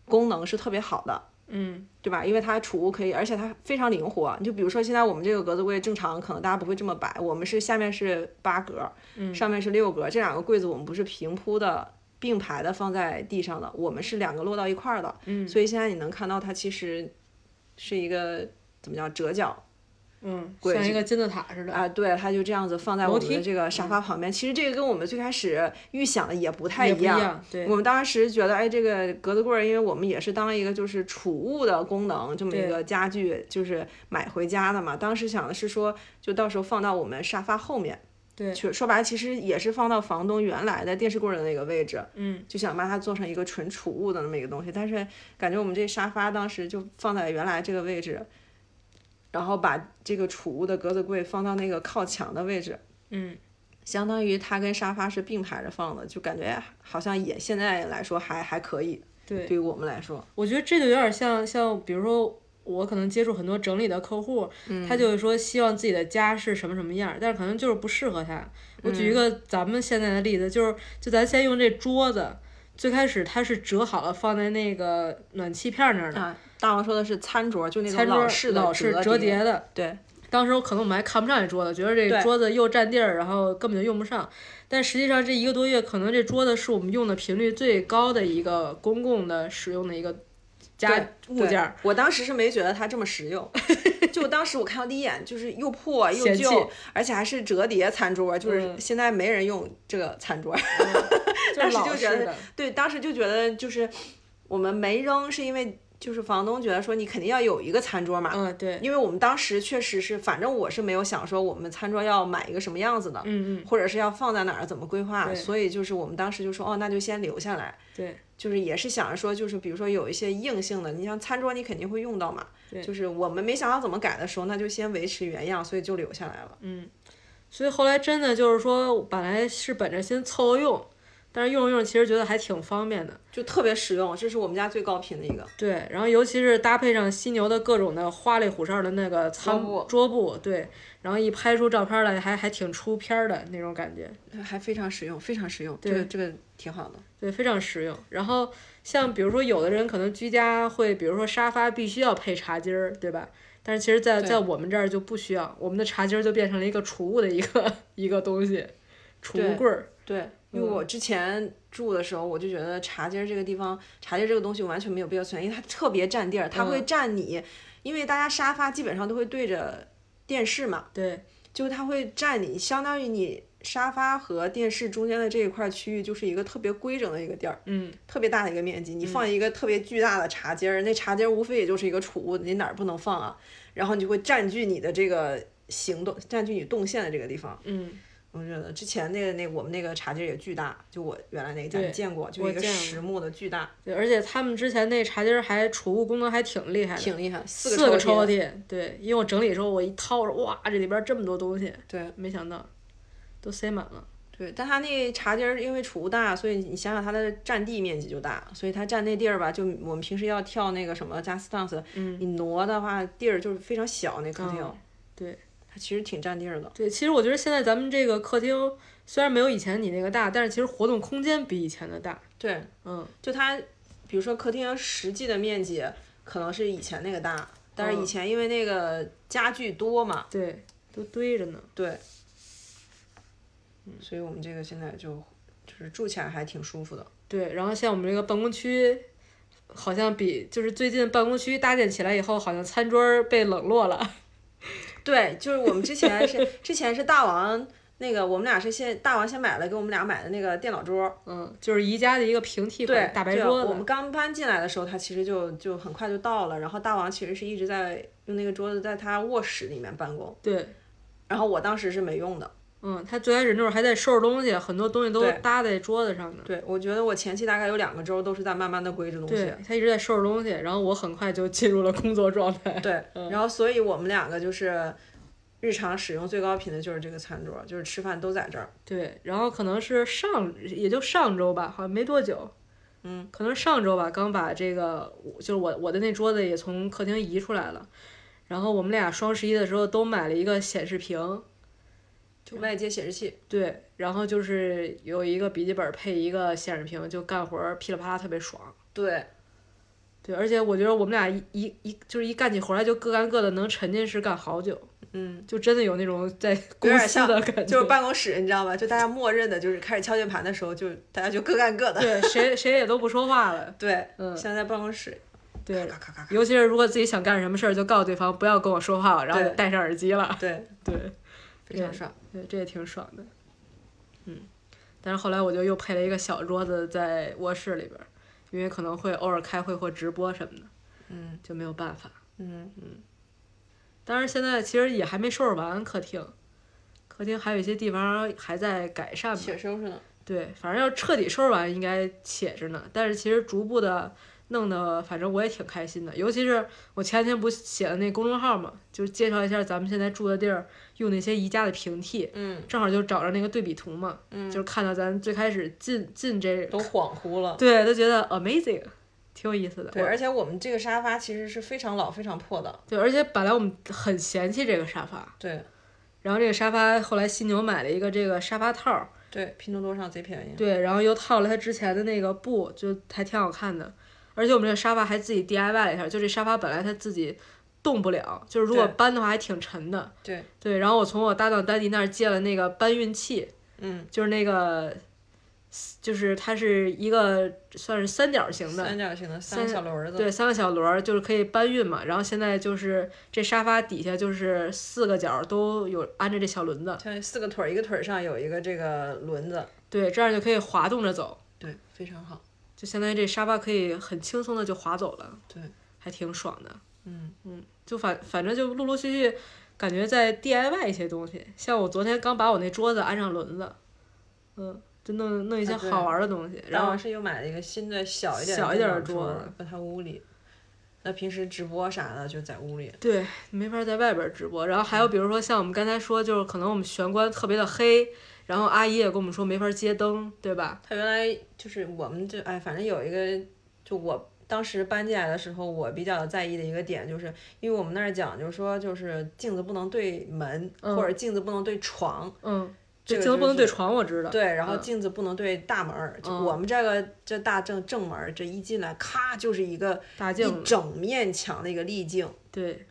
[SPEAKER 3] 功能是特别好的，
[SPEAKER 1] 嗯
[SPEAKER 3] 对吧？因为它储物可以，而且它非常灵活。你就比如说现在我们这个格子柜，正常可能大家不会这么摆，我们是下面是八格，
[SPEAKER 1] 嗯
[SPEAKER 3] 上面是六格，这两个柜子我们不是平铺的。并排的放在地上的，我们是两个摞到一块儿的，
[SPEAKER 1] 嗯
[SPEAKER 3] 所以现在你能看到它其实是一个怎么叫折角
[SPEAKER 1] 嗯，
[SPEAKER 3] 贵
[SPEAKER 1] 像一
[SPEAKER 3] 是
[SPEAKER 1] 个金字塔似的，
[SPEAKER 3] 啊，对，它就这样子放在
[SPEAKER 1] 楼
[SPEAKER 3] 我们的
[SPEAKER 1] 梯
[SPEAKER 3] 这个沙发旁边。其实这个跟我们最开始预想的也不太
[SPEAKER 1] 也不
[SPEAKER 3] 一
[SPEAKER 1] 一
[SPEAKER 3] 样，
[SPEAKER 1] 样。对
[SPEAKER 3] 我，们当时觉得，哎，这个格子柜儿，因为我们也是当一个就是储物的功能这么一
[SPEAKER 1] 对
[SPEAKER 3] 个家具，就是买回家的嘛。当时想的是说，就到时候放到我们沙发后面。
[SPEAKER 1] 对
[SPEAKER 3] 去说白了，其实也是放到房东原来的电视柜儿的那个位置，
[SPEAKER 1] 嗯，
[SPEAKER 3] 就想把它做成一个纯储物的那么一个东西。但是感觉我们这沙发当时就放在原来这个位置，然后把这个储物的格子柜放到那个靠墙的位置，
[SPEAKER 1] 嗯
[SPEAKER 3] 相当于它跟沙发是并排着放的，就感觉好像也现在来说还还可以，
[SPEAKER 1] 对。
[SPEAKER 3] 对于我们来说，
[SPEAKER 1] 我觉得这就有点像像，比如说我可能接触很多整理的客户，
[SPEAKER 3] 嗯
[SPEAKER 1] 他就会说希望自己的家是什么什么样儿，但是可能就是不适合他。我
[SPEAKER 3] 嗯
[SPEAKER 1] 举一个咱们现在的例子，就是就咱先用这桌子，最开始它是折好了放在那个暖气片儿那儿的，
[SPEAKER 3] 啊，大王说的是餐桌，就那种
[SPEAKER 1] 餐桌
[SPEAKER 3] 老式的
[SPEAKER 1] 老式
[SPEAKER 3] 折
[SPEAKER 1] 折叠的，
[SPEAKER 3] 对，
[SPEAKER 1] 当时我可能我们还看不上这桌子，觉得这
[SPEAKER 3] 对
[SPEAKER 1] 桌子又占地儿，然后根本就用不上。但实际上这一个多月，可能这桌子是我们用的频率最高的一个公共的使用的一个家物
[SPEAKER 3] 对
[SPEAKER 1] 件儿。。
[SPEAKER 3] 我当时是没觉得它这么实用， 就当时我看到第一眼就是又破又
[SPEAKER 1] 嫌弃
[SPEAKER 3] 旧，而且还是折叠餐桌，就是
[SPEAKER 1] 嗯
[SPEAKER 3] 现在没人用这个餐桌。
[SPEAKER 1] 就是
[SPEAKER 3] 当时
[SPEAKER 1] 老
[SPEAKER 3] 就觉
[SPEAKER 1] 式
[SPEAKER 3] 得
[SPEAKER 1] 的
[SPEAKER 3] 对，当时就觉得就是我们没扔，是因为就是房东觉得说你肯定要有一个餐桌嘛，
[SPEAKER 1] 嗯，对，
[SPEAKER 3] 因为我们当时确实是，反正我是没有想说我们餐桌要买一个什么样子的，
[SPEAKER 1] 嗯嗯，
[SPEAKER 3] 或者是要放在哪儿，怎么规划，
[SPEAKER 1] 对
[SPEAKER 3] 所以就是我们当时就说，哦，那就先留下来。
[SPEAKER 1] 对，
[SPEAKER 3] 就是也是想着说，就是比如说有一些硬性的，你像餐桌你肯定会用到嘛，
[SPEAKER 1] 对
[SPEAKER 3] 就是我们没想到怎么改的时候，那就先维持原样，所以就留下来了。
[SPEAKER 1] 嗯所以后来真的就是说，本来是本着先凑合用，但是用着用着其实觉得还挺方便的。
[SPEAKER 3] 就特别实用，这是我们家最高频的一个。
[SPEAKER 1] 对，然后尤其是搭配上犀牛的各种的花里胡哨的那个
[SPEAKER 3] 桌
[SPEAKER 1] 仓
[SPEAKER 3] 布
[SPEAKER 1] 桌布，对，然后一拍出照片来还还挺出片儿的那种感觉，
[SPEAKER 3] 呃还非常实用，非常实用，这个这个挺好的。
[SPEAKER 1] 对，非常实用。然后像比如说有的人可能居家会，比如说沙发必须要配茶几儿，对吧？但是其实在，在
[SPEAKER 3] 对
[SPEAKER 1] 我们这儿就不需要，我们的茶几儿就变成了一个储物的一个一个东西，储
[SPEAKER 3] 对
[SPEAKER 1] 物柜儿。
[SPEAKER 3] 对，因为我之前住的时候，我就觉得茶街儿这个地方，茶街儿这个东西我完全没有必要选，因为它特别占地儿，它会占你，因为大家沙发基本上都会对着电视嘛，
[SPEAKER 1] 对，
[SPEAKER 3] 就是它会占你，相当于你沙发和电视中间的这一块区域，就是一个特别规整的一个地儿，
[SPEAKER 1] 嗯，
[SPEAKER 3] 特别大的一个面积。你放一个特别巨大的茶几儿，那茶几儿无非也就是一个储物，你哪儿不能放啊？然后你就会占据你的这个行动，占据你动线的这个地方。
[SPEAKER 1] 嗯，
[SPEAKER 3] 我觉得之前那个那个我们那个茶几儿也巨大，就我原来那个家你
[SPEAKER 1] 对
[SPEAKER 3] 见过，就
[SPEAKER 1] 我
[SPEAKER 3] 一个
[SPEAKER 1] 见过
[SPEAKER 3] 实木的巨大，
[SPEAKER 1] 对，而且他们之前那茶几儿还储物功能还挺厉害的，
[SPEAKER 3] 挺厉害，
[SPEAKER 1] 四
[SPEAKER 3] 个
[SPEAKER 1] 个
[SPEAKER 3] 抽
[SPEAKER 1] 抽，屉，对，因为我整理的时候我一掏，我说哇，这里边这么多东西，
[SPEAKER 3] 对
[SPEAKER 1] 没想到都塞满了，
[SPEAKER 3] 对，但它那茶几儿因为储物大，所以你想想它的占地面积就大，所以它占那地儿吧，就我们平时要跳那个什么加斯 dance，、你挪的话地儿就是非常小，那客厅、
[SPEAKER 1] 嗯对
[SPEAKER 3] 它其实挺占地儿的。
[SPEAKER 1] 对，其实我觉得现在咱们这个客厅虽然没有以前你那个大，但是其实活动空间比以前的大，
[SPEAKER 3] 对，
[SPEAKER 1] 嗯，
[SPEAKER 3] 就它，比如说客厅实际的面积可能是以前那个大，但是以
[SPEAKER 1] 嗯
[SPEAKER 3] 前因为那个家具多嘛，
[SPEAKER 1] 对，都堆着呢，
[SPEAKER 3] 对，所以我们这个现在就就是住起来还挺舒服的。
[SPEAKER 1] 对，然后像我们这个办公区。好像比就是最近办公区搭建起来以后，好像餐桌儿被冷落了。
[SPEAKER 3] 对，就是我们之前 是之前是大王那个，我们俩是先大王先买了给我们俩买的那个电脑桌，
[SPEAKER 1] 嗯，就是宜家的一个平替
[SPEAKER 3] 对
[SPEAKER 1] 款，大白
[SPEAKER 3] 对啊
[SPEAKER 1] 桌
[SPEAKER 3] 我们
[SPEAKER 1] 子。
[SPEAKER 3] 刚搬进来的时候，他其实就就很快就到了，然后大王其实是一直在用那个桌子在他卧室里面办公，
[SPEAKER 1] 对，
[SPEAKER 3] 然后我当时是没用的。
[SPEAKER 1] 嗯，他最开始那会儿还在收拾东西，很多东西都
[SPEAKER 3] 对
[SPEAKER 1] 搭在桌子上呢。
[SPEAKER 3] 对，我觉得我前期大概有两个周都是在慢慢的归置东西
[SPEAKER 1] 对。，他一直在收拾东西，然后我很快就进入了工作状态。
[SPEAKER 3] 对，嗯然后所以我们两个就是日常使用最高频的就是这个餐桌，就是吃饭都在这儿。
[SPEAKER 1] 对，然后可能是上也就上周吧，好像没多久，
[SPEAKER 3] 嗯，
[SPEAKER 1] 可能上周吧，刚把这个就是我我的那桌子也从客厅移出来了。然后我们俩双十一的时候都买了一个显示屏，
[SPEAKER 3] 就外接显示器，
[SPEAKER 1] 对，然后就是有一个笔记本配一个显示屏，就干活儿噼里啪啦特别爽。
[SPEAKER 3] 对
[SPEAKER 1] 对，而且我觉得我们俩一一一就是一干起活来就各干各的，能沉浸式干好久。
[SPEAKER 3] 嗯，
[SPEAKER 1] 就真的有那种在公
[SPEAKER 3] 点
[SPEAKER 1] 司
[SPEAKER 3] 像
[SPEAKER 1] 的感觉，
[SPEAKER 3] 就是办公室，你知道吧？就大家默认的就是开始敲键盘的时候，就大家就各干各的。
[SPEAKER 1] 对谁谁也都不说话了。
[SPEAKER 3] 对，
[SPEAKER 1] 嗯
[SPEAKER 3] 像在办公室，
[SPEAKER 1] 对，
[SPEAKER 3] 咔咔咔咔，
[SPEAKER 1] 尤其是如果自己想干什么事儿，就告诉对方不要跟我说话，然后
[SPEAKER 3] 对
[SPEAKER 1] 就戴上耳机了。
[SPEAKER 3] 对，
[SPEAKER 1] 对
[SPEAKER 3] 非常爽。
[SPEAKER 1] 对，这也挺爽的。嗯，但是后来我就又配了一个小桌子在卧室里边儿，因为可能会偶尔开会或直播什么的，
[SPEAKER 3] 嗯
[SPEAKER 1] 就没有办法。
[SPEAKER 3] 嗯，
[SPEAKER 1] 但是现在其实也还没收拾完客厅，客厅还有一些地方还在改善吧。
[SPEAKER 3] 且收拾呢。
[SPEAKER 1] 对，反正要彻底收拾完应该且着呢。但是其实逐步的弄的，反正我也挺开心的。尤其是我前两天不写了那公众号嘛，就是介绍一下咱们现在住的地儿，用那些宜家的平替，
[SPEAKER 3] 嗯
[SPEAKER 1] 正好就找着那个对比图嘛，
[SPEAKER 3] 嗯，
[SPEAKER 1] 就是看到咱最开始进进这，
[SPEAKER 3] 都恍惚了。
[SPEAKER 1] 对，都觉得 amazing，挺有意思的。
[SPEAKER 3] 哦对，
[SPEAKER 1] 我
[SPEAKER 3] 而且我们这个沙发其实是非常老、非常破的。
[SPEAKER 1] 对，而且本来我们很嫌弃这个沙发，
[SPEAKER 3] 对
[SPEAKER 1] 然后这个沙发后来犀牛买了一个这个沙发套儿，
[SPEAKER 3] 对，拼多多上贼便宜。
[SPEAKER 1] 对，然后又套了它之前的那个布，就还挺好看的。而且我们这个沙发还自己 DIY 了一下，就这沙发本来它自己动不了，就是如果
[SPEAKER 3] 对
[SPEAKER 1] 搬的话还挺沉的。
[SPEAKER 3] 对，
[SPEAKER 1] 对，然后我从我搭档丹迪那儿借了那个搬运器，
[SPEAKER 3] 嗯，
[SPEAKER 1] 就是那个，就是它是一个算是三角形的
[SPEAKER 3] 三，角形的三个
[SPEAKER 1] 三
[SPEAKER 3] 小轮儿子。
[SPEAKER 1] 对，三个小轮儿就是可以搬运嘛。然后现在就是这沙发底下就是四个角儿都有安着这小轮子，
[SPEAKER 3] 像四个腿儿，一个腿儿上有一个这个轮子，
[SPEAKER 1] 对，这样就可以滑动着走。
[SPEAKER 3] 对，非常好。
[SPEAKER 1] 就相当于这沙发可以很轻松的就滑走了，
[SPEAKER 3] 对，
[SPEAKER 1] 还挺爽的。
[SPEAKER 3] 嗯
[SPEAKER 1] 嗯，就反反正就陆陆续续感觉在 DIY 一些东西，像我昨天刚把我那桌子安上轮子，嗯，就弄弄一些
[SPEAKER 3] 啊对嗯
[SPEAKER 1] 好玩的东西，然
[SPEAKER 3] 大
[SPEAKER 1] 后
[SPEAKER 3] 王是又买了一个新的小一点
[SPEAKER 1] 小
[SPEAKER 3] 的
[SPEAKER 1] 一
[SPEAKER 3] 电
[SPEAKER 1] 点儿
[SPEAKER 3] 脑
[SPEAKER 1] 桌
[SPEAKER 3] 桌
[SPEAKER 1] 子
[SPEAKER 3] 儿，搁他屋里。那平时直播啥的就在屋里。
[SPEAKER 1] 对没法在外边直播，然后还有
[SPEAKER 3] 嗯
[SPEAKER 1] 比如说像我们刚才说，就是可能我们玄关特别的黑，然后阿姨也跟我们说没法接灯，对吧？
[SPEAKER 3] 他原来就是我们就哎，反正有一个，就我当时搬进来的时候，我比较在意的一个点，就是因为我们那儿讲，就是说就是镜子不能对门，
[SPEAKER 1] 嗯
[SPEAKER 3] 或者镜子不能对床，
[SPEAKER 1] 嗯，
[SPEAKER 3] 这
[SPEAKER 1] 这
[SPEAKER 3] 个
[SPEAKER 1] 镜
[SPEAKER 3] 就
[SPEAKER 1] 头不能对
[SPEAKER 3] 是
[SPEAKER 1] 床，我知道。
[SPEAKER 3] 对，然后
[SPEAKER 1] 嗯
[SPEAKER 3] 镜子不能对大门儿。就
[SPEAKER 1] 嗯
[SPEAKER 3] 我们这个这大正正门儿，这一进来，咔就是一个
[SPEAKER 1] 大镜
[SPEAKER 3] 一
[SPEAKER 1] 子，
[SPEAKER 3] 整面墙的一个立镜。
[SPEAKER 1] 对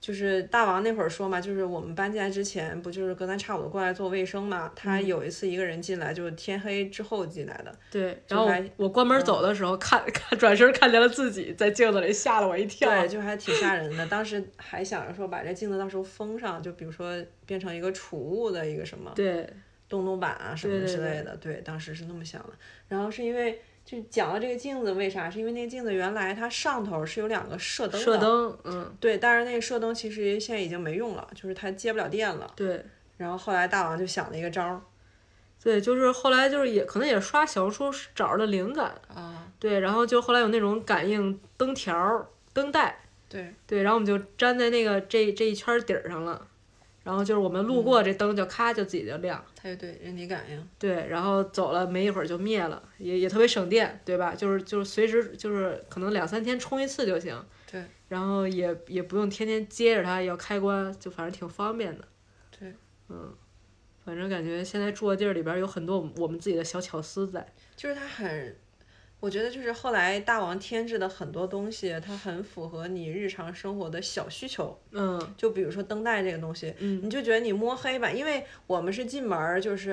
[SPEAKER 3] 就是大王那会儿说嘛，就是我们搬进来之前，不就是隔三差五的过来做卫生嘛？
[SPEAKER 1] 嗯
[SPEAKER 3] 他有一次一个人进来，就是天黑之后进来的，
[SPEAKER 1] 对，
[SPEAKER 3] 就
[SPEAKER 1] 然后我
[SPEAKER 3] 还嗯
[SPEAKER 1] 我关门走的时候，看看转身看见了自己在镜子里，吓了我一跳。
[SPEAKER 3] 对，就还挺吓人的。当时还想着说把这镜子到时候封上，就比如说变成一个储物的一个什么
[SPEAKER 1] 对
[SPEAKER 3] 动动板啊什么
[SPEAKER 1] 对对
[SPEAKER 3] 之类的。对，当时是那么想的。然后是因为就讲到这个镜子，为啥？是因为那个镜子原来它上头是有两个射灯的，啊
[SPEAKER 1] 射灯，嗯，
[SPEAKER 3] 对，但是那个射灯其实现在已经没用了，就是它接不了电了。
[SPEAKER 1] 对
[SPEAKER 3] 然后后来大王就想了一个招儿
[SPEAKER 1] 对，就是后来就是也可能也是刷小红书找着了灵感，
[SPEAKER 3] 啊，
[SPEAKER 1] 对，然后就后来有那种感应灯条儿、灯带，
[SPEAKER 3] 对
[SPEAKER 1] 对，然后我们就粘在那个这这一圈儿底儿上了，然后就是我们路
[SPEAKER 3] 嗯
[SPEAKER 1] 过这灯就咔就自己就亮，
[SPEAKER 3] 它就对人体感应，
[SPEAKER 1] 对，然后走了没一会儿就灭了，也也特别省电，对吧？就是就是随时就是可能两三天充一次就行，
[SPEAKER 3] 对，
[SPEAKER 1] 然后也也不用天天接着它要开关，就反正挺方便的，
[SPEAKER 3] 对，
[SPEAKER 1] 嗯，反正感觉现在住的地儿里边儿有很多我们我们自己的小巧思在，
[SPEAKER 3] 就是它很，我觉得就是后来大王添置的很多东西，它很符合你日常生活的小需求。
[SPEAKER 1] 嗯
[SPEAKER 3] 就比如说灯带这个东西，
[SPEAKER 1] 嗯
[SPEAKER 3] 你就觉得你摸黑吧，因为我们是进门儿就是，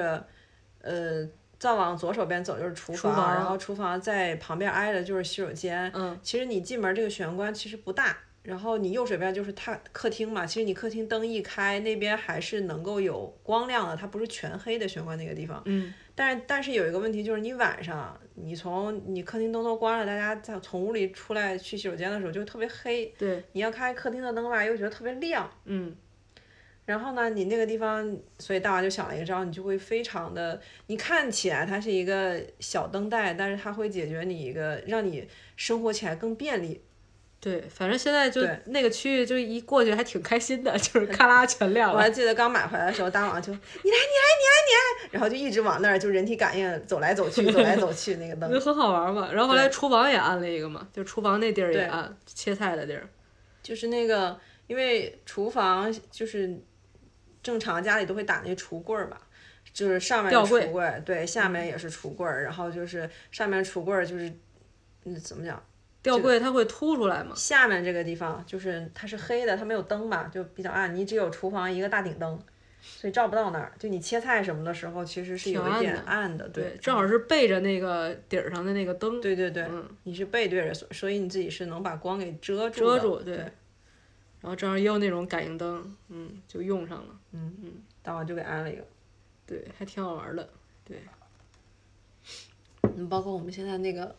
[SPEAKER 3] 呃，再往左手边走就是厨
[SPEAKER 1] 厨
[SPEAKER 3] 房，
[SPEAKER 1] 房
[SPEAKER 3] 然后厨房在旁边挨着就是洗手间。
[SPEAKER 1] 嗯，
[SPEAKER 3] 其实你进门这个玄关其实不大，然后你右手边就是它客厅嘛，其实你客厅灯一开，那边还是能够有光亮的，它不是全黑的玄关那个地方。
[SPEAKER 1] 嗯，
[SPEAKER 3] 但是但是有一个问题就是你晚上你从你客厅灯都关了，大家在从屋里出来去洗手间的时候就特别黑，
[SPEAKER 1] 对，
[SPEAKER 3] 你要开客厅的灯吧，又觉得特别亮。
[SPEAKER 1] 嗯
[SPEAKER 3] 然后呢，你那个地方，所以大王就想了一个招，你就会非常的，你看起来它是一个小灯带，但是它会解决你一个让你生活起来更便利。
[SPEAKER 1] 对，反正现在就
[SPEAKER 3] 对
[SPEAKER 1] 那个区域就一过去还挺开心的， 就是咔啦全亮
[SPEAKER 3] 我
[SPEAKER 1] 了
[SPEAKER 3] 还，记得刚买回来的时候，大王就你来你来你来你来，然后就一直往那儿就人体感应走来走去走来走去那个
[SPEAKER 1] 就
[SPEAKER 3] 灯，
[SPEAKER 1] 很好玩嘛。然后后来
[SPEAKER 3] 对
[SPEAKER 1] 厨房也安了一个嘛，就厨房那地儿也
[SPEAKER 3] 对
[SPEAKER 1] 安，切菜的地儿。
[SPEAKER 3] 就是那个因为厨房就是正常家里都会打那橱柜儿嘛。就是上面
[SPEAKER 1] 吊
[SPEAKER 3] 有
[SPEAKER 1] 柜嗯
[SPEAKER 3] 橱柜儿，对，下面也是橱柜儿，然后就是上面橱柜儿就是，嗯，怎么讲？
[SPEAKER 1] 吊柜它会凸出来嘛？
[SPEAKER 3] 下面这个地方就是它是黑的，它没有灯嘛，就比较暗。你只有厨房一个大顶灯，所以照不到那儿。就你切菜什么的时候，其实是有一点
[SPEAKER 1] 挺
[SPEAKER 3] 暗的。
[SPEAKER 1] 对，正好是背着那个底儿上的那个灯
[SPEAKER 3] 对对对，
[SPEAKER 1] 嗯
[SPEAKER 3] 你是背对着，所所以你自己是能把光给遮住
[SPEAKER 1] 遮
[SPEAKER 3] 的。
[SPEAKER 1] 住，
[SPEAKER 3] 对。
[SPEAKER 1] 然后正好也有那种感应灯，嗯，就用上了，
[SPEAKER 3] 大王就给安了一个。
[SPEAKER 1] 对，还挺好玩的。
[SPEAKER 3] 嗯，包括我们现在那个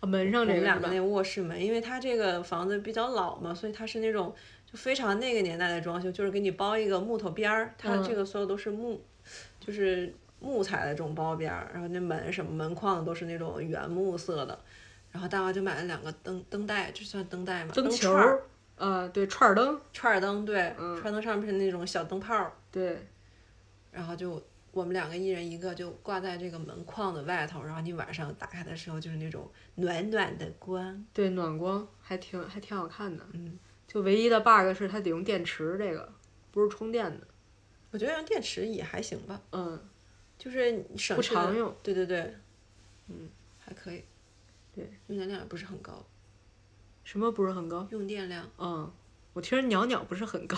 [SPEAKER 1] 啊，门
[SPEAKER 3] 我
[SPEAKER 1] 上这
[SPEAKER 3] 们
[SPEAKER 1] 个
[SPEAKER 3] 两
[SPEAKER 1] 是
[SPEAKER 3] 个
[SPEAKER 1] 吧
[SPEAKER 3] 那个卧室门，因为它这个房子比较老嘛，所以它是那种就非常那个年代的装修，就是给你包一个木头边儿，它
[SPEAKER 1] 嗯
[SPEAKER 3] 这个所有都是木，就是木材的这种包边儿，然后那门什么门框都是那种原木色的。然后大王就买了两个灯灯带，这算灯带吗？灯
[SPEAKER 1] 球
[SPEAKER 3] 串儿
[SPEAKER 1] 儿，啊，对，串儿灯，
[SPEAKER 3] 串儿灯，对，
[SPEAKER 1] 嗯
[SPEAKER 3] 串儿灯上面是那种小灯泡儿，
[SPEAKER 1] 对，
[SPEAKER 3] 然后就我们两个一人一个，就挂在这个门框的外头，然后你晚上打开的时候就是那种暖暖的光。
[SPEAKER 1] 对，暖光还挺还挺好看的。
[SPEAKER 3] 嗯，
[SPEAKER 1] 就唯一的 bug 是它得用电池，这个不是充电的。
[SPEAKER 3] 我觉得用电池也还行吧。
[SPEAKER 1] 嗯，
[SPEAKER 3] 就是你省
[SPEAKER 1] 不
[SPEAKER 3] 去的
[SPEAKER 1] 常用。
[SPEAKER 3] 对对对，
[SPEAKER 1] 嗯，
[SPEAKER 3] 还可以。
[SPEAKER 1] 对，
[SPEAKER 3] 用电量也不是很高，
[SPEAKER 1] 什么不是很高？
[SPEAKER 3] 用电量。
[SPEAKER 1] 嗯，我听人袅袅不是很高。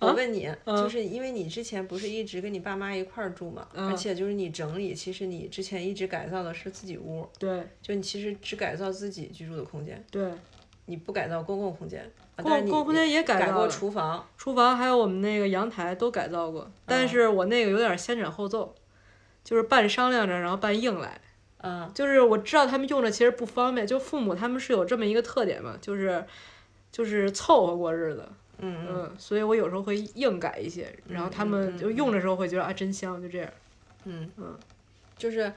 [SPEAKER 3] 我问你，
[SPEAKER 1] 嗯
[SPEAKER 3] 就是因为你之前不是一直跟你爸妈一块儿住嘛，
[SPEAKER 1] 嗯
[SPEAKER 3] 而且就是你整理，其实你之前一直改造的是自己屋，
[SPEAKER 1] 对
[SPEAKER 3] 就你其实只改造自己居住的空间，
[SPEAKER 1] 对，
[SPEAKER 3] 你不改造公共空间。啊
[SPEAKER 1] 公
[SPEAKER 3] 但是你
[SPEAKER 1] 公共空间也
[SPEAKER 3] 改
[SPEAKER 1] 改造
[SPEAKER 3] 过
[SPEAKER 1] 了
[SPEAKER 3] 厨房，
[SPEAKER 1] 厨房还有我们那个阳台都改造
[SPEAKER 3] 嗯
[SPEAKER 1] 过，但是我那个有点先斩后奏，就是半商量着，然后半硬来。
[SPEAKER 3] 嗯，
[SPEAKER 1] 就是我知道他们用着其实不方便，就父母他们是有这么一个特点嘛，就是就是凑合过日子。
[SPEAKER 3] 嗯
[SPEAKER 1] 嗯，所以我有时候会硬改一些，然后他
[SPEAKER 3] 嗯嗯
[SPEAKER 1] 们
[SPEAKER 3] 嗯
[SPEAKER 1] 就用的时候会觉得啊真香，就这样。
[SPEAKER 3] 嗯
[SPEAKER 1] 嗯，
[SPEAKER 3] 就是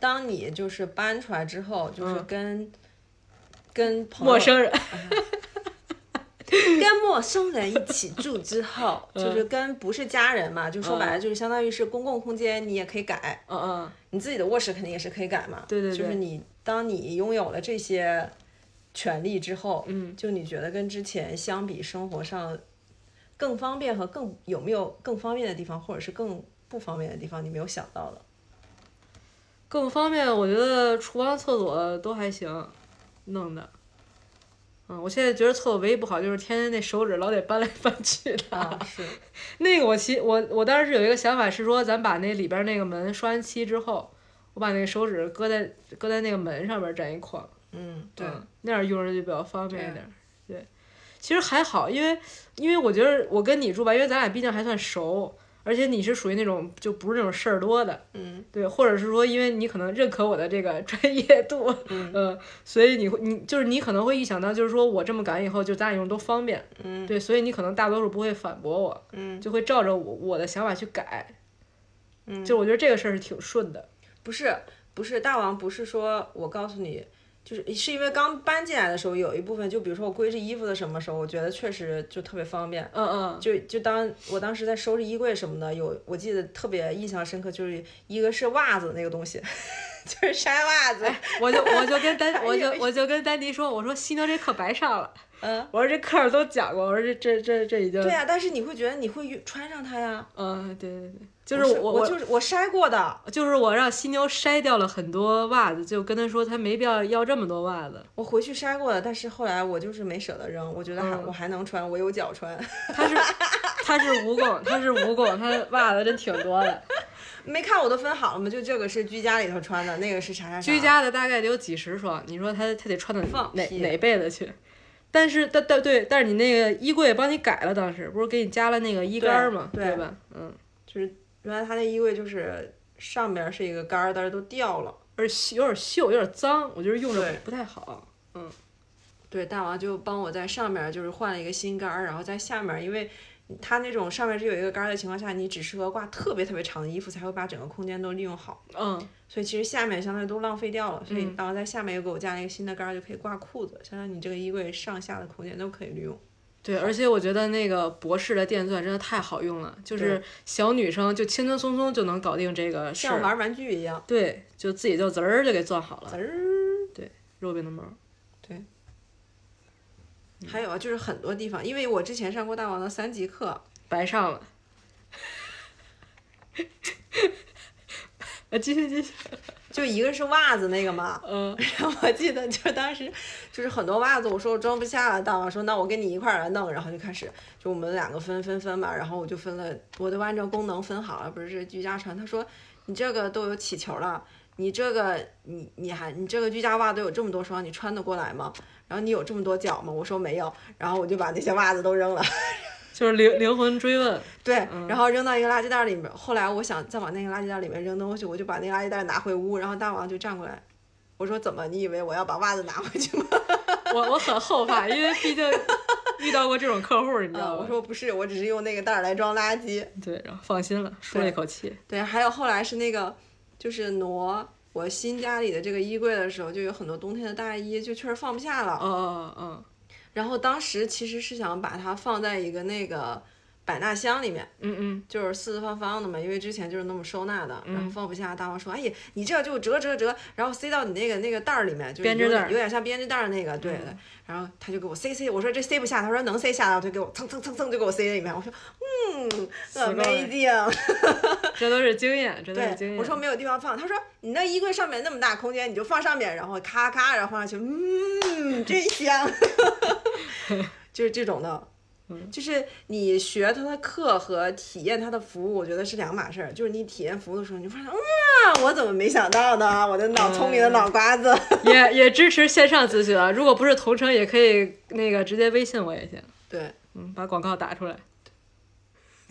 [SPEAKER 3] 当你就是搬出来之后，就是
[SPEAKER 1] 嗯
[SPEAKER 3] 跟、跟朋友
[SPEAKER 1] 陌生人，
[SPEAKER 3] 跟陌生人一起住之后，
[SPEAKER 1] 嗯
[SPEAKER 3] 就是跟不是家人嘛，就说白了就是相当于是公共空间，你也可以改，
[SPEAKER 1] 嗯嗯，
[SPEAKER 3] 你自己的卧室肯定也是可以改嘛。
[SPEAKER 1] 对对对
[SPEAKER 3] 就是你当你拥有了这些权利之后，
[SPEAKER 1] 嗯，
[SPEAKER 3] 就你觉得跟之前相比，生活上更方便和更有没有更方便的地方，或者是更不方便的地方，你没有想到的。
[SPEAKER 1] 更方便。我觉得厨房、厕所都还行，弄的。嗯，我现在觉得厕所唯一不好就是天天那手指老得搬来搬去的。
[SPEAKER 3] 啊，是，
[SPEAKER 1] 那个我其我我当时有一个想法是说，咱把那里边那个门刷完漆之后，我把那个手指搁在搁在那个门上面粘一框，
[SPEAKER 3] 嗯，
[SPEAKER 4] 对
[SPEAKER 1] 嗯那样用着就比较方便一
[SPEAKER 4] 对
[SPEAKER 1] 点儿。对，其实还好，因为因为我觉得我跟你住吧，因为咱俩毕竟还算熟，而且你是属于那种就不是那种事儿多的，
[SPEAKER 4] 嗯，
[SPEAKER 1] 对，或者是说因为你可能认可我的这个专业度，
[SPEAKER 4] 嗯
[SPEAKER 1] 呃所以你会你就是你可能会一想到就是说我这么赶以后就咱俩用都方便，
[SPEAKER 4] 嗯
[SPEAKER 1] 对，所以你可能大多数不会反驳我，
[SPEAKER 4] 嗯
[SPEAKER 1] 就会照着我我的想法去改。
[SPEAKER 4] 嗯
[SPEAKER 1] 就我觉得这个事儿是挺顺的。
[SPEAKER 3] 不是不是，大王不是说我告诉你，就是是因为刚搬进来的时候有一部分，就比如说我归置衣服的什么时候，我觉得确实就特别方便。
[SPEAKER 1] 嗯嗯，
[SPEAKER 3] 就就当我当时在收拾衣柜什么的，有我记得特别印象深刻，就是一个是袜子那个东西， 就是晒袜子，
[SPEAKER 1] 我就我就 跟丹我就
[SPEAKER 3] 哎呦
[SPEAKER 1] 我就跟丹迪说，我说犀牛这课白上了，
[SPEAKER 3] 嗯，
[SPEAKER 1] 我说这课儿都讲过，我说这这这这已经
[SPEAKER 3] 对呀、但是你会觉得你会穿上它呀，
[SPEAKER 1] 嗯对对对，就
[SPEAKER 3] 就是
[SPEAKER 1] 我
[SPEAKER 3] 我
[SPEAKER 1] 我
[SPEAKER 3] 就是我筛过的，
[SPEAKER 1] 就是我让犀牛筛掉了很多袜子，就跟他说他没必要要这么多袜子，
[SPEAKER 3] 我回去筛过的，但是后来我就是没舍得扔，我觉得还、
[SPEAKER 1] 嗯
[SPEAKER 3] 我还能穿，我有脚穿，
[SPEAKER 1] 他是他是蜈蚣，他是蜈蚣，他袜子真挺多的，
[SPEAKER 3] 没看我都分好了吗？就这个是居家里头穿的，那个是啥啥啥，
[SPEAKER 1] 居家的大概得有几十双，你说他他得穿到
[SPEAKER 3] 啊放
[SPEAKER 1] 哪
[SPEAKER 3] 屁
[SPEAKER 1] 哪辈子去？但是但但对，但是你那个衣柜帮你改了，当时不是给你加了那个衣杆儿嘛，
[SPEAKER 3] 对
[SPEAKER 1] 对
[SPEAKER 3] 对
[SPEAKER 1] 吧？嗯，
[SPEAKER 3] 原来他那衣柜就是上边是一个杆儿，但是都掉了。
[SPEAKER 1] 而且有点锈，有点脏，我觉得用着
[SPEAKER 3] 对
[SPEAKER 1] 不太好。
[SPEAKER 3] 对，大王就帮我在上面就是换了一个新杆儿，然后在下面，因为它那种上面是有一个杆儿的情况下，你只适合挂特别特别长的衣服，才会把整个空间都利用好。
[SPEAKER 1] 嗯，
[SPEAKER 3] 所以其实下面相当于都浪费掉了，所以
[SPEAKER 1] 嗯
[SPEAKER 3] 大王在下面又给我加了一个新的杆儿，就可以挂裤子，相当于你这个衣柜上下的空间都可以利用。
[SPEAKER 1] 对，而且我觉得那个博士的电钻真的太好用了，就是
[SPEAKER 3] 对
[SPEAKER 1] 小女生就轻轻松松就能搞定这个事
[SPEAKER 3] 像
[SPEAKER 1] 儿，
[SPEAKER 3] 玩玩具一样，
[SPEAKER 1] 对，就自己就滋儿就给钻好
[SPEAKER 3] 滋
[SPEAKER 1] 了。
[SPEAKER 3] 儿。
[SPEAKER 1] 肉饼的毛，
[SPEAKER 3] 还有啊，就是很多地方，因为我之前上过大王的三级课，
[SPEAKER 1] 白上了。 啊，继续继续，
[SPEAKER 3] 就一个是袜子那个嘛，
[SPEAKER 1] 嗯、
[SPEAKER 3] 然后我记得就当时就是很多袜子，我说我装不下了，大王说那我跟你一块儿来弄，然后就开始就我们两个分分分嘛，然后我就分了，我都按照功能分好了，不是这居家穿，他说你这个都有起球了，你这个你你还你这个居家袜都有这么多双，你穿得过来吗？然后你有这么多脚吗？我说没有，然后我就把那些袜子都扔了。
[SPEAKER 1] 就是灵灵魂追问，
[SPEAKER 3] 对，然后扔到一个垃圾袋里面。后来我想再往那个垃圾袋里面扔东西，我就把那个垃圾袋拿回屋，然后大王就站过来，我说怎么？你以为我要把袜子拿回去吗？
[SPEAKER 1] 我我很后怕，因为毕竟遇到过这种客户，你知
[SPEAKER 3] 啊，
[SPEAKER 1] 道吗？
[SPEAKER 3] 我说不是，我只是用那个袋儿来装垃圾。
[SPEAKER 1] 对，然后放心了，舒了一口气。
[SPEAKER 3] 对，还有后来是那个，就是挪我新家里的这个衣柜的时候，就有很多冬天的大衣，就确实放不下了。
[SPEAKER 1] 哦哦哦，
[SPEAKER 3] 然后当时其实是想把它放在一个那个百纳箱里面，
[SPEAKER 1] 嗯嗯，
[SPEAKER 3] 就是四四方方的嘛，因为之前就是那么收纳的，然后放不下。大王说：“哎呀，你这就折折折，然后塞到你那个那个袋儿里嗯面，就是
[SPEAKER 1] 编织
[SPEAKER 3] 有点
[SPEAKER 1] 袋儿
[SPEAKER 3] 有点像编织袋儿那个，对的。然后他就给我塞塞，我说这塞不下，他说能塞下，然后就给我蹭蹭蹭蹭就给我塞里面。我说嗯
[SPEAKER 1] 死够了
[SPEAKER 3] ，amazing。
[SPEAKER 1] 这都是经验，这都是经
[SPEAKER 3] 对，
[SPEAKER 1] 验。
[SPEAKER 3] 我说没有地方放，他说你那衣柜上面那么大空间，你就放上面，然后咔咔，然后放上去，嗯，真香， 就是这种的。就是你学他的课和体验他的服务，我觉得是两码事儿。就是你体验服务的时候，你就发现，嗯，我怎么没想到呢？我的脑聪明的脑瓜子。
[SPEAKER 1] 也也支持线上咨询啊，如果不是同城，也可以那个直接微信我也行，
[SPEAKER 3] 对，
[SPEAKER 1] 嗯，把广告打出来。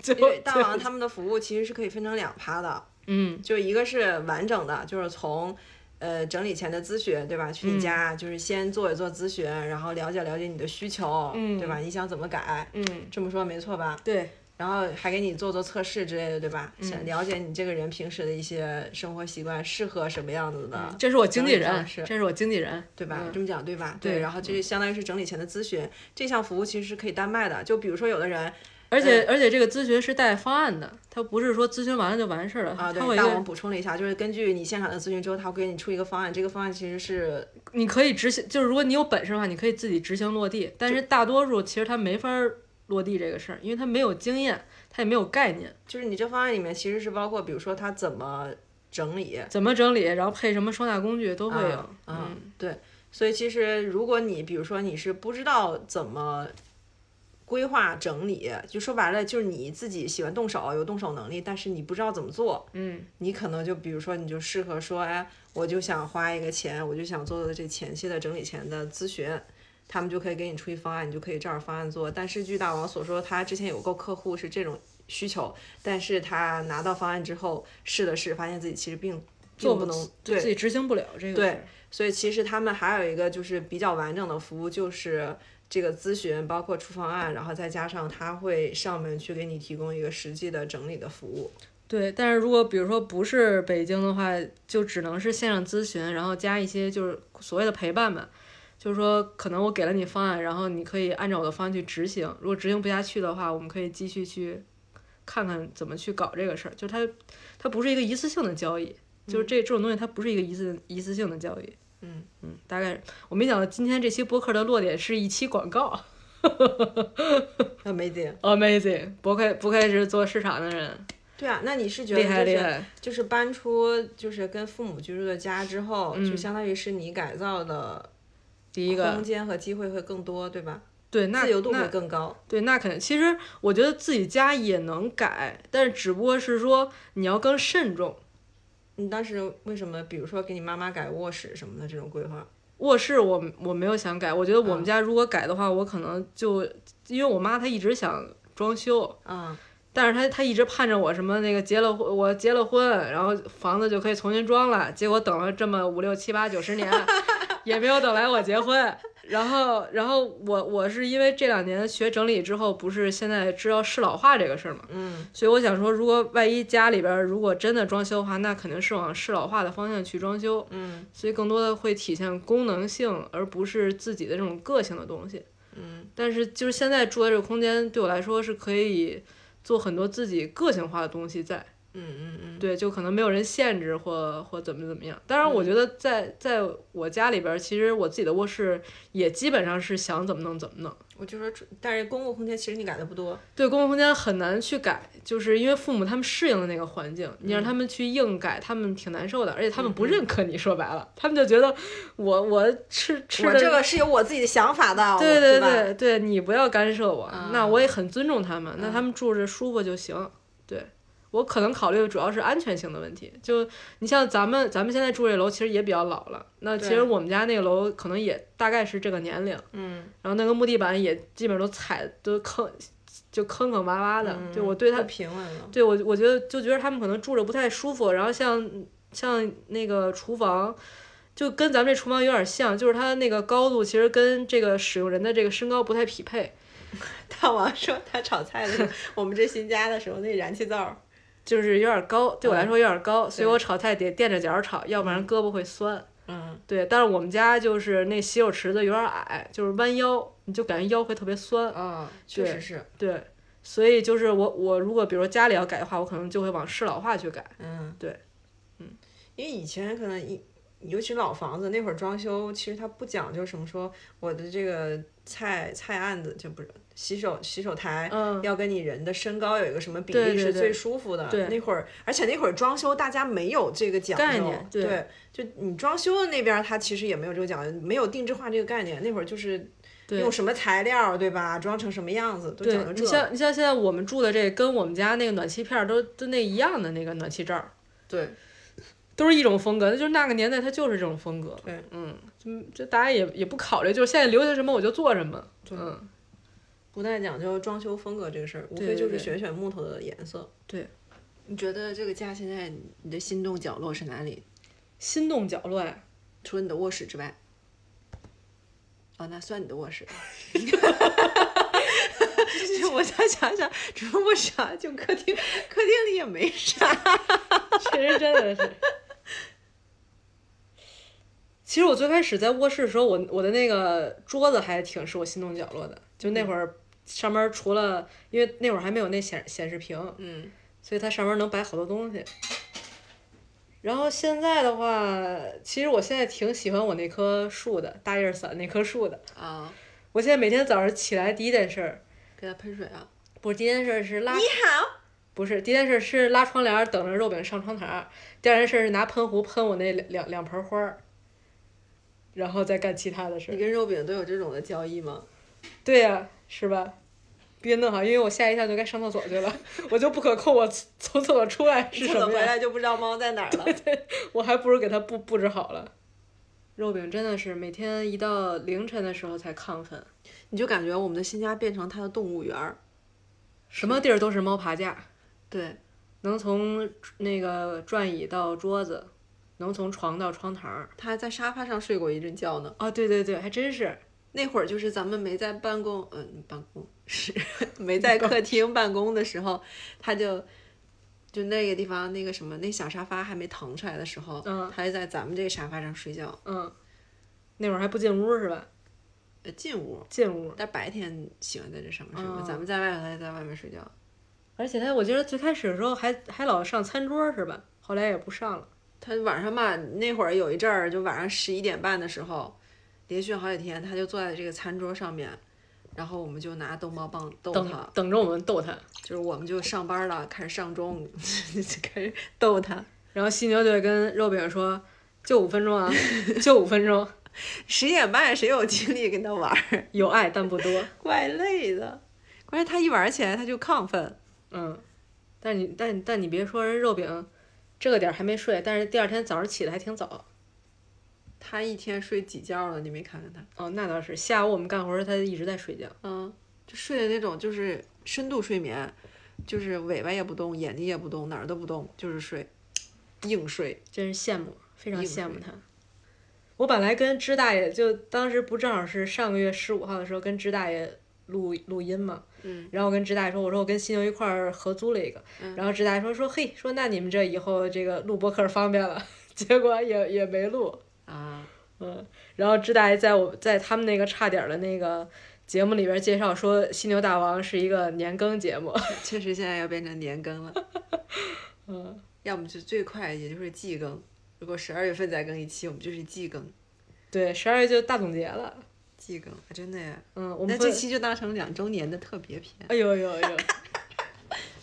[SPEAKER 1] 最
[SPEAKER 3] 因
[SPEAKER 1] 后
[SPEAKER 3] 为，大
[SPEAKER 1] 最后
[SPEAKER 3] 王他们的服务其实是可以分成两趴的，
[SPEAKER 1] 嗯
[SPEAKER 3] 就一个是完整的，就是从呃整理前的咨询，对吧？去
[SPEAKER 1] 嗯
[SPEAKER 3] 你家、就是先做一做咨询，然后了解了解你的需求，
[SPEAKER 1] 嗯
[SPEAKER 3] 对吧？你想怎么改？
[SPEAKER 1] 嗯，
[SPEAKER 3] 这么说没错吧？
[SPEAKER 1] 对，
[SPEAKER 3] 然后还给你做做测试之类的，对吧？想
[SPEAKER 1] 嗯
[SPEAKER 3] 了解你这个人平时的一些生活习惯，适合什么样子的，
[SPEAKER 1] 这是我经纪
[SPEAKER 3] 整理
[SPEAKER 1] 人
[SPEAKER 3] 方，式
[SPEAKER 1] 这是我经纪人，
[SPEAKER 3] 对吧？
[SPEAKER 1] 嗯
[SPEAKER 3] 这么讲对吧？
[SPEAKER 1] 对嗯
[SPEAKER 3] 然后这是相当于是整理前的咨询，这项服务其实是可以单卖的。就比如说有的人
[SPEAKER 1] 而且、
[SPEAKER 3] 嗯
[SPEAKER 1] 而且这个咨询是带方案的，他不是说咨询完了就完事儿了，
[SPEAKER 3] 啊，
[SPEAKER 1] 哦他会
[SPEAKER 3] 对，大
[SPEAKER 1] 有一
[SPEAKER 3] 王
[SPEAKER 1] 个
[SPEAKER 3] 补充了一下，就是根据你现场的咨询之后，他会给你出一个方案，这个方案其实是
[SPEAKER 1] 你可以执行，就是如果你有本事的话，你可以自己执行落地，但是大多数其实他没法儿落地这个事儿，因为他没有经验，他也没有概念，
[SPEAKER 3] 就是你这方案里面其实是包括，比如说它怎么整理，
[SPEAKER 1] 怎么整理，然后配什么收纳工具都会有，
[SPEAKER 3] 啊啊
[SPEAKER 1] 嗯，
[SPEAKER 3] 对，所以其实如果你比如说你是不知道怎么规划整理，就说白了就是你自己喜欢动手，有动手能力，但是你不知道怎么做，
[SPEAKER 1] 嗯，
[SPEAKER 3] 你可能就比如说你就适合说，哎，我就想花一个钱，我就想做这前期的整理前的咨询。他们就可以给你出一方案，你就可以照着方案做。但是据大王所说，他之前有过客户是这种需求，但是他拿到方案之后试了试，发现自己其实并并不能对
[SPEAKER 1] 自己执行不了这个对
[SPEAKER 3] 所以其实他们还有一个就是比较完整的服务，就是这个咨询，包括出方案，然后再加上他会上门去给你提供一个实际的整理的服务。
[SPEAKER 1] 对，但是如果比如说不是北京的话，就只能是线上咨询，然后加一些就是所谓的陪伴吧。就是说，可能我给了你方案，然后你可以按照我的方案去执行。如果执行不下去的话，我们可以继续去看看怎么去搞这个事儿。就是它，它不是一个一次性的交易，就是这这种东西它不是一个一次一次性的交易。
[SPEAKER 3] 嗯
[SPEAKER 1] 嗯，大概我没想到今天这期播客的落点是一期广告。
[SPEAKER 3] 呃 Amazing，
[SPEAKER 1] Amazing，不愧不愧是做市场的人，
[SPEAKER 3] 对啊，那你是觉得
[SPEAKER 1] 厉害
[SPEAKER 3] 就
[SPEAKER 1] 厉
[SPEAKER 3] 是
[SPEAKER 1] 害。
[SPEAKER 3] 就是搬出就是跟父母居住的家之后，
[SPEAKER 1] 嗯
[SPEAKER 3] 就相当于是你改造的
[SPEAKER 1] 第一
[SPEAKER 3] 空
[SPEAKER 1] 个，
[SPEAKER 3] 间和机会会更多，对吧？
[SPEAKER 1] 对，那
[SPEAKER 3] 自由度
[SPEAKER 1] 那
[SPEAKER 3] 会更高。
[SPEAKER 1] 对，那肯定。其实我觉得自己家也能改，但是只不过是说你要更慎重。
[SPEAKER 3] 你当时为什么，比如说给你妈妈改卧室什么的这种规划？
[SPEAKER 1] 卧室我我没有想改，我觉得我们
[SPEAKER 3] 啊
[SPEAKER 1] 家如果改的话，我可能就因为我妈她一直想装修，
[SPEAKER 3] 啊，
[SPEAKER 1] 但是她她一直盼着我什么那个结了婚，我结了婚，然后房子就可以重新装了。结果等了这么五六七八九十年，也没有等来我结婚。然后然后我我是因为这两年学整理之后，不是现在知道适老化这个事儿嘛，
[SPEAKER 3] 嗯，
[SPEAKER 1] 所以我想说，如果万一家里边儿如果真的装修的话，那肯定是往适老化的方向去装修。
[SPEAKER 3] 嗯，
[SPEAKER 1] 所以更多的会体现功能性，而不是自己的这种个性的东西。
[SPEAKER 3] 嗯，
[SPEAKER 1] 但是就是现在住在这个空间，对我来说是可以做很多自己个性化的东西在。
[SPEAKER 3] 嗯嗯嗯，
[SPEAKER 1] 对，就可能没有人限制或或怎么怎么样。当然，我觉得在在我家里边儿，其实我自己的卧室也基本上是想怎么弄怎么弄。
[SPEAKER 3] 我就说出，但是公共空间其实你改的不多，
[SPEAKER 1] 对公共空间很难去改，就是因为父母他们适应的那个环境，
[SPEAKER 3] 嗯
[SPEAKER 1] 你让他们去硬改，他们挺难受的，而且他们不认可你。说白了，他们就觉得我我吃吃
[SPEAKER 3] 我
[SPEAKER 1] 的
[SPEAKER 3] 这个是有我自己的想法的，
[SPEAKER 1] 对
[SPEAKER 3] 我
[SPEAKER 1] 对
[SPEAKER 3] 吧
[SPEAKER 1] 对对，你不要干涉我，那
[SPEAKER 3] 啊
[SPEAKER 1] 我也很尊重他们，那他们住着舒服就行。对我可能考虑的主要是安全性的问题，就你像咱们咱们现在住这楼其实也比较老了，那其
[SPEAKER 3] 对
[SPEAKER 1] 实我们家那个楼可能也大概是这个年龄，
[SPEAKER 3] 嗯，
[SPEAKER 1] 然后那个木地板也基本上都踩都坑，就坑坑洼洼的，
[SPEAKER 3] 嗯
[SPEAKER 1] 对我对
[SPEAKER 3] 不
[SPEAKER 1] 他
[SPEAKER 3] 平稳 了，
[SPEAKER 1] 对我，我觉得就觉得他们可能住着不太舒服。然后像像那个厨房，就跟咱们这厨房有点像，就是它那个高度其实跟这个使用人的这个身高不太匹配。
[SPEAKER 4] 大王说他炒菜 的时候，我们这新家的时候那燃气灶儿，
[SPEAKER 1] 就是有点高，对我来说有点高，所以我炒菜得垫着脚炒，要不然胳膊会酸。
[SPEAKER 3] 嗯，
[SPEAKER 1] 对，但是我们家就是那洗手池子有点矮，就是弯腰，你就感觉腰会特别酸。
[SPEAKER 3] 啊，确实是，
[SPEAKER 1] 嗯对，所以就是我我如果比如说家里要改的话，我可能就会往适老化去改。
[SPEAKER 3] 嗯，
[SPEAKER 1] 对，
[SPEAKER 3] 嗯，因为以前可能一，尤其老房子那会儿装修，其实它不讲究什么说我的这个菜菜案子就不是洗手洗手台。
[SPEAKER 1] 嗯，
[SPEAKER 3] 要跟你人的身高有一个什么比
[SPEAKER 1] 对
[SPEAKER 3] 例
[SPEAKER 1] 对
[SPEAKER 3] 是
[SPEAKER 1] 对
[SPEAKER 3] 最舒服的。
[SPEAKER 1] 对
[SPEAKER 3] 那会儿，而且那会儿装修大家没有这个讲究，
[SPEAKER 1] 概念对
[SPEAKER 3] 对就你装修的那边儿，它其实也没有这个讲究，没有定制化这个概念。那会儿就是
[SPEAKER 1] 对
[SPEAKER 3] 用什么材料，对吧？装成什么样子都
[SPEAKER 1] 对
[SPEAKER 3] 讲究
[SPEAKER 1] 你
[SPEAKER 3] 这个。
[SPEAKER 1] 像你像现在我们住的这跟我们家那个暖气片儿都都那一样的那个暖气罩儿，
[SPEAKER 3] 对，
[SPEAKER 1] 都是一种风格，那就是那个年代它就是这种风格。
[SPEAKER 3] 对，
[SPEAKER 1] 嗯，就就大家也也不考虑，就是现在流行什么我就做什么。
[SPEAKER 3] 对
[SPEAKER 1] 嗯，
[SPEAKER 3] 不太讲究装修风格这个事儿，无
[SPEAKER 1] 对
[SPEAKER 3] 非
[SPEAKER 1] 对
[SPEAKER 3] 就是
[SPEAKER 1] 对
[SPEAKER 3] 选选木头的颜色。
[SPEAKER 4] 你觉得这个家现在你的心动角落是哪里？
[SPEAKER 1] 心动角落呀，
[SPEAKER 4] 除了你的卧室之外？哦，那算你的卧室。
[SPEAKER 3] 就 我想想想，主要我想啊就客厅，客厅里也没啥。
[SPEAKER 1] 确实真的是。其实我最开始在卧室的时候，我我的那个桌子还挺是我心动角落的，就那会儿上面除了因为那会儿还没有那显显示屏，
[SPEAKER 3] 嗯，
[SPEAKER 1] 所以它上面能摆好多东西。然后现在的话，其实我现在挺喜欢我那棵树的，大叶伞那棵树的。
[SPEAKER 4] 啊、
[SPEAKER 1] 我现在每天早上起来第一件事儿，
[SPEAKER 4] 给它喷水啊！
[SPEAKER 1] 不是第一件事儿是拉，
[SPEAKER 3] 好，
[SPEAKER 1] 不是第一件事儿是拉窗帘儿，等着肉饼上窗台儿。第二件事儿是拿喷壶喷我那两两两盆花儿。然后再干其他的事
[SPEAKER 3] 你
[SPEAKER 1] 儿。
[SPEAKER 3] 跟肉饼都有这种的交易吗？
[SPEAKER 1] 对呀、是吧？别弄好，因为我下一站就该上厕所去了， 我就不可控我从厕所出来是
[SPEAKER 3] 厕
[SPEAKER 1] 什
[SPEAKER 3] 所
[SPEAKER 1] 么
[SPEAKER 3] 回
[SPEAKER 1] 样。
[SPEAKER 3] 来就不知道猫在哪 儿了。
[SPEAKER 1] 我还不如给他布布置好了。肉饼真的是每天一到凌晨的时候才亢奋，
[SPEAKER 3] 你就感觉我们的新家变成它的动物园儿。
[SPEAKER 1] 什么地儿都是猫爬架，
[SPEAKER 3] 对，
[SPEAKER 1] 能从那个转椅到桌子，能从床到窗台儿。
[SPEAKER 3] 它还在沙发上睡过一阵觉呢。
[SPEAKER 1] 啊，对对对，还真是。
[SPEAKER 3] 那会儿就是咱们没在办公，嗯，办公室 没在客厅办公的时候，它就就那个地方那个什么那小沙发还没腾出来的时候，
[SPEAKER 1] 嗯
[SPEAKER 3] 它就在咱们这个沙发上睡觉。
[SPEAKER 1] 嗯，那会儿还不进屋是吧？
[SPEAKER 3] 呃，进屋，
[SPEAKER 1] 进屋。
[SPEAKER 3] 但白天喜欢在这上面睡觉，
[SPEAKER 1] 哦
[SPEAKER 3] 咱们在外头，它就在外面睡觉。
[SPEAKER 1] 而且他，我记得最开始的时候还还老上餐桌是吧？后来也不上了。
[SPEAKER 3] 他晚上吧，那会儿有一阵儿，就晚上十一点半的时候，连续好几天，他就坐在这个餐桌上面，然后我们就拿逗猫棒逗他
[SPEAKER 1] 等，等着我们逗他，
[SPEAKER 3] 就是我们就上班了，开始上钟， 就开始逗他。
[SPEAKER 1] 然后犀牛就会跟肉饼说：“就五分 钟啊，就五分钟，
[SPEAKER 3] 十点半谁有精力跟他玩儿？
[SPEAKER 1] 有爱但不多。
[SPEAKER 3] 怪累的。关键他一玩起来他就亢奋，”
[SPEAKER 1] 嗯，但你但但你别说，人肉饼这个点儿还没睡，但是第二天早上起的还挺早。
[SPEAKER 3] 他一天睡几觉了？你没看看他？
[SPEAKER 1] 哦，那倒是。下午我们干活儿，他一直在睡觉。
[SPEAKER 3] 嗯，就睡的那种就是深度睡眠，就是尾巴也不动，眼睛也不动，哪儿都不动，就是睡，硬睡。
[SPEAKER 1] 真是羡慕，非常
[SPEAKER 3] 一
[SPEAKER 1] 羡
[SPEAKER 3] 模
[SPEAKER 1] 慕
[SPEAKER 3] 一
[SPEAKER 1] 他。我本来跟支大爷就当时不正好是上个月十五号的时候跟支大爷录录音嘛，
[SPEAKER 3] 嗯，
[SPEAKER 1] 然后我跟支大爷说，我说我跟犀牛一块儿合租了一个，
[SPEAKER 3] 嗯
[SPEAKER 1] 然后支大爷说说嘿，说那你们这以后这个录播客方便了， 结果也也没录，
[SPEAKER 3] 啊，
[SPEAKER 1] 嗯，然后支大爷在我在他们那个差点儿的那个节目里边介绍说犀牛大王是一个年更节目，
[SPEAKER 3] 确实现在要变成年更了，
[SPEAKER 1] 嗯，
[SPEAKER 3] 要么就最快也就是季更。如果十二月份再更一期，我们就是季更，
[SPEAKER 1] 对，十二月就大总结了，
[SPEAKER 3] 季更，啊真的呀。
[SPEAKER 1] 嗯，我们
[SPEAKER 3] 那这
[SPEAKER 1] 会
[SPEAKER 3] 期就当成两周年的特别 篇，
[SPEAKER 1] 哎呦哎呦哎呦，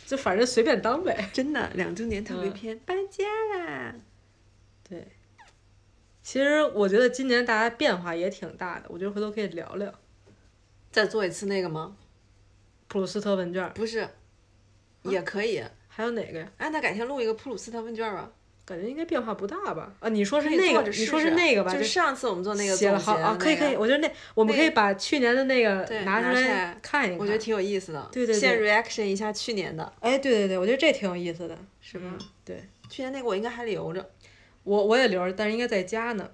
[SPEAKER 1] 就反正随便当呗。
[SPEAKER 3] 真的两周年特别
[SPEAKER 1] 嗯
[SPEAKER 3] 篇、搬家啦。
[SPEAKER 1] 对，其实我觉得今年大家变化也挺大的，我觉得回头可以聊聊
[SPEAKER 3] 再做一次那个吗？
[SPEAKER 1] 普鲁斯特问卷，
[SPEAKER 3] 不是，也可以。
[SPEAKER 1] 还有哪个呀？
[SPEAKER 3] 哎，那改天录一个普鲁斯特问卷吧。
[SPEAKER 1] 感觉应该变化不大吧？啊，你说是
[SPEAKER 3] 可以
[SPEAKER 1] 那
[SPEAKER 3] 坐
[SPEAKER 1] 个，
[SPEAKER 3] 着
[SPEAKER 1] 你
[SPEAKER 3] 试
[SPEAKER 1] 说
[SPEAKER 3] 试
[SPEAKER 1] 是那个吧？
[SPEAKER 3] 就是
[SPEAKER 1] 就
[SPEAKER 3] 上次我们做那个
[SPEAKER 1] 写了好
[SPEAKER 3] 总结的
[SPEAKER 1] 啊，可以
[SPEAKER 3] 那
[SPEAKER 1] 可以，
[SPEAKER 3] 个，
[SPEAKER 1] 我觉得那我们
[SPEAKER 3] 那
[SPEAKER 1] 可以
[SPEAKER 3] 个
[SPEAKER 1] 把去年的那个
[SPEAKER 3] 对
[SPEAKER 1] 拿
[SPEAKER 3] 拿
[SPEAKER 1] 出
[SPEAKER 3] 出
[SPEAKER 1] 来
[SPEAKER 3] 来
[SPEAKER 1] 看一看。
[SPEAKER 3] 我觉得挺有意思的。
[SPEAKER 1] 对对对
[SPEAKER 3] 先 reaction 一下去年的，
[SPEAKER 1] 哎，对对对，我觉得这挺有意思的。
[SPEAKER 3] 是吧？
[SPEAKER 1] 对，
[SPEAKER 3] 去年那个我应该还留着。
[SPEAKER 1] 我我也留着，但是应该在家呢。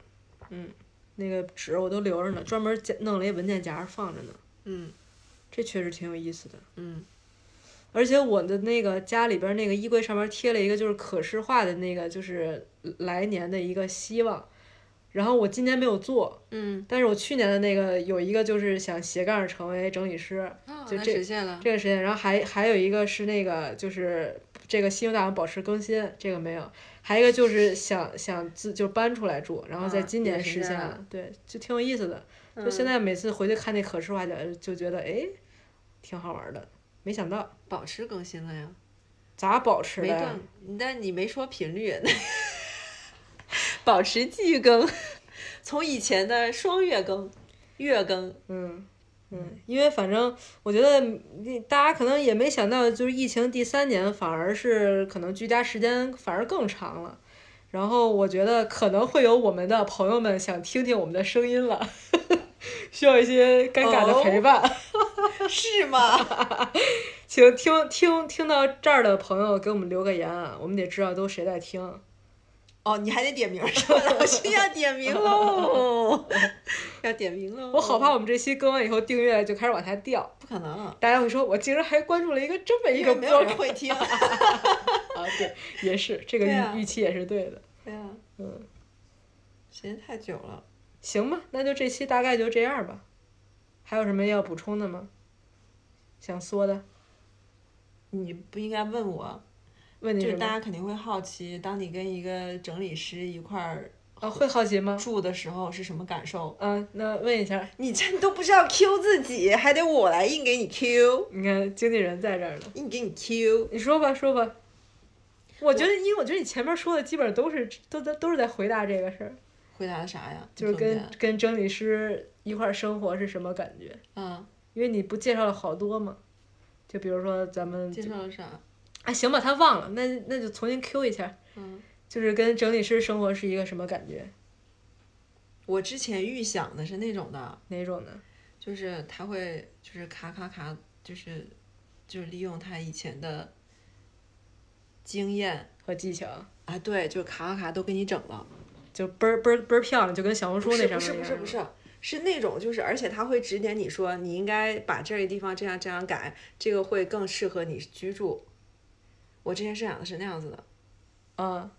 [SPEAKER 1] 嗯，那个纸我都留着呢，专门夹弄了一文件夹放着呢。
[SPEAKER 3] 嗯
[SPEAKER 1] 这确实挺有意思的。
[SPEAKER 3] 嗯，
[SPEAKER 1] 而且我的那个家里边儿那个衣柜上面贴了一个就是可视化的那个就是来年的一个希望，然后我今年没有做，
[SPEAKER 3] 嗯，
[SPEAKER 1] 但是我去年的那个有一个就是想斜杠成为整理师，
[SPEAKER 3] 哦
[SPEAKER 1] 就
[SPEAKER 3] 那
[SPEAKER 1] 这
[SPEAKER 3] 实现了。
[SPEAKER 1] 这个实现，然后还还有一个是那个就是这个新闻大王保持更新，这个没有，还有一个就是想想自就搬出来住，然后在
[SPEAKER 3] 啊
[SPEAKER 1] 今
[SPEAKER 3] 也
[SPEAKER 1] 年
[SPEAKER 3] 实
[SPEAKER 1] 实
[SPEAKER 3] 现
[SPEAKER 1] 现
[SPEAKER 3] 了
[SPEAKER 1] 了，对，就挺有意思的。就
[SPEAKER 3] 嗯
[SPEAKER 1] 现在每次回去看那可视化的，就觉得哎，挺好玩儿的，没想到
[SPEAKER 3] 保持更新了呀，
[SPEAKER 1] 咋保持
[SPEAKER 3] 没
[SPEAKER 1] 的呀？
[SPEAKER 3] 断，但你没说频率， 保持季更， 从以前的双月更、月更，
[SPEAKER 1] 嗯，嗯，因为反正我觉得你大家可能也没想到，就是疫情第三年反而是可能居家时间反而更长了。然后我觉得可能会有我们的朋友们想听听我们的声音了， 需要一些尴尬的陪伴。
[SPEAKER 3] 哦是吗？
[SPEAKER 1] 请听听听到这儿的朋友给我们留个言啊，我们得知道都谁在听。
[SPEAKER 3] 哦，你还得点名是吧？ 老师要点名 喽，要点名喽！
[SPEAKER 1] 我好怕我们这期更完以后订阅就开始往下掉，
[SPEAKER 3] 不可能，
[SPEAKER 1] 大家会说我竟然还关注了一个这么啊一
[SPEAKER 3] 因
[SPEAKER 1] 个
[SPEAKER 3] 为哎没有
[SPEAKER 1] 播客
[SPEAKER 3] 人会听。
[SPEAKER 1] 啊！对，也是这个预、
[SPEAKER 3] 对啊
[SPEAKER 1] 预期也是对的。
[SPEAKER 3] 对哎呀，
[SPEAKER 1] 嗯，
[SPEAKER 3] 时间太久了，
[SPEAKER 1] 行吧，那就这期大概就这样吧。还有什么要补充的吗？想说的？
[SPEAKER 3] 你不应该问我，
[SPEAKER 1] 问
[SPEAKER 3] 就
[SPEAKER 1] 你什
[SPEAKER 3] 是大
[SPEAKER 1] 么？
[SPEAKER 3] 家肯定会好奇，当你跟一个整理师一块儿
[SPEAKER 1] 啊，会好奇吗？
[SPEAKER 3] 住的时候是什么感受？
[SPEAKER 1] 嗯、那问一下，
[SPEAKER 3] 你这都不知道 Q 自己，还得我来硬给你 Q，
[SPEAKER 1] 你看经纪人在这儿呢，
[SPEAKER 3] 硬给你 Q。
[SPEAKER 1] 你说吧，说吧。我觉得，因为我觉得你前面说的基本上都是都在都是在回答这个事儿。
[SPEAKER 3] 回答的啥呀？
[SPEAKER 1] 就是
[SPEAKER 3] 重点
[SPEAKER 1] 跟跟整理师一块儿生活是什么感觉？
[SPEAKER 3] 啊，
[SPEAKER 1] 因为你不介绍了好多嘛，就比如说咱们
[SPEAKER 3] 介绍了啥？
[SPEAKER 1] 啊，行吧，他忘了，那那就重新 Q 一下，
[SPEAKER 3] 嗯，
[SPEAKER 1] 就是跟整理师生活是一个什么感觉？
[SPEAKER 3] 我之前预想的是那种的，
[SPEAKER 1] 哪种呢？
[SPEAKER 3] 就是他会就是咔咔咔，就是就是利用他以前的经验
[SPEAKER 1] 和技巧
[SPEAKER 3] 啊，对，就是咔咔咔都给你整了。
[SPEAKER 1] 就倍儿倍儿倍儿漂亮，就跟小红书
[SPEAKER 3] 不
[SPEAKER 1] 那
[SPEAKER 3] 是
[SPEAKER 1] 上面
[SPEAKER 3] 不是
[SPEAKER 1] 一
[SPEAKER 3] 不是
[SPEAKER 1] 样
[SPEAKER 3] 不是，是那种就是，而且他会指点你说你应该把这个地方这样这样改，这个会更适合你居住。我之前是想的是那样子的，
[SPEAKER 1] 啊，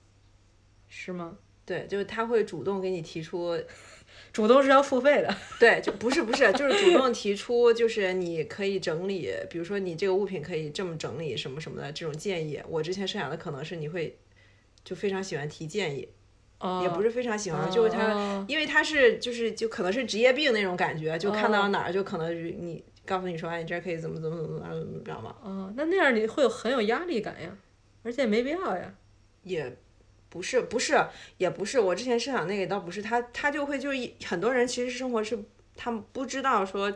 [SPEAKER 1] 是吗？
[SPEAKER 3] 对，就是他会主动给你提出，
[SPEAKER 1] 主动是要付费的，
[SPEAKER 3] 对，就不是不是，就是主动提出，就是你可以整理，比如说你这个物品可以这么整理什么什么的这种建议。我之前设想的可能是你会就非常喜欢提建议，
[SPEAKER 1] 啊，
[SPEAKER 3] 也不是非常喜欢，就是他
[SPEAKER 1] 啊
[SPEAKER 3] 因为他是就是就可能是职业病那种感觉，就看到哪儿就可能是你告诉你说，哎，你这儿可以怎么怎么怎么怎么怎么着嘛，
[SPEAKER 1] 啊，那那样你会有很有压力感呀，而且没必要呀。
[SPEAKER 3] 也不是不是也不是，我之前设想那个也倒不是，他他就会就是一很多人其实生活是他们不知道说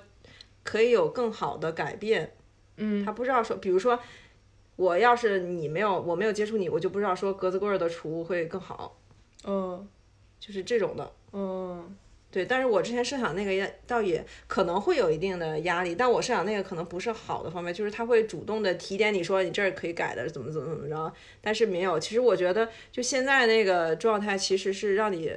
[SPEAKER 3] 可以有更好的改变，
[SPEAKER 1] 嗯
[SPEAKER 3] 他不知道说，比如说我要是你没有我没有接触你，我就不知道说格子柜儿的储物会更好，
[SPEAKER 1] 哦
[SPEAKER 3] 就是这种的。
[SPEAKER 1] 哦，
[SPEAKER 3] 对，但是我之前设想那个也倒也可能会有一定的压力，但我设想那个可能不是好的方面，就是他会主动的提点你说你这儿可以改的，怎么怎么怎么着，但是没有。其实我觉得就现在那个状态，其实是让你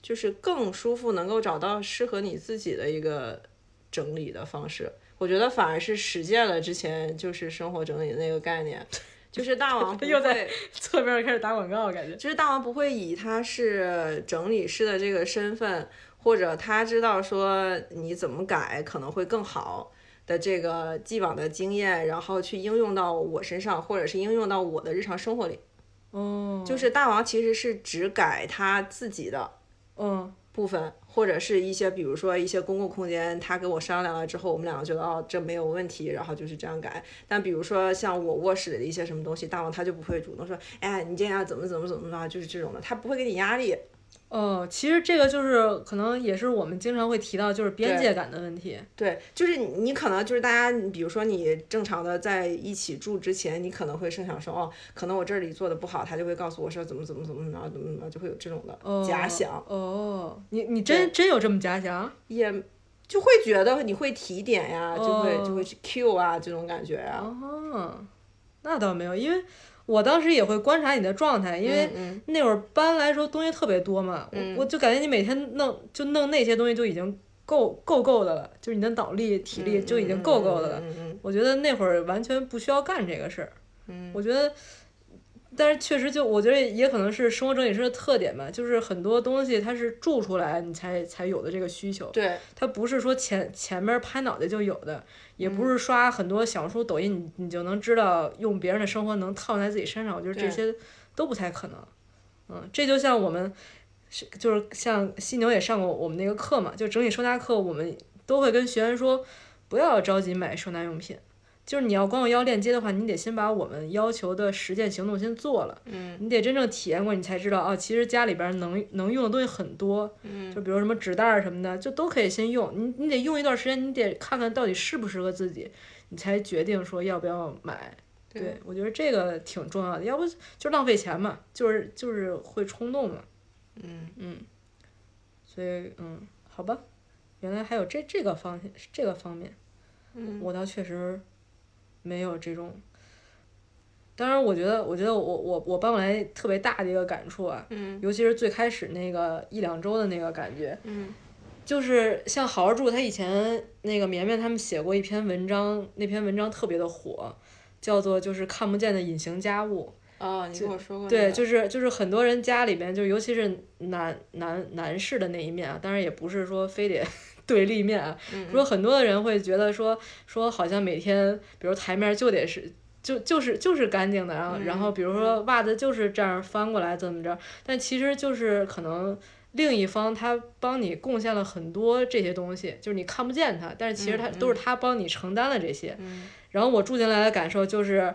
[SPEAKER 3] 就是更舒服，能够找到适合你自己的一个整理的方式。我觉得反而是实践了之前就是生活整理的那个概念，就是大 王不
[SPEAKER 1] 又在
[SPEAKER 3] 会
[SPEAKER 1] 侧边开始打广告，感觉
[SPEAKER 3] 就是大王不会以他是整理师的这个身份，或者他知道说你怎么改可能会更好的这个既往的经验，然后去应用到我身上，或者是应用到我的日常生活里。
[SPEAKER 1] 哦，
[SPEAKER 3] 就是大王其实是只改他自己的
[SPEAKER 1] 嗯
[SPEAKER 3] 部分，或者是一些比如说一些公共空间，他跟我商量了之后，我们两个觉得哦这没有问题，然后就是这样改。但比如说像我卧室里的一些什么东西，大王他就不会主动说，哎你这样怎么怎么怎么啊着，就是这种的，他不会给你压力。
[SPEAKER 1] 哦，其实这个就是可能也是我们经常会提到，就是边界感的问题。
[SPEAKER 3] 对，就是你你可能就是大家，你比如说你正常的在一起住之前，你可能会设想说，哦，可能我这里做的不好，他就会告诉我说怎么怎么怎么怎么啊着，怎么怎么着，就会有这种
[SPEAKER 1] 哦
[SPEAKER 3] 的假想，
[SPEAKER 1] 哦，你你真真有这么假想？
[SPEAKER 3] 也就会觉得你会提点呀，就会就会去 Q 啊这种感觉呀。
[SPEAKER 1] 哦，那倒没有，因为我当时也会观察你的状态，因为
[SPEAKER 3] 嗯
[SPEAKER 1] 那会儿搬来的时候东西特别多嘛，
[SPEAKER 3] 嗯
[SPEAKER 1] 我我就感觉你每天弄就弄那些东西就已经够够够的了，就是你的脑力体力就已经够够的了。
[SPEAKER 3] 嗯嗯
[SPEAKER 1] 我觉得那会儿完全不需要干这个事儿。
[SPEAKER 3] 嗯
[SPEAKER 1] 我觉得，但是确实就我觉得也可能是生活整理师的特点吧，就是很多东西它是住出来你才才有的这个需求，
[SPEAKER 3] 对
[SPEAKER 1] 它不是说前前面拍脑袋就有的，也不是刷很多小红书、抖音你你就能知道用别人的生活能套在自己身上，我觉得这
[SPEAKER 3] 对
[SPEAKER 1] 些都不太可能。嗯，这就像我们是就是像犀牛也上过我们那个课嘛，就整理收纳课，我们都会跟学员说，不要着急买收纳用品。就是你要光有要链接的话，你得先把我们要求的实践行动先做了，
[SPEAKER 3] 嗯，
[SPEAKER 1] 你得真正体验过，你才知道啊，其实家里边儿能能用的东西很多，嗯，就比如什么纸袋儿什么的，就都可以先用，你你得用一段时间，你得看看到底适不适合自己，你才决定说要不要买。
[SPEAKER 3] 对
[SPEAKER 1] 对，我觉得这个挺重要的，要不就浪费钱嘛，就是就是会冲动嘛，
[SPEAKER 3] 嗯
[SPEAKER 1] 嗯，所以嗯，好吧，原来还有这这个方这个方面。
[SPEAKER 3] 嗯
[SPEAKER 1] 我倒确实没有这种。当然，我觉得，我觉得我我我搬过来特别大的一个感触啊，
[SPEAKER 3] 嗯
[SPEAKER 1] 尤其是最开始那个一两周的那个感觉，
[SPEAKER 3] 嗯
[SPEAKER 1] 就是像好好住，他以前那个绵绵他们写过一篇文章，那篇文章特别的火，叫做就是看不见的隐形家务。
[SPEAKER 3] 哦，你跟我说过
[SPEAKER 1] 对，就是就是很多人家里边，就尤其是男男男士的那一面啊，当然也不是说非得 对立面啊。说很多的人会觉得说说好像每天，比如台面就得是。就就是就是干净的，然后、然后比如说袜子就是这样翻过来怎么着，但其实就是可能另一方他帮你贡献了很多这些东西，就是你看不见他，但是其实他、都是他帮你承担了这些。然后我住进来的感受就是，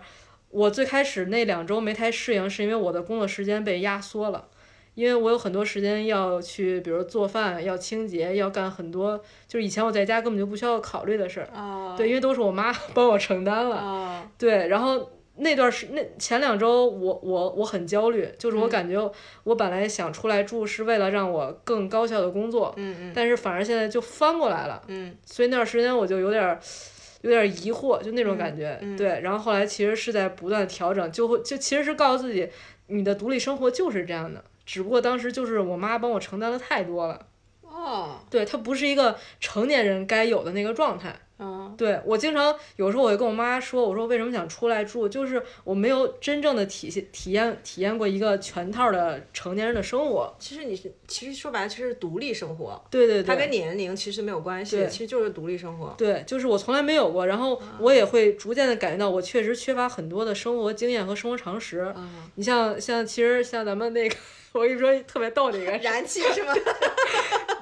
[SPEAKER 1] 我最开始那两周没太适应，是因为我的工作时间被压缩了。因为我有很多时间要去，比如做饭、要清洁、要干很多，就是以前我在家根本就不需要考虑的事儿。
[SPEAKER 3] 啊，
[SPEAKER 1] 对，因为都是我妈 帮我承担了。
[SPEAKER 3] 啊，
[SPEAKER 1] 对，然后那段时那前两周我，我我很焦虑，就是我感觉我本来想出来住是为了让我更高效的工作，
[SPEAKER 3] 嗯嗯
[SPEAKER 1] 但是反而现在就翻过来了，
[SPEAKER 3] 嗯
[SPEAKER 1] 所以那段时间我就有点儿有点儿疑惑，就那种感觉。
[SPEAKER 3] 嗯嗯
[SPEAKER 1] 对，然后后来其实是在不断调整，就会就其实是告诉自己，你的独立生活就是这样的。只不过当时就是我妈帮我承担的太多了，
[SPEAKER 3] 哦，
[SPEAKER 1] 对她不是一个成年人该有的那个状态。
[SPEAKER 3] 嗯
[SPEAKER 1] 对我经常有时候我会跟我妈说，我说为什么想出来住，就是我没有真正的体现体验体验过一个全套的成年人的生活。
[SPEAKER 3] 其实你是其实说白了，其实是独立生活，
[SPEAKER 1] 对对
[SPEAKER 3] 它跟
[SPEAKER 1] 对，
[SPEAKER 3] 年龄其实没有关系，
[SPEAKER 1] 对
[SPEAKER 3] 其实就是独立生活。
[SPEAKER 1] 对，就是我从来没有过，然后
[SPEAKER 3] 啊
[SPEAKER 1] 我也会逐渐的感觉到我确实缺乏很多的生活经验和生活常识。
[SPEAKER 3] 啊，
[SPEAKER 1] 你像像其实像咱们那个，我跟你说特别逗的一个事儿，
[SPEAKER 3] 燃气是吗？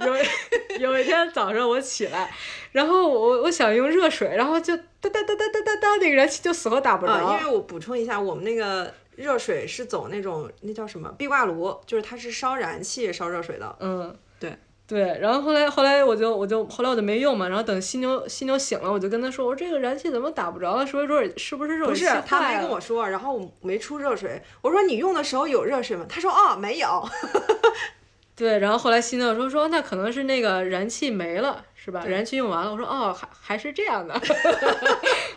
[SPEAKER 1] 有有一 天早上我起来，然后我我想用热水，然后就哒哒哒哒哒哒哒，那个燃气就死活打不着。
[SPEAKER 3] 啊，因为我补充一下，我们那个热水是走那种那叫什么壁挂炉，就是它是烧燃气烧热水的。
[SPEAKER 1] 嗯，
[SPEAKER 3] 对
[SPEAKER 1] 对，然后后来后来我就我就后来我就没用嘛，然后等犀牛犀牛醒了，我就跟他说，我说这个燃气怎么打不着了？说说是不是热
[SPEAKER 3] 不
[SPEAKER 1] 水
[SPEAKER 3] 是
[SPEAKER 1] 器坏，了？
[SPEAKER 3] 他没跟我说，然后我没出热水，我说你用的时候有热水吗？他说哦，没有。
[SPEAKER 1] 对，然后后来犀牛说说那可能是那个燃气没了，是吧？燃气用完了。我说哦，还还是这 样的，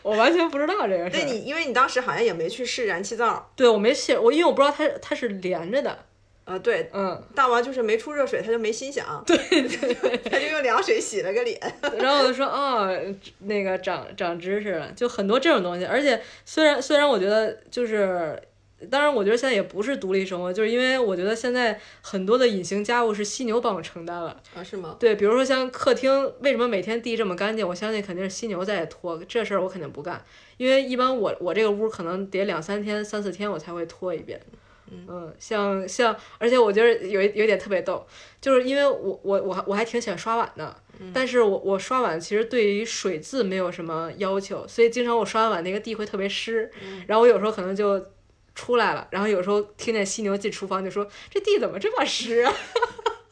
[SPEAKER 1] 我完全不知道这个事
[SPEAKER 3] 对
[SPEAKER 1] 儿。
[SPEAKER 3] 你，因为你当时好像也没去试燃气灶，
[SPEAKER 1] 对，我没写，我因为我不知道它它是连着的，
[SPEAKER 3] 呃，对，
[SPEAKER 1] 嗯。
[SPEAKER 3] 大王就是没出热水，他就没心想，对对他就用凉水洗了个脸。
[SPEAKER 1] 然后我就说啊、那个长长知识了，就很多这种东西。而且虽然虽然我觉得就是，当然我觉得现在也不是独立生活，就是因为我觉得现在很多的隐形家务是犀牛帮我承担了。
[SPEAKER 3] 啊，是吗？
[SPEAKER 1] 对，比如说像客厅，为什么每天地这么干净？我相信肯定是犀牛在拖，这事儿我肯定不干，因为一般我我这个屋可能得两三天、三四天我才会拖一遍。嗯，像像，而且我觉得有一有一点特别逗，就是因为我我我还我还挺喜欢刷碗的，但是我我刷碗其实对于水质没有什么要求，所以经常我刷完碗那个地会特别湿，然后我有时候可能就出来了，然后有时候听见犀牛进厨房就说这地怎么这么湿啊？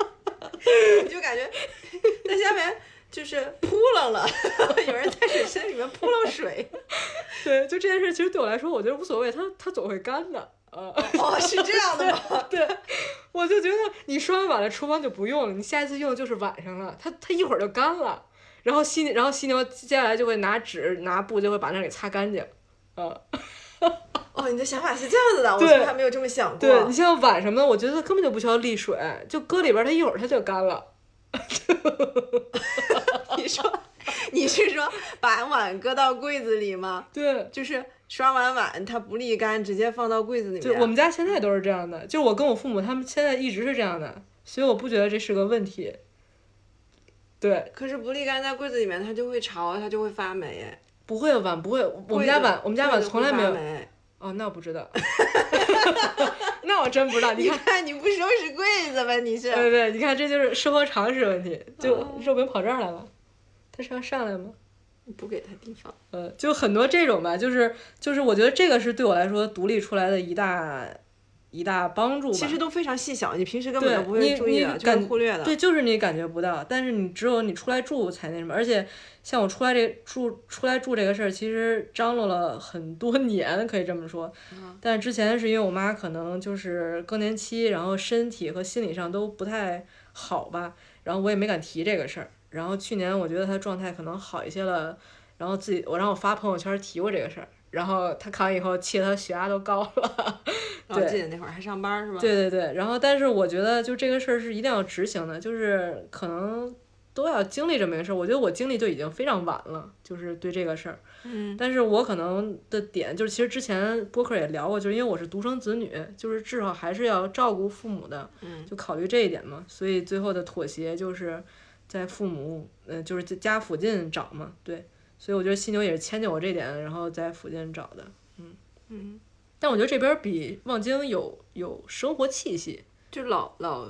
[SPEAKER 3] 我就感觉在下面就是扑棱了，有人在水深里面扑棱水。
[SPEAKER 1] 对，就这件事，其实对我来说，我觉得无所谓，它它总会干的。呃，
[SPEAKER 3] 哦，是这样的吗？
[SPEAKER 1] 对，我就觉得你刷完碗了，厨房就不用了，你下一次用的就是晚上了，它它一会儿就干了。然后犀牛，然后犀牛接下来就会拿纸拿布就会把那给擦干净。呃，
[SPEAKER 3] 哦，你的想法是这样子的，我
[SPEAKER 1] 对
[SPEAKER 3] 从来没有这么想过。
[SPEAKER 1] 对你像碗什么的，我觉得根本就不需要沥水，就搁里边儿它一会儿它就干了。
[SPEAKER 3] 你说，你是说把碗搁到柜子里吗？
[SPEAKER 1] 对，
[SPEAKER 3] 就是刷完碗，它不沥干，直接放到柜子里面。
[SPEAKER 1] 就我们家现在都是这样的，就是我跟我父母他们现在一直是这样的，所以我不觉得这是个问题。对，
[SPEAKER 3] 可是不沥干在柜子里面，它就会潮，它就会发霉。哎
[SPEAKER 1] 不会碗不会，我们家
[SPEAKER 3] 柜子
[SPEAKER 1] 碗我们家碗
[SPEAKER 3] 柜子
[SPEAKER 1] 从
[SPEAKER 3] 会
[SPEAKER 1] 来没
[SPEAKER 3] 发
[SPEAKER 1] 有。
[SPEAKER 3] 霉
[SPEAKER 1] 哦，那我不知道， 那我真不知道。你
[SPEAKER 3] 你
[SPEAKER 1] 看，
[SPEAKER 3] 看你不收拾柜子吧，你是
[SPEAKER 1] 对对对，你看这就是生活常识问题。就
[SPEAKER 3] 哦
[SPEAKER 1] 肉饼跑这儿来了，他是要上来吗？
[SPEAKER 3] 不给它地方。
[SPEAKER 1] 呃，就很多这种吧，就是就是，我觉得这个是对我来说独立出来的一大一大帮助吧。
[SPEAKER 3] 其实都非常细小，你平时根
[SPEAKER 1] 对
[SPEAKER 3] 本都不会
[SPEAKER 1] 你
[SPEAKER 3] 注意
[SPEAKER 1] 你
[SPEAKER 3] 的，就是
[SPEAKER 1] 感
[SPEAKER 3] 忽略的。
[SPEAKER 1] 对，就是你感觉不到，但是你只有你出来住才那什么。而且像我出来这住出来住这个事儿，其实张罗了很多 年，可以这么说。
[SPEAKER 3] 嗯
[SPEAKER 1] 但之前是因为我妈可能就是更年期，然后身体和心理上都不太好吧，然后我也没敢提这个事儿。然后去年我觉得她状态可能好一些了，然后自己我让我发朋友圈提过这个事儿，然后她看完以后气得她血压都高了。
[SPEAKER 3] 然后
[SPEAKER 1] 对
[SPEAKER 3] 记得那会儿还上班是吧？
[SPEAKER 1] 对对对，然后但是我觉得就这个事儿是一定要执行的，就是可能都要经历这么一个事儿。我觉得我经历就已经非常晚了，就是对这个事儿。
[SPEAKER 3] 嗯，
[SPEAKER 1] 但是我可能的点就是，其实之前播客也聊过，就是因为我是独生子女，就是至少还是要照顾父母的，
[SPEAKER 3] 嗯
[SPEAKER 1] 就考虑这一点嘛。所以最后的妥协就是在父母，呃，就是在家附近找嘛，对。所以我觉得犀牛也是迁就我这点，然后在附近找的。
[SPEAKER 3] 嗯，
[SPEAKER 1] 但我觉得这边儿比望京有有生活气息，
[SPEAKER 3] 就老老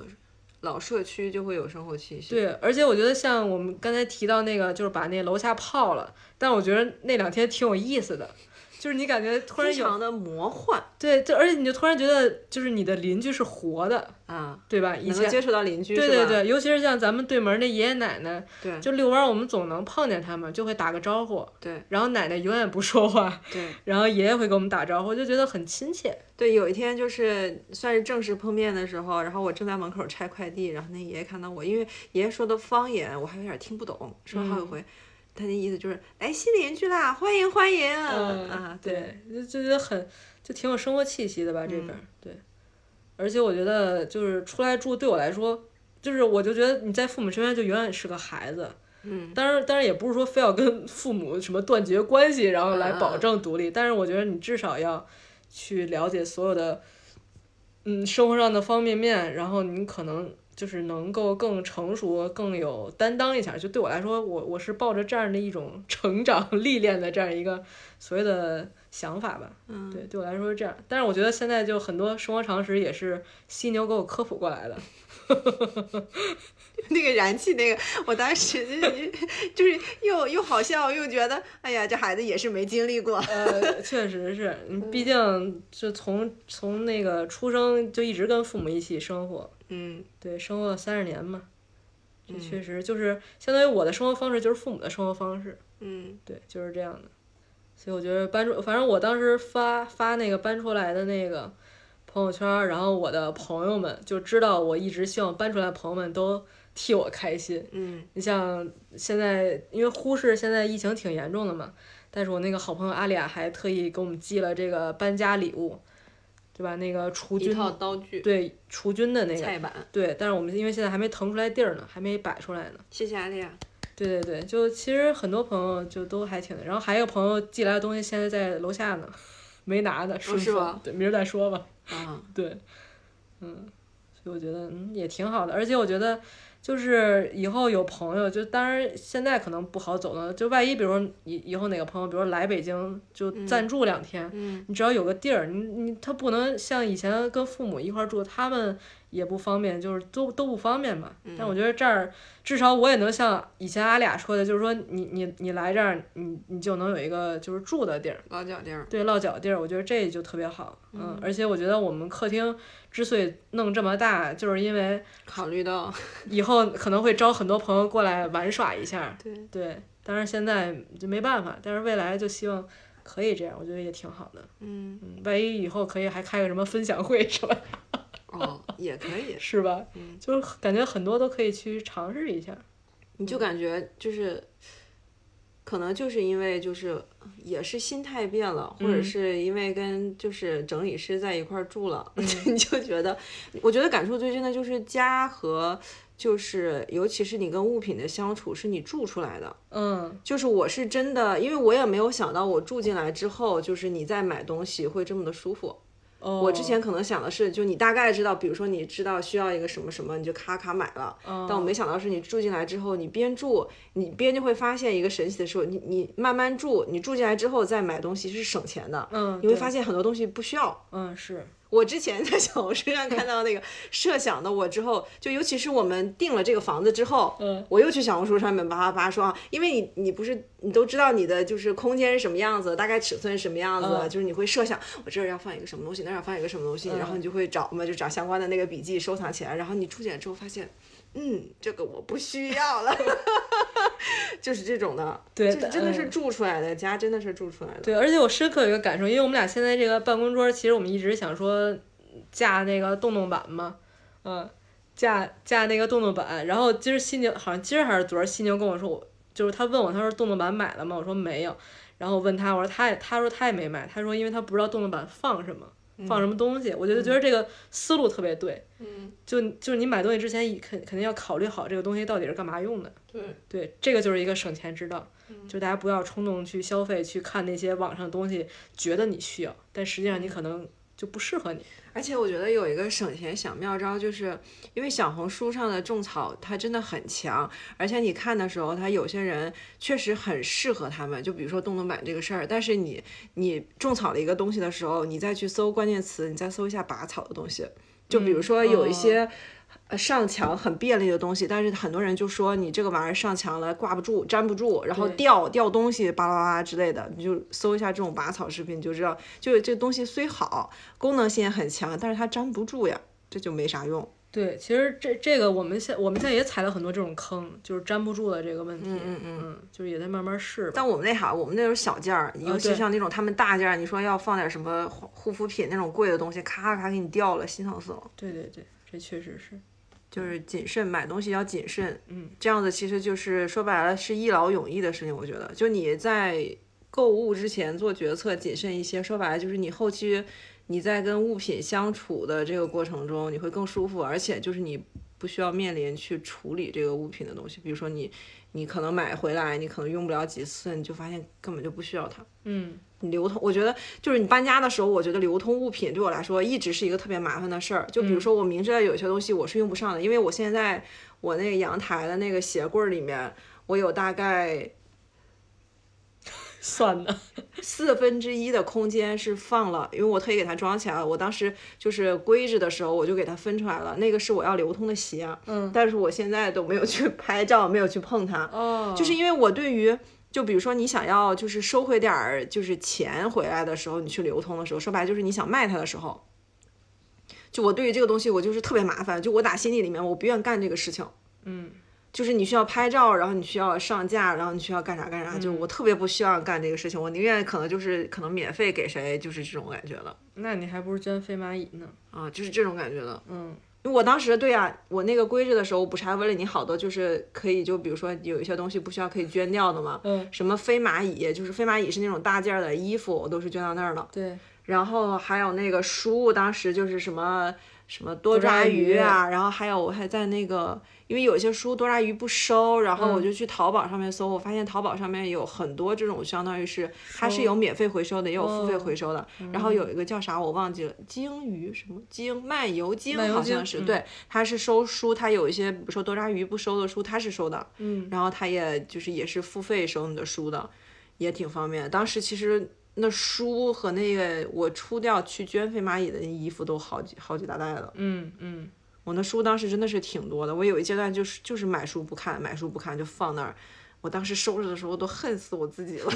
[SPEAKER 3] 老社区就会有生活气息。，
[SPEAKER 1] 对，而且我觉得像我们刚才提到那个，就是把那楼下泡了，但我觉得那两天挺有意思的，就是你感觉突然
[SPEAKER 3] 非
[SPEAKER 1] 有
[SPEAKER 3] 常的魔幻
[SPEAKER 1] 对，就而且你就突然觉得就是你的邻居是活的，
[SPEAKER 3] 啊，
[SPEAKER 1] 对吧？以
[SPEAKER 3] 能够
[SPEAKER 1] 前
[SPEAKER 3] 接触到邻居
[SPEAKER 1] 对
[SPEAKER 3] 是
[SPEAKER 1] 对
[SPEAKER 3] 吧
[SPEAKER 1] 对，尤其是像咱们对门那爷爷奶奶，
[SPEAKER 3] 对
[SPEAKER 1] 就遛弯儿我们总能碰见他们，就会打个招呼。
[SPEAKER 3] 对
[SPEAKER 1] 然后奶奶永远不说话，
[SPEAKER 3] 对
[SPEAKER 1] 然后爷爷会给我们打招呼，就觉得很亲切。
[SPEAKER 3] 对，有一天就是算是正式碰面的时候，然后我正在门口拆快递，然后那爷爷看到我，因为爷爷说的方言我还有点听不懂，说了好几回，他那意思就是哎新邻居啦，欢迎欢迎、啊，对
[SPEAKER 1] 对，就就觉得很就挺有生活气息的吧，这边、对。而且我觉得就是出来住对我来说，就是我就觉得你在父母身边就永远是个孩子。
[SPEAKER 3] 嗯，
[SPEAKER 1] 当然，当然也不是说非要跟父母什么断绝关系，然后来
[SPEAKER 3] 啊啊
[SPEAKER 1] 保证独立。但是我觉得你至少要去了解所有的，嗯，生活上的方面面，然后你可能就是能够更成熟、更有担当一下。就对我来说，我我是抱着这样的一种 成长历练的这样一个所谓的想法吧。
[SPEAKER 3] 嗯
[SPEAKER 1] 对，对我来说是这样。但是我觉得现在就很多生活常识也是犀牛给我科普过来的。
[SPEAKER 3] 那个燃气那个，我当时就是 就是又又好笑又觉得哎呀这孩子也是没经历过，
[SPEAKER 1] 呃，确实是，你毕竟就从从那个出生就一直跟父母一起生活，
[SPEAKER 3] 嗯
[SPEAKER 1] 对，生活三十年嘛，这
[SPEAKER 3] 嗯
[SPEAKER 1] 确实就是相当于我的生活方式就是父母的生活方式，
[SPEAKER 3] 嗯
[SPEAKER 1] 对，就是这样的。所以我觉得搬出，反正我当时发发那个搬出来的那个朋友圈儿，然后我的朋友们就知道我一直希望搬出来，的朋友们都替我开心，
[SPEAKER 3] 嗯
[SPEAKER 1] 你像现在，因为呼市现在疫情挺严重的嘛，但是我那个好朋友阿里亚还特意给我们寄了这个搬家礼物，对吧？那个除菌，
[SPEAKER 3] 刀具
[SPEAKER 1] 对除菌的那个，
[SPEAKER 3] 板，
[SPEAKER 1] 对。但是我们因为现在还没腾出来地儿呢，还没摆出来呢。
[SPEAKER 3] 谢谢阿丽啊亚，
[SPEAKER 1] 对对对，就其实很多朋友就都还挺，然后还有朋友寄来的东西现在在楼下呢， 没拿呢，顺
[SPEAKER 3] 哦是
[SPEAKER 1] 丰
[SPEAKER 3] 吗
[SPEAKER 1] 对，明儿再说吧。
[SPEAKER 3] 啊
[SPEAKER 1] 对，嗯，所以我觉得嗯也挺好的，而且我觉得就是以后有朋友，就当然现在可能不好走呢，就万一比如说以以后哪个朋友，比如说来北京就暂住两天，
[SPEAKER 3] 嗯
[SPEAKER 1] 你只要有个地儿，你你他不能像以前跟父母一块儿住，他们也不方便，就是都都不方便嘛。但我觉得这儿至少我也能像以前阿俩说的，就是说你你你来这儿，你你就能有一个就是住的地儿。
[SPEAKER 3] 老脚钉儿，
[SPEAKER 1] 对落脚地儿，我觉得这就特别好。嗯，而且我觉得我们客厅之所以弄这么大，就是因为
[SPEAKER 3] 考虑到
[SPEAKER 1] 以后可能会招很多朋友过来玩耍一下。
[SPEAKER 3] 对
[SPEAKER 1] 对，当然现在就没办法，但是未来就希望可以这样，我觉得也挺好的。
[SPEAKER 3] 嗯
[SPEAKER 1] 嗯，万一以后可以还开个什么分享会什么，
[SPEAKER 3] 哦也可以，
[SPEAKER 1] 是吧？
[SPEAKER 3] 嗯
[SPEAKER 1] 就是感觉很多都可以去尝试一下。
[SPEAKER 3] 你
[SPEAKER 1] 嗯
[SPEAKER 3] 就感觉就是，可能就是因为就是也是心态变了，或者
[SPEAKER 1] 嗯
[SPEAKER 3] 是因为跟就是整理师在一块儿住了，
[SPEAKER 1] 嗯
[SPEAKER 3] 你就觉得，我觉得感触最深的就是家和就是尤其是你跟物品的相处是你住出来的，
[SPEAKER 1] 嗯
[SPEAKER 3] 就是我是真的，因为我也没有想到我住进来之后，就是你在买东西会这么的舒服。
[SPEAKER 1] 哦，
[SPEAKER 3] 我之前可能想的是，就你大概知道，比如说你知道需要一个什么什么，你就咔咔买了。
[SPEAKER 1] 嗯哦
[SPEAKER 3] 但我没想到是你住进来之后，你边住，你边就会发现一个神奇的事物，你你慢慢住，你住进来之后再买东西是省钱的。
[SPEAKER 1] 嗯，
[SPEAKER 3] 你会
[SPEAKER 1] 对
[SPEAKER 3] 发现很多东西不需要。
[SPEAKER 1] 嗯是
[SPEAKER 3] 我之前在小红书上看到 那个设想的我之后，就尤其是我们定了这个房子之后，
[SPEAKER 1] 嗯，
[SPEAKER 3] 我又去小红书上面扒扒扒说啊，因为你你不是你都知道你的就是空间是什么样子，大概尺寸是什么样子，
[SPEAKER 1] 嗯
[SPEAKER 3] 就是你会设想我这儿要放一个什么东西，那儿要放一个什么东西，然后你就会找嘛，就找相关的那个笔记收藏起来，然后你住进来之后发现。嗯，这个我不需要了， 就是这种的，
[SPEAKER 1] 对
[SPEAKER 3] 就是真的是
[SPEAKER 1] 嗯
[SPEAKER 3] 住出来的家，真的是住出来的，
[SPEAKER 1] 对，而且我深刻有一个感受，因为我们俩现在这个办公桌，其实我们一直想说架那个洞洞板嘛，嗯，架架那个洞洞板。然后今儿犀牛好像今儿还是昨儿，犀牛跟我说我就是他问我，他说洞洞板买了吗？我说没有。然后我问他，我说他也他说他也没买，他说因为他不知道洞洞板放什么，放什么东西。我觉得觉得这个思路特别对，
[SPEAKER 3] 嗯，
[SPEAKER 1] 就就是你买东西之前肯肯定要考虑好这个东西到底是干嘛用的。
[SPEAKER 3] 对，
[SPEAKER 1] 对，这个就是一个省钱之道，就大家不要冲动去消费，去看那些网上的东西，觉得你需要，但实际上你
[SPEAKER 4] 嗯
[SPEAKER 1] 可能就不适合你。
[SPEAKER 3] 而且我觉得有一个省钱小妙招，就是因为小红书上的种草它真的很强，而且你看的时候，它有些人确实很适合他们，就比如说动动板这个事儿。但是你你种草了一个东西的时候，你再去搜关键词，你再搜一下拔草的东西，就比如说有一些。呃上墙很便利的东西，但是很多人就说你这个玩意儿上墙了挂不住、粘不住，然后
[SPEAKER 1] 对
[SPEAKER 3] 掉掉东西巴拉巴拉之类的，你就搜一下这种拔草视频，你就知道，就是这东西虽好，功能性也很强，但是它粘不住呀，这就没啥用。
[SPEAKER 1] 对，其实这这个我们现我们现在也踩了很多这种坑，就是粘不住的这个问题。
[SPEAKER 3] 嗯嗯嗯。
[SPEAKER 1] 嗯，就是也在慢慢试吧。
[SPEAKER 3] 但我们那哈，我们那种小件儿，尤其
[SPEAKER 1] 对
[SPEAKER 3] 像那种他们大件儿，你说要放点什么护护肤品那种贵的东西，咔咔给你掉了，心疼死了。
[SPEAKER 1] 对对对，这确实是。
[SPEAKER 3] 就是谨慎，买东西要谨慎。
[SPEAKER 1] 嗯，
[SPEAKER 3] 这样子其实就是说白了是一劳永逸的事情。我觉得，就你在购物之前做决策谨慎一些，说白了就是你后期你在跟物品相处的这个过程中，你会更舒服，而且就是你不需要面临去处理这个物品的东西。比如说你，你可能买回来，你可能用不了几次，你就发现根本就不需要它。
[SPEAKER 1] 嗯，
[SPEAKER 3] 你流通，我觉得就是你搬家的时候，我觉得流通物品对我来说一直是一个特别麻烦的事儿。就比如说，我明知道有些东西我是用不上的，因为我现在我那个阳台的那个鞋柜儿里面，我有大概
[SPEAKER 1] 算的。
[SPEAKER 3] 四分之一的空间是放了，因为我特意给它装起来了。我当时就是规制的时候，我就给它分出来了，那个是我要流通的鞋，
[SPEAKER 1] 嗯，
[SPEAKER 3] 但是我现在都没有去拍照，没有去碰它，
[SPEAKER 1] 哦，
[SPEAKER 3] 就是因为我对于，就比如说你想要就是收回点儿就是钱回来的时候，你去流通的时候，说白了就是你想卖它的时候，就我对于这个东西我就是特别麻烦，就我打心底里面我不愿干这个事情。
[SPEAKER 1] 嗯，
[SPEAKER 3] 就是你需要拍照，然后你需要上架，然后你需要干啥干啥，就是我特别不希望干这个事情，我宁愿可能就是可能免费给谁，就是这种感觉的
[SPEAKER 1] 那你还不如捐飞蚂蚁呢。
[SPEAKER 3] 啊，就是这种感觉的。
[SPEAKER 1] 嗯
[SPEAKER 3] 因为我当时对呀、我那个规制的时候，我不是还问了你好多，就是可以，就比如说有一些东西不需要可以捐掉的嘛，
[SPEAKER 1] 嗯，
[SPEAKER 3] 什么飞蚂蚁，就是飞蚂蚁是那种大件儿的衣服，我都是捐到那儿了。
[SPEAKER 1] 对，
[SPEAKER 3] 然后还有那个书，当时就是什么什么多
[SPEAKER 1] 抓
[SPEAKER 3] 抓鱼
[SPEAKER 1] 鱼
[SPEAKER 3] 啊，然后还有我还在那个，因为有些书多抓鱼不收，然后我
[SPEAKER 1] 嗯
[SPEAKER 3] 就去淘宝上面搜，我发现淘宝上面有很多这种，相当于是它是
[SPEAKER 1] 收
[SPEAKER 3] 有免费回收的，也有付费
[SPEAKER 1] 哦
[SPEAKER 3] 回收的。然后有
[SPEAKER 1] 嗯
[SPEAKER 3] 一个叫啥我忘记了，鲸鱼什么鲸漫游鲸
[SPEAKER 1] 漫游
[SPEAKER 3] 好像
[SPEAKER 1] 鲸
[SPEAKER 3] 是，
[SPEAKER 1] 嗯
[SPEAKER 3] 对，它是收书，它有一些比如说多抓鱼不收的书，它是收的，
[SPEAKER 1] 嗯，
[SPEAKER 3] 然后它也就是也是付费收你的书的，也挺方便。当时其实那书和那个我出掉去捐飞蚂蚁的衣服都好几好几大袋了。
[SPEAKER 1] 嗯嗯，
[SPEAKER 3] 我那书当时真的是挺多的，我有一阶段就是就是买书不看，买书不看就放那儿。我当时收拾的时候都恨死我自己 了。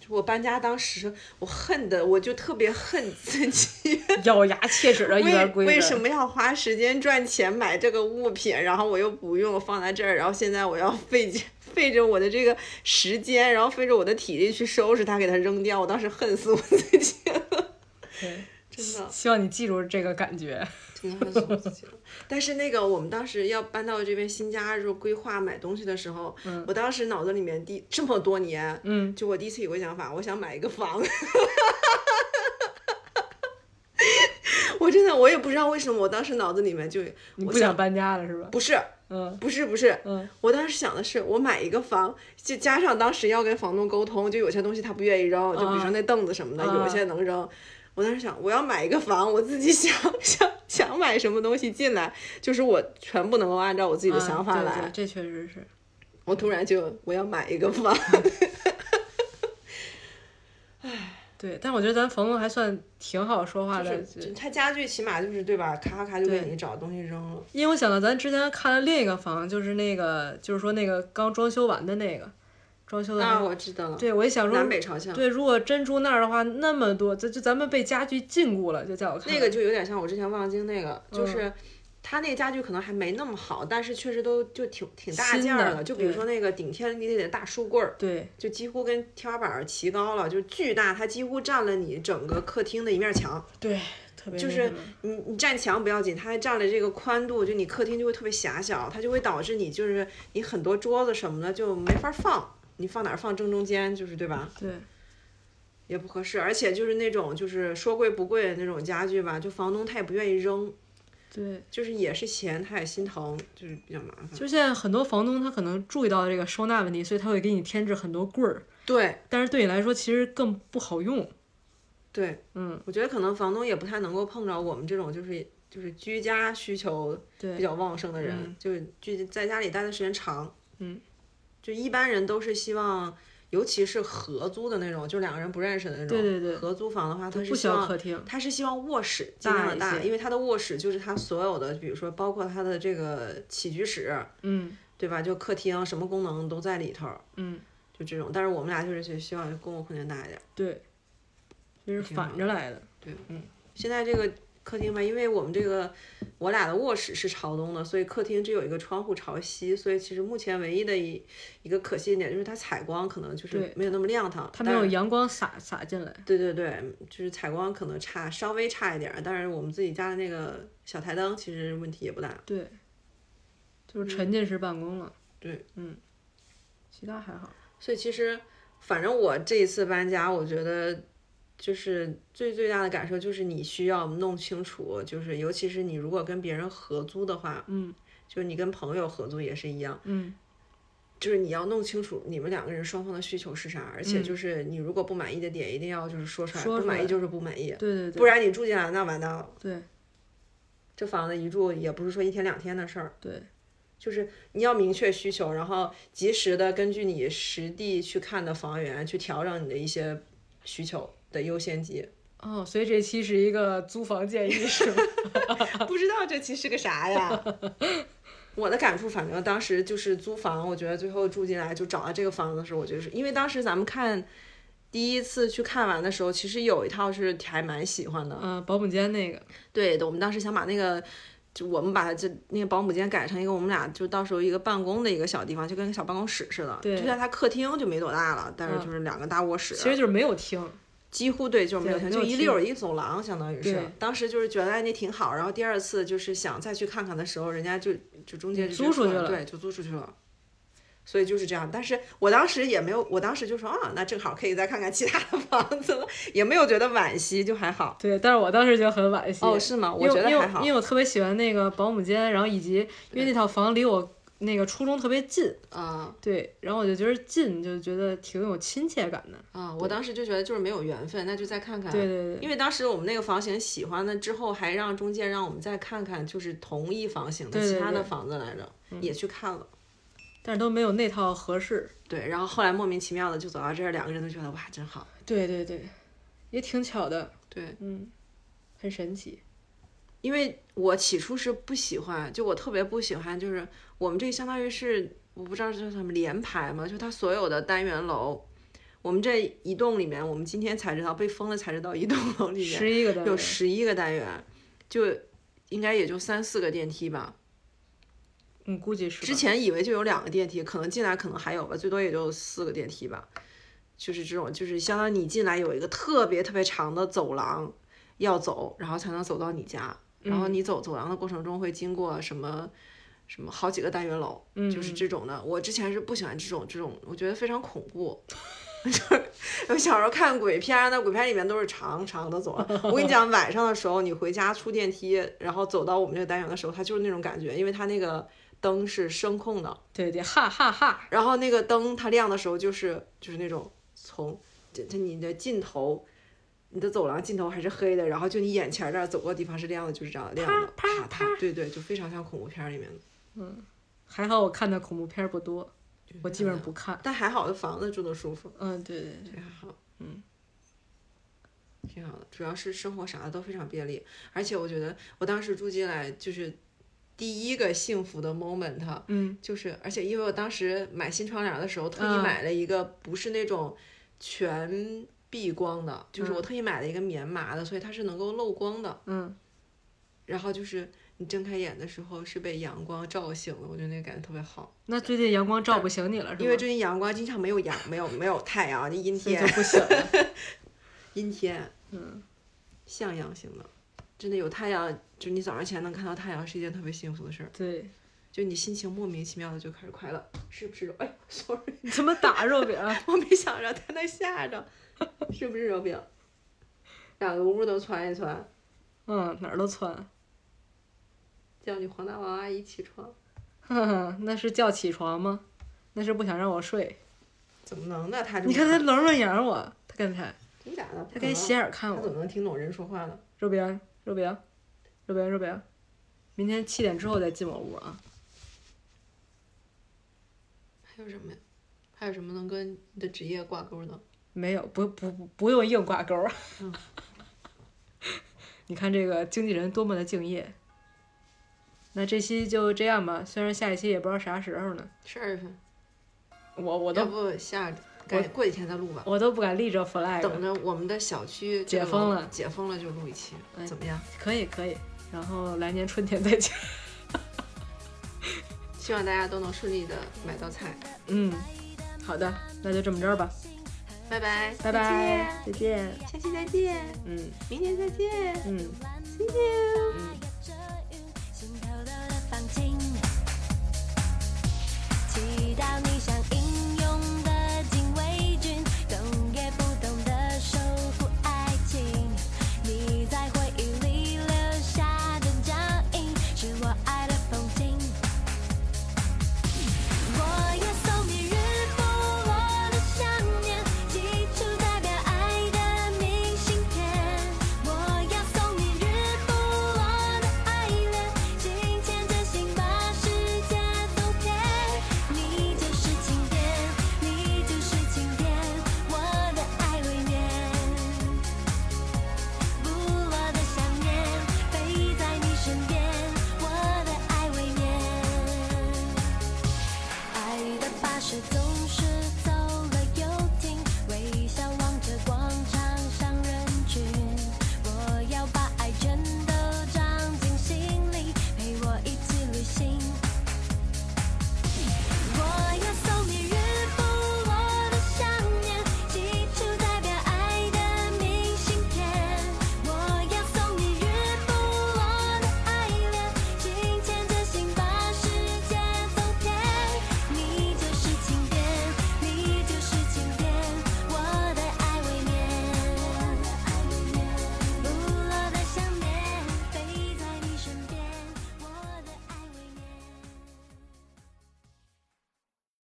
[SPEAKER 3] 就我搬家当时，我恨的，我就特别恨自己。
[SPEAKER 1] 咬牙切齿的一边
[SPEAKER 4] 为
[SPEAKER 1] 规着。
[SPEAKER 4] 为什？么要花时间赚钱买这个物品，然后我又不用放在这儿，然后现在我要费劲费着我的这个时间，然后费着我的体力去收拾它，给它扔掉。我当时恨死我自己，
[SPEAKER 1] 对，
[SPEAKER 4] 真的。
[SPEAKER 1] 希望你记住这个感觉。
[SPEAKER 3] 真
[SPEAKER 4] 太受刺激了但是那个我们当时要搬到这边新家，就是规划买东西的时候，我当时脑子里面第这么多年，
[SPEAKER 1] 嗯，
[SPEAKER 4] 就我第一次有个想法，我想买一个房。 我真的，我也不知道为什么，我当时脑子里面就
[SPEAKER 1] 你
[SPEAKER 4] 我
[SPEAKER 1] 不想搬家了是吧？
[SPEAKER 4] 不是
[SPEAKER 1] 嗯
[SPEAKER 4] 不是不是，
[SPEAKER 1] 嗯
[SPEAKER 4] 我当时想的是，我买一个房，就加上当时要跟房东沟通，就有些东西他不愿意扔，就比如说那凳子什么的，
[SPEAKER 1] 嗯
[SPEAKER 4] 有一些能扔。我当时想，我要买一个房，我自己想想想买什么东西进来，就是我全部能够按照我自己的
[SPEAKER 1] 啊
[SPEAKER 4] 想法
[SPEAKER 1] 对
[SPEAKER 4] 来。
[SPEAKER 1] 对这确实是。
[SPEAKER 4] 我突然就我要买一个房，
[SPEAKER 1] 对，但我觉得咱冯冯还算挺好说话的，
[SPEAKER 3] 就是就他家具起码就是对吧，咔咔就给你找东西扔了。
[SPEAKER 1] 因为我想到咱之前看了另一个房，就是那个，就是说那个刚装修完的那个，装修的那
[SPEAKER 3] 啊，
[SPEAKER 1] 个。
[SPEAKER 3] 我知道了，
[SPEAKER 1] 嗯对，我也想说
[SPEAKER 3] 南，北朝向。
[SPEAKER 1] 对，如果真住那儿的话，那么多，就就咱们被家具禁锢了，就在我看
[SPEAKER 3] 那个就有点像我之前望京那个，就
[SPEAKER 1] 嗯
[SPEAKER 3] 是它那个家具可能还没那么好，但是确实都就挺挺大
[SPEAKER 1] 新
[SPEAKER 3] 件儿
[SPEAKER 1] 的
[SPEAKER 3] 的。就比如
[SPEAKER 1] 对
[SPEAKER 3] 说那个顶天立地的大书柜儿，
[SPEAKER 1] 对
[SPEAKER 3] 就几乎跟天花板儿齐高了，就巨大，它几乎占了你整个客厅的一面墙。
[SPEAKER 1] 对，特别
[SPEAKER 3] 就
[SPEAKER 1] 那
[SPEAKER 3] 是
[SPEAKER 1] 什么
[SPEAKER 3] 你你占墙不要紧，它还占了这个宽度，就你客厅就会特别狭小，它就会导致你就是你很多桌子什么的就没法放，你放哪儿放正中间就是对吧？
[SPEAKER 1] 对，
[SPEAKER 3] 也不合适，而且就是那种就是说贵不贵的那种家具吧，就房东他也不愿意扔，
[SPEAKER 1] 对，
[SPEAKER 3] 就是也是嫌他也心疼，就是比较麻烦。
[SPEAKER 1] 就现在很多房东他可能注意到这个收纳问题，所以他会给你添置很多柜儿，
[SPEAKER 3] 对
[SPEAKER 1] 但是对你来说其实更不好用。
[SPEAKER 3] 对，
[SPEAKER 1] 嗯，
[SPEAKER 3] 我觉得可能房东也不太能够碰着我们这种就是就是居家需求
[SPEAKER 1] 对
[SPEAKER 3] 比较旺盛的人，
[SPEAKER 1] 嗯
[SPEAKER 3] 就是就在家里待的时间长，
[SPEAKER 1] 嗯，
[SPEAKER 3] 就一般人都是希望尤其是合租的那种，就两个人不认识的那种。
[SPEAKER 1] 对对对
[SPEAKER 3] 合租房的话，他是
[SPEAKER 1] 不需
[SPEAKER 3] 希
[SPEAKER 1] 要
[SPEAKER 3] 望
[SPEAKER 1] 客厅，
[SPEAKER 3] 他是希望卧室尽量
[SPEAKER 1] 大一
[SPEAKER 3] 大，
[SPEAKER 1] 些
[SPEAKER 3] 因为他的卧室就是他所有的，比如说包括他的这个起居室，
[SPEAKER 1] 嗯
[SPEAKER 3] 对吧？就客厅什么功能都在里头，
[SPEAKER 1] 嗯，
[SPEAKER 3] 就这种。但是我们俩就是就希望公共空间大一点。
[SPEAKER 1] 对，这是
[SPEAKER 3] 挺好
[SPEAKER 1] 反着来的，
[SPEAKER 3] 现在这个客厅吧，因为我们这个我俩的卧室是朝东的，所以客厅只有一个窗户朝西，所以其实目前唯一的一一个可惜一点就是它采光可能就是
[SPEAKER 1] 对
[SPEAKER 3] 没有那么亮堂，
[SPEAKER 1] 它没
[SPEAKER 3] 但
[SPEAKER 1] 有
[SPEAKER 3] 是
[SPEAKER 1] 阳光洒洒进来，
[SPEAKER 3] 对对对，就是采光可能差稍微差一点儿，但是我们自己家的那个小台灯其实问题也不大。
[SPEAKER 1] 对，就是沉浸式办公了。
[SPEAKER 3] 对，
[SPEAKER 1] 嗯，其他还好。
[SPEAKER 3] 所以其实，反正我这一次搬家，我觉得就是最最大的感受就是你需要弄清楚，就是尤其是你如果跟别人合租的话，
[SPEAKER 1] 嗯
[SPEAKER 3] 就是你跟朋友合租也是一样，
[SPEAKER 1] 嗯，
[SPEAKER 3] 就是你要弄清楚你们两个人双方的需求是啥，而且
[SPEAKER 1] 嗯
[SPEAKER 3] 就是你如果不满意的点一定要就是说出来，
[SPEAKER 1] 说
[SPEAKER 3] 不
[SPEAKER 1] 出
[SPEAKER 3] 满意
[SPEAKER 1] 来
[SPEAKER 3] 就是不满意，
[SPEAKER 1] 对对对，
[SPEAKER 3] 不然你住进来那完蛋了。
[SPEAKER 1] 对
[SPEAKER 3] 这房子一住也不是说一天两天的事儿，
[SPEAKER 1] 对
[SPEAKER 3] 就是你要明确需求，然后及时的根据你实地去看的房源去调整你的一些需求的优先级。
[SPEAKER 1] 哦，所以这期是一个租房建议是 吗？
[SPEAKER 3] 不知道这期是个啥呀？ 我的感触，反正当时就是租房，我觉得最后住进来就找到这个房子的时候，我觉得是因为当时咱们看第一次去看完的时候，其实有一套是还蛮喜欢的。
[SPEAKER 1] 嗯，保姆间那个，
[SPEAKER 3] 对的，我们当时想把那个。就我们把它这那个保姆间改成一个我们俩就到时候一个办公的一个小地方，就跟个小办公室似的。
[SPEAKER 1] 对
[SPEAKER 3] 就像它客厅就没多大了，但是
[SPEAKER 1] 嗯
[SPEAKER 3] 就是两个大卧室。
[SPEAKER 1] 其实就是没有厅。
[SPEAKER 3] 几乎对，就是没有
[SPEAKER 1] 对
[SPEAKER 3] 停，就
[SPEAKER 1] 没有
[SPEAKER 3] 一
[SPEAKER 1] 停
[SPEAKER 3] 溜儿一个走廊，相当于是
[SPEAKER 1] 对。
[SPEAKER 3] 当时就是觉得哎那挺好，然后第二次就是想再去看看的时候，人家就就中介就
[SPEAKER 1] 嗯租
[SPEAKER 3] 直接
[SPEAKER 1] 出
[SPEAKER 3] 说
[SPEAKER 1] 去了
[SPEAKER 3] 对，就租出去了。所以就是这样，但是我当时也没有，我当时就说啊，那正好可以再看看其他的房子了，也没有觉得惋惜，就还好。
[SPEAKER 1] 对，但是我当时觉得很惋惜。
[SPEAKER 3] 哦，是吗？
[SPEAKER 1] 因
[SPEAKER 3] 我
[SPEAKER 1] 为
[SPEAKER 3] 觉得
[SPEAKER 1] 因为
[SPEAKER 3] 还好
[SPEAKER 1] 因为我特别喜欢那个保姆间，然后以及因为那套房离我那个初中特别近，
[SPEAKER 3] 啊
[SPEAKER 1] 对，然后我就觉得近就觉得挺有亲切感的。
[SPEAKER 3] 啊！我当时就觉得就是没有缘分，那就再看看。
[SPEAKER 1] 对对对，
[SPEAKER 3] 因为当时我们那个房型喜欢了之后，还让中介让我们再看看，就是同一房型的
[SPEAKER 1] 对对
[SPEAKER 3] 其他的
[SPEAKER 1] 对嗯
[SPEAKER 3] 房子来着，也去看了。
[SPEAKER 1] 但是都没有那套合适。
[SPEAKER 3] 对，然后后来莫名其妙的就走到这儿，两个人都觉得哇，真好。
[SPEAKER 1] 对对对，也挺巧的，
[SPEAKER 3] 对，
[SPEAKER 1] 嗯，很神奇。
[SPEAKER 3] 因为我起初是不喜欢，就我特别不喜欢，就是我们这相当于是我不知道这叫什么联排嘛，就它所有的单元楼，我们这一栋里面，我们今天才知道被封了才知道，一栋楼里面
[SPEAKER 1] 十一个单
[SPEAKER 3] 有
[SPEAKER 1] 元，
[SPEAKER 3] 十一个单元，就应该也就三四个电梯吧。
[SPEAKER 1] 嗯，估计是吧
[SPEAKER 3] 之前以为就有两个电梯，可能进来可能还有吧，最多也就四个电梯吧。就是这种，就是相当于你进来有一个特别特别长的走廊要走，然后才能走到你家。然后你走走廊的过程中会经过什么什么好几个单元楼，
[SPEAKER 1] 嗯
[SPEAKER 3] 就是
[SPEAKER 1] 嗯
[SPEAKER 3] 这种的。我之前是不喜欢这种这种，我觉得非常恐怖。 就是我小时候看鬼片儿，那鬼片里面都是长长的走廊。我跟你讲，晚上的时候你回家出电梯，然后走到我们这个单元的时候，它就是那种感觉，因为它那个灯是声控的，
[SPEAKER 1] 对对，哈哈哈，
[SPEAKER 3] 然后那个灯它亮的时候就是就是那种从这这你的尽头。你的走廊尽头还是黑的，然后就你眼前儿这儿走过的地方是亮的，就是这样的亮的，
[SPEAKER 1] 啪
[SPEAKER 3] 啪啪，对对，就非常像恐怖片儿里面的。
[SPEAKER 1] 还好我看的恐怖片儿不多，我基本上不看。
[SPEAKER 3] 但还好，这房子住的舒服，
[SPEAKER 1] 嗯，对对对，
[SPEAKER 3] 这还好，嗯，挺好的。主要是生活啥的都非常便利，而且我觉得我当时住进来就是第一个幸福的 moment，
[SPEAKER 1] 嗯，
[SPEAKER 3] 就是而且因为我当时买新窗帘的时候，特意
[SPEAKER 1] 嗯
[SPEAKER 3] 买了一个不是那种全避光的，就是我特意买了一个棉麻的，所以它是能够漏光的。
[SPEAKER 1] 嗯，
[SPEAKER 3] 然后就是你睁开眼的时候是被阳光照醒的，我觉得那个感觉特别好。
[SPEAKER 1] 那最近阳光照不醒你了，是吗？
[SPEAKER 3] 因为最近阳光经常没有阳，没有没有太阳，就阴
[SPEAKER 1] 所以
[SPEAKER 3] 天
[SPEAKER 1] 就，不醒了。
[SPEAKER 3] 阴天，
[SPEAKER 1] 嗯，
[SPEAKER 3] 向阳型的，真的有太阳，就你早上起来能看到太阳是一件特别幸福的事儿，
[SPEAKER 1] 对，
[SPEAKER 3] 就你心情莫名其妙的就开始快乐，是不是柔？哎，sorry，
[SPEAKER 1] 你怎么打肉饼啊？
[SPEAKER 3] 我没想着它能下着，是不是柔饼？两个屋都窜一窜，
[SPEAKER 1] 嗯，哪儿都窜，
[SPEAKER 3] 叫你黄大王阿姨起床，
[SPEAKER 1] 哼哼，那是叫起床吗？那是不想让我睡。
[SPEAKER 3] 怎么能呢？他这
[SPEAKER 1] 你
[SPEAKER 3] 么
[SPEAKER 1] 看他
[SPEAKER 3] 胖
[SPEAKER 1] 冷冷眼我，他刚才
[SPEAKER 3] 真假的？
[SPEAKER 1] 他哦跟斜眼看
[SPEAKER 3] 他
[SPEAKER 1] 我。
[SPEAKER 3] 怎么能听懂人说话呢？
[SPEAKER 1] 肉饼，肉饼，肉饼，肉饼，明天七点之后再进我屋啊。
[SPEAKER 3] 还有什么呀？还有什么能跟你的职业挂钩的？
[SPEAKER 1] 没有，不不不不用硬挂钩儿。
[SPEAKER 3] 嗯
[SPEAKER 1] 你看这个经纪人多么的敬业。那这期就这样吧，虽然下一期也不知道啥时候呢，
[SPEAKER 3] 十二月份，
[SPEAKER 1] 我我
[SPEAKER 3] 要
[SPEAKER 1] 都
[SPEAKER 3] 不下改过几天再录吧。
[SPEAKER 1] 我都不敢立这 flag
[SPEAKER 3] 等
[SPEAKER 1] 了。
[SPEAKER 3] 着我们的小区
[SPEAKER 1] 哎解封了
[SPEAKER 3] 解封了就录一期
[SPEAKER 1] 哎，
[SPEAKER 3] 怎么样？
[SPEAKER 1] 可以可以，然后来年春天再见。
[SPEAKER 3] 希望大家都能顺利的买到菜，
[SPEAKER 1] 嗯，好的，那就这么着吧，
[SPEAKER 3] 拜拜，
[SPEAKER 1] 拜拜，再见。
[SPEAKER 3] 下期再见，
[SPEAKER 1] 嗯
[SPEAKER 3] 明年再见
[SPEAKER 1] 嗯。
[SPEAKER 3] ，See you。
[SPEAKER 1] 嗯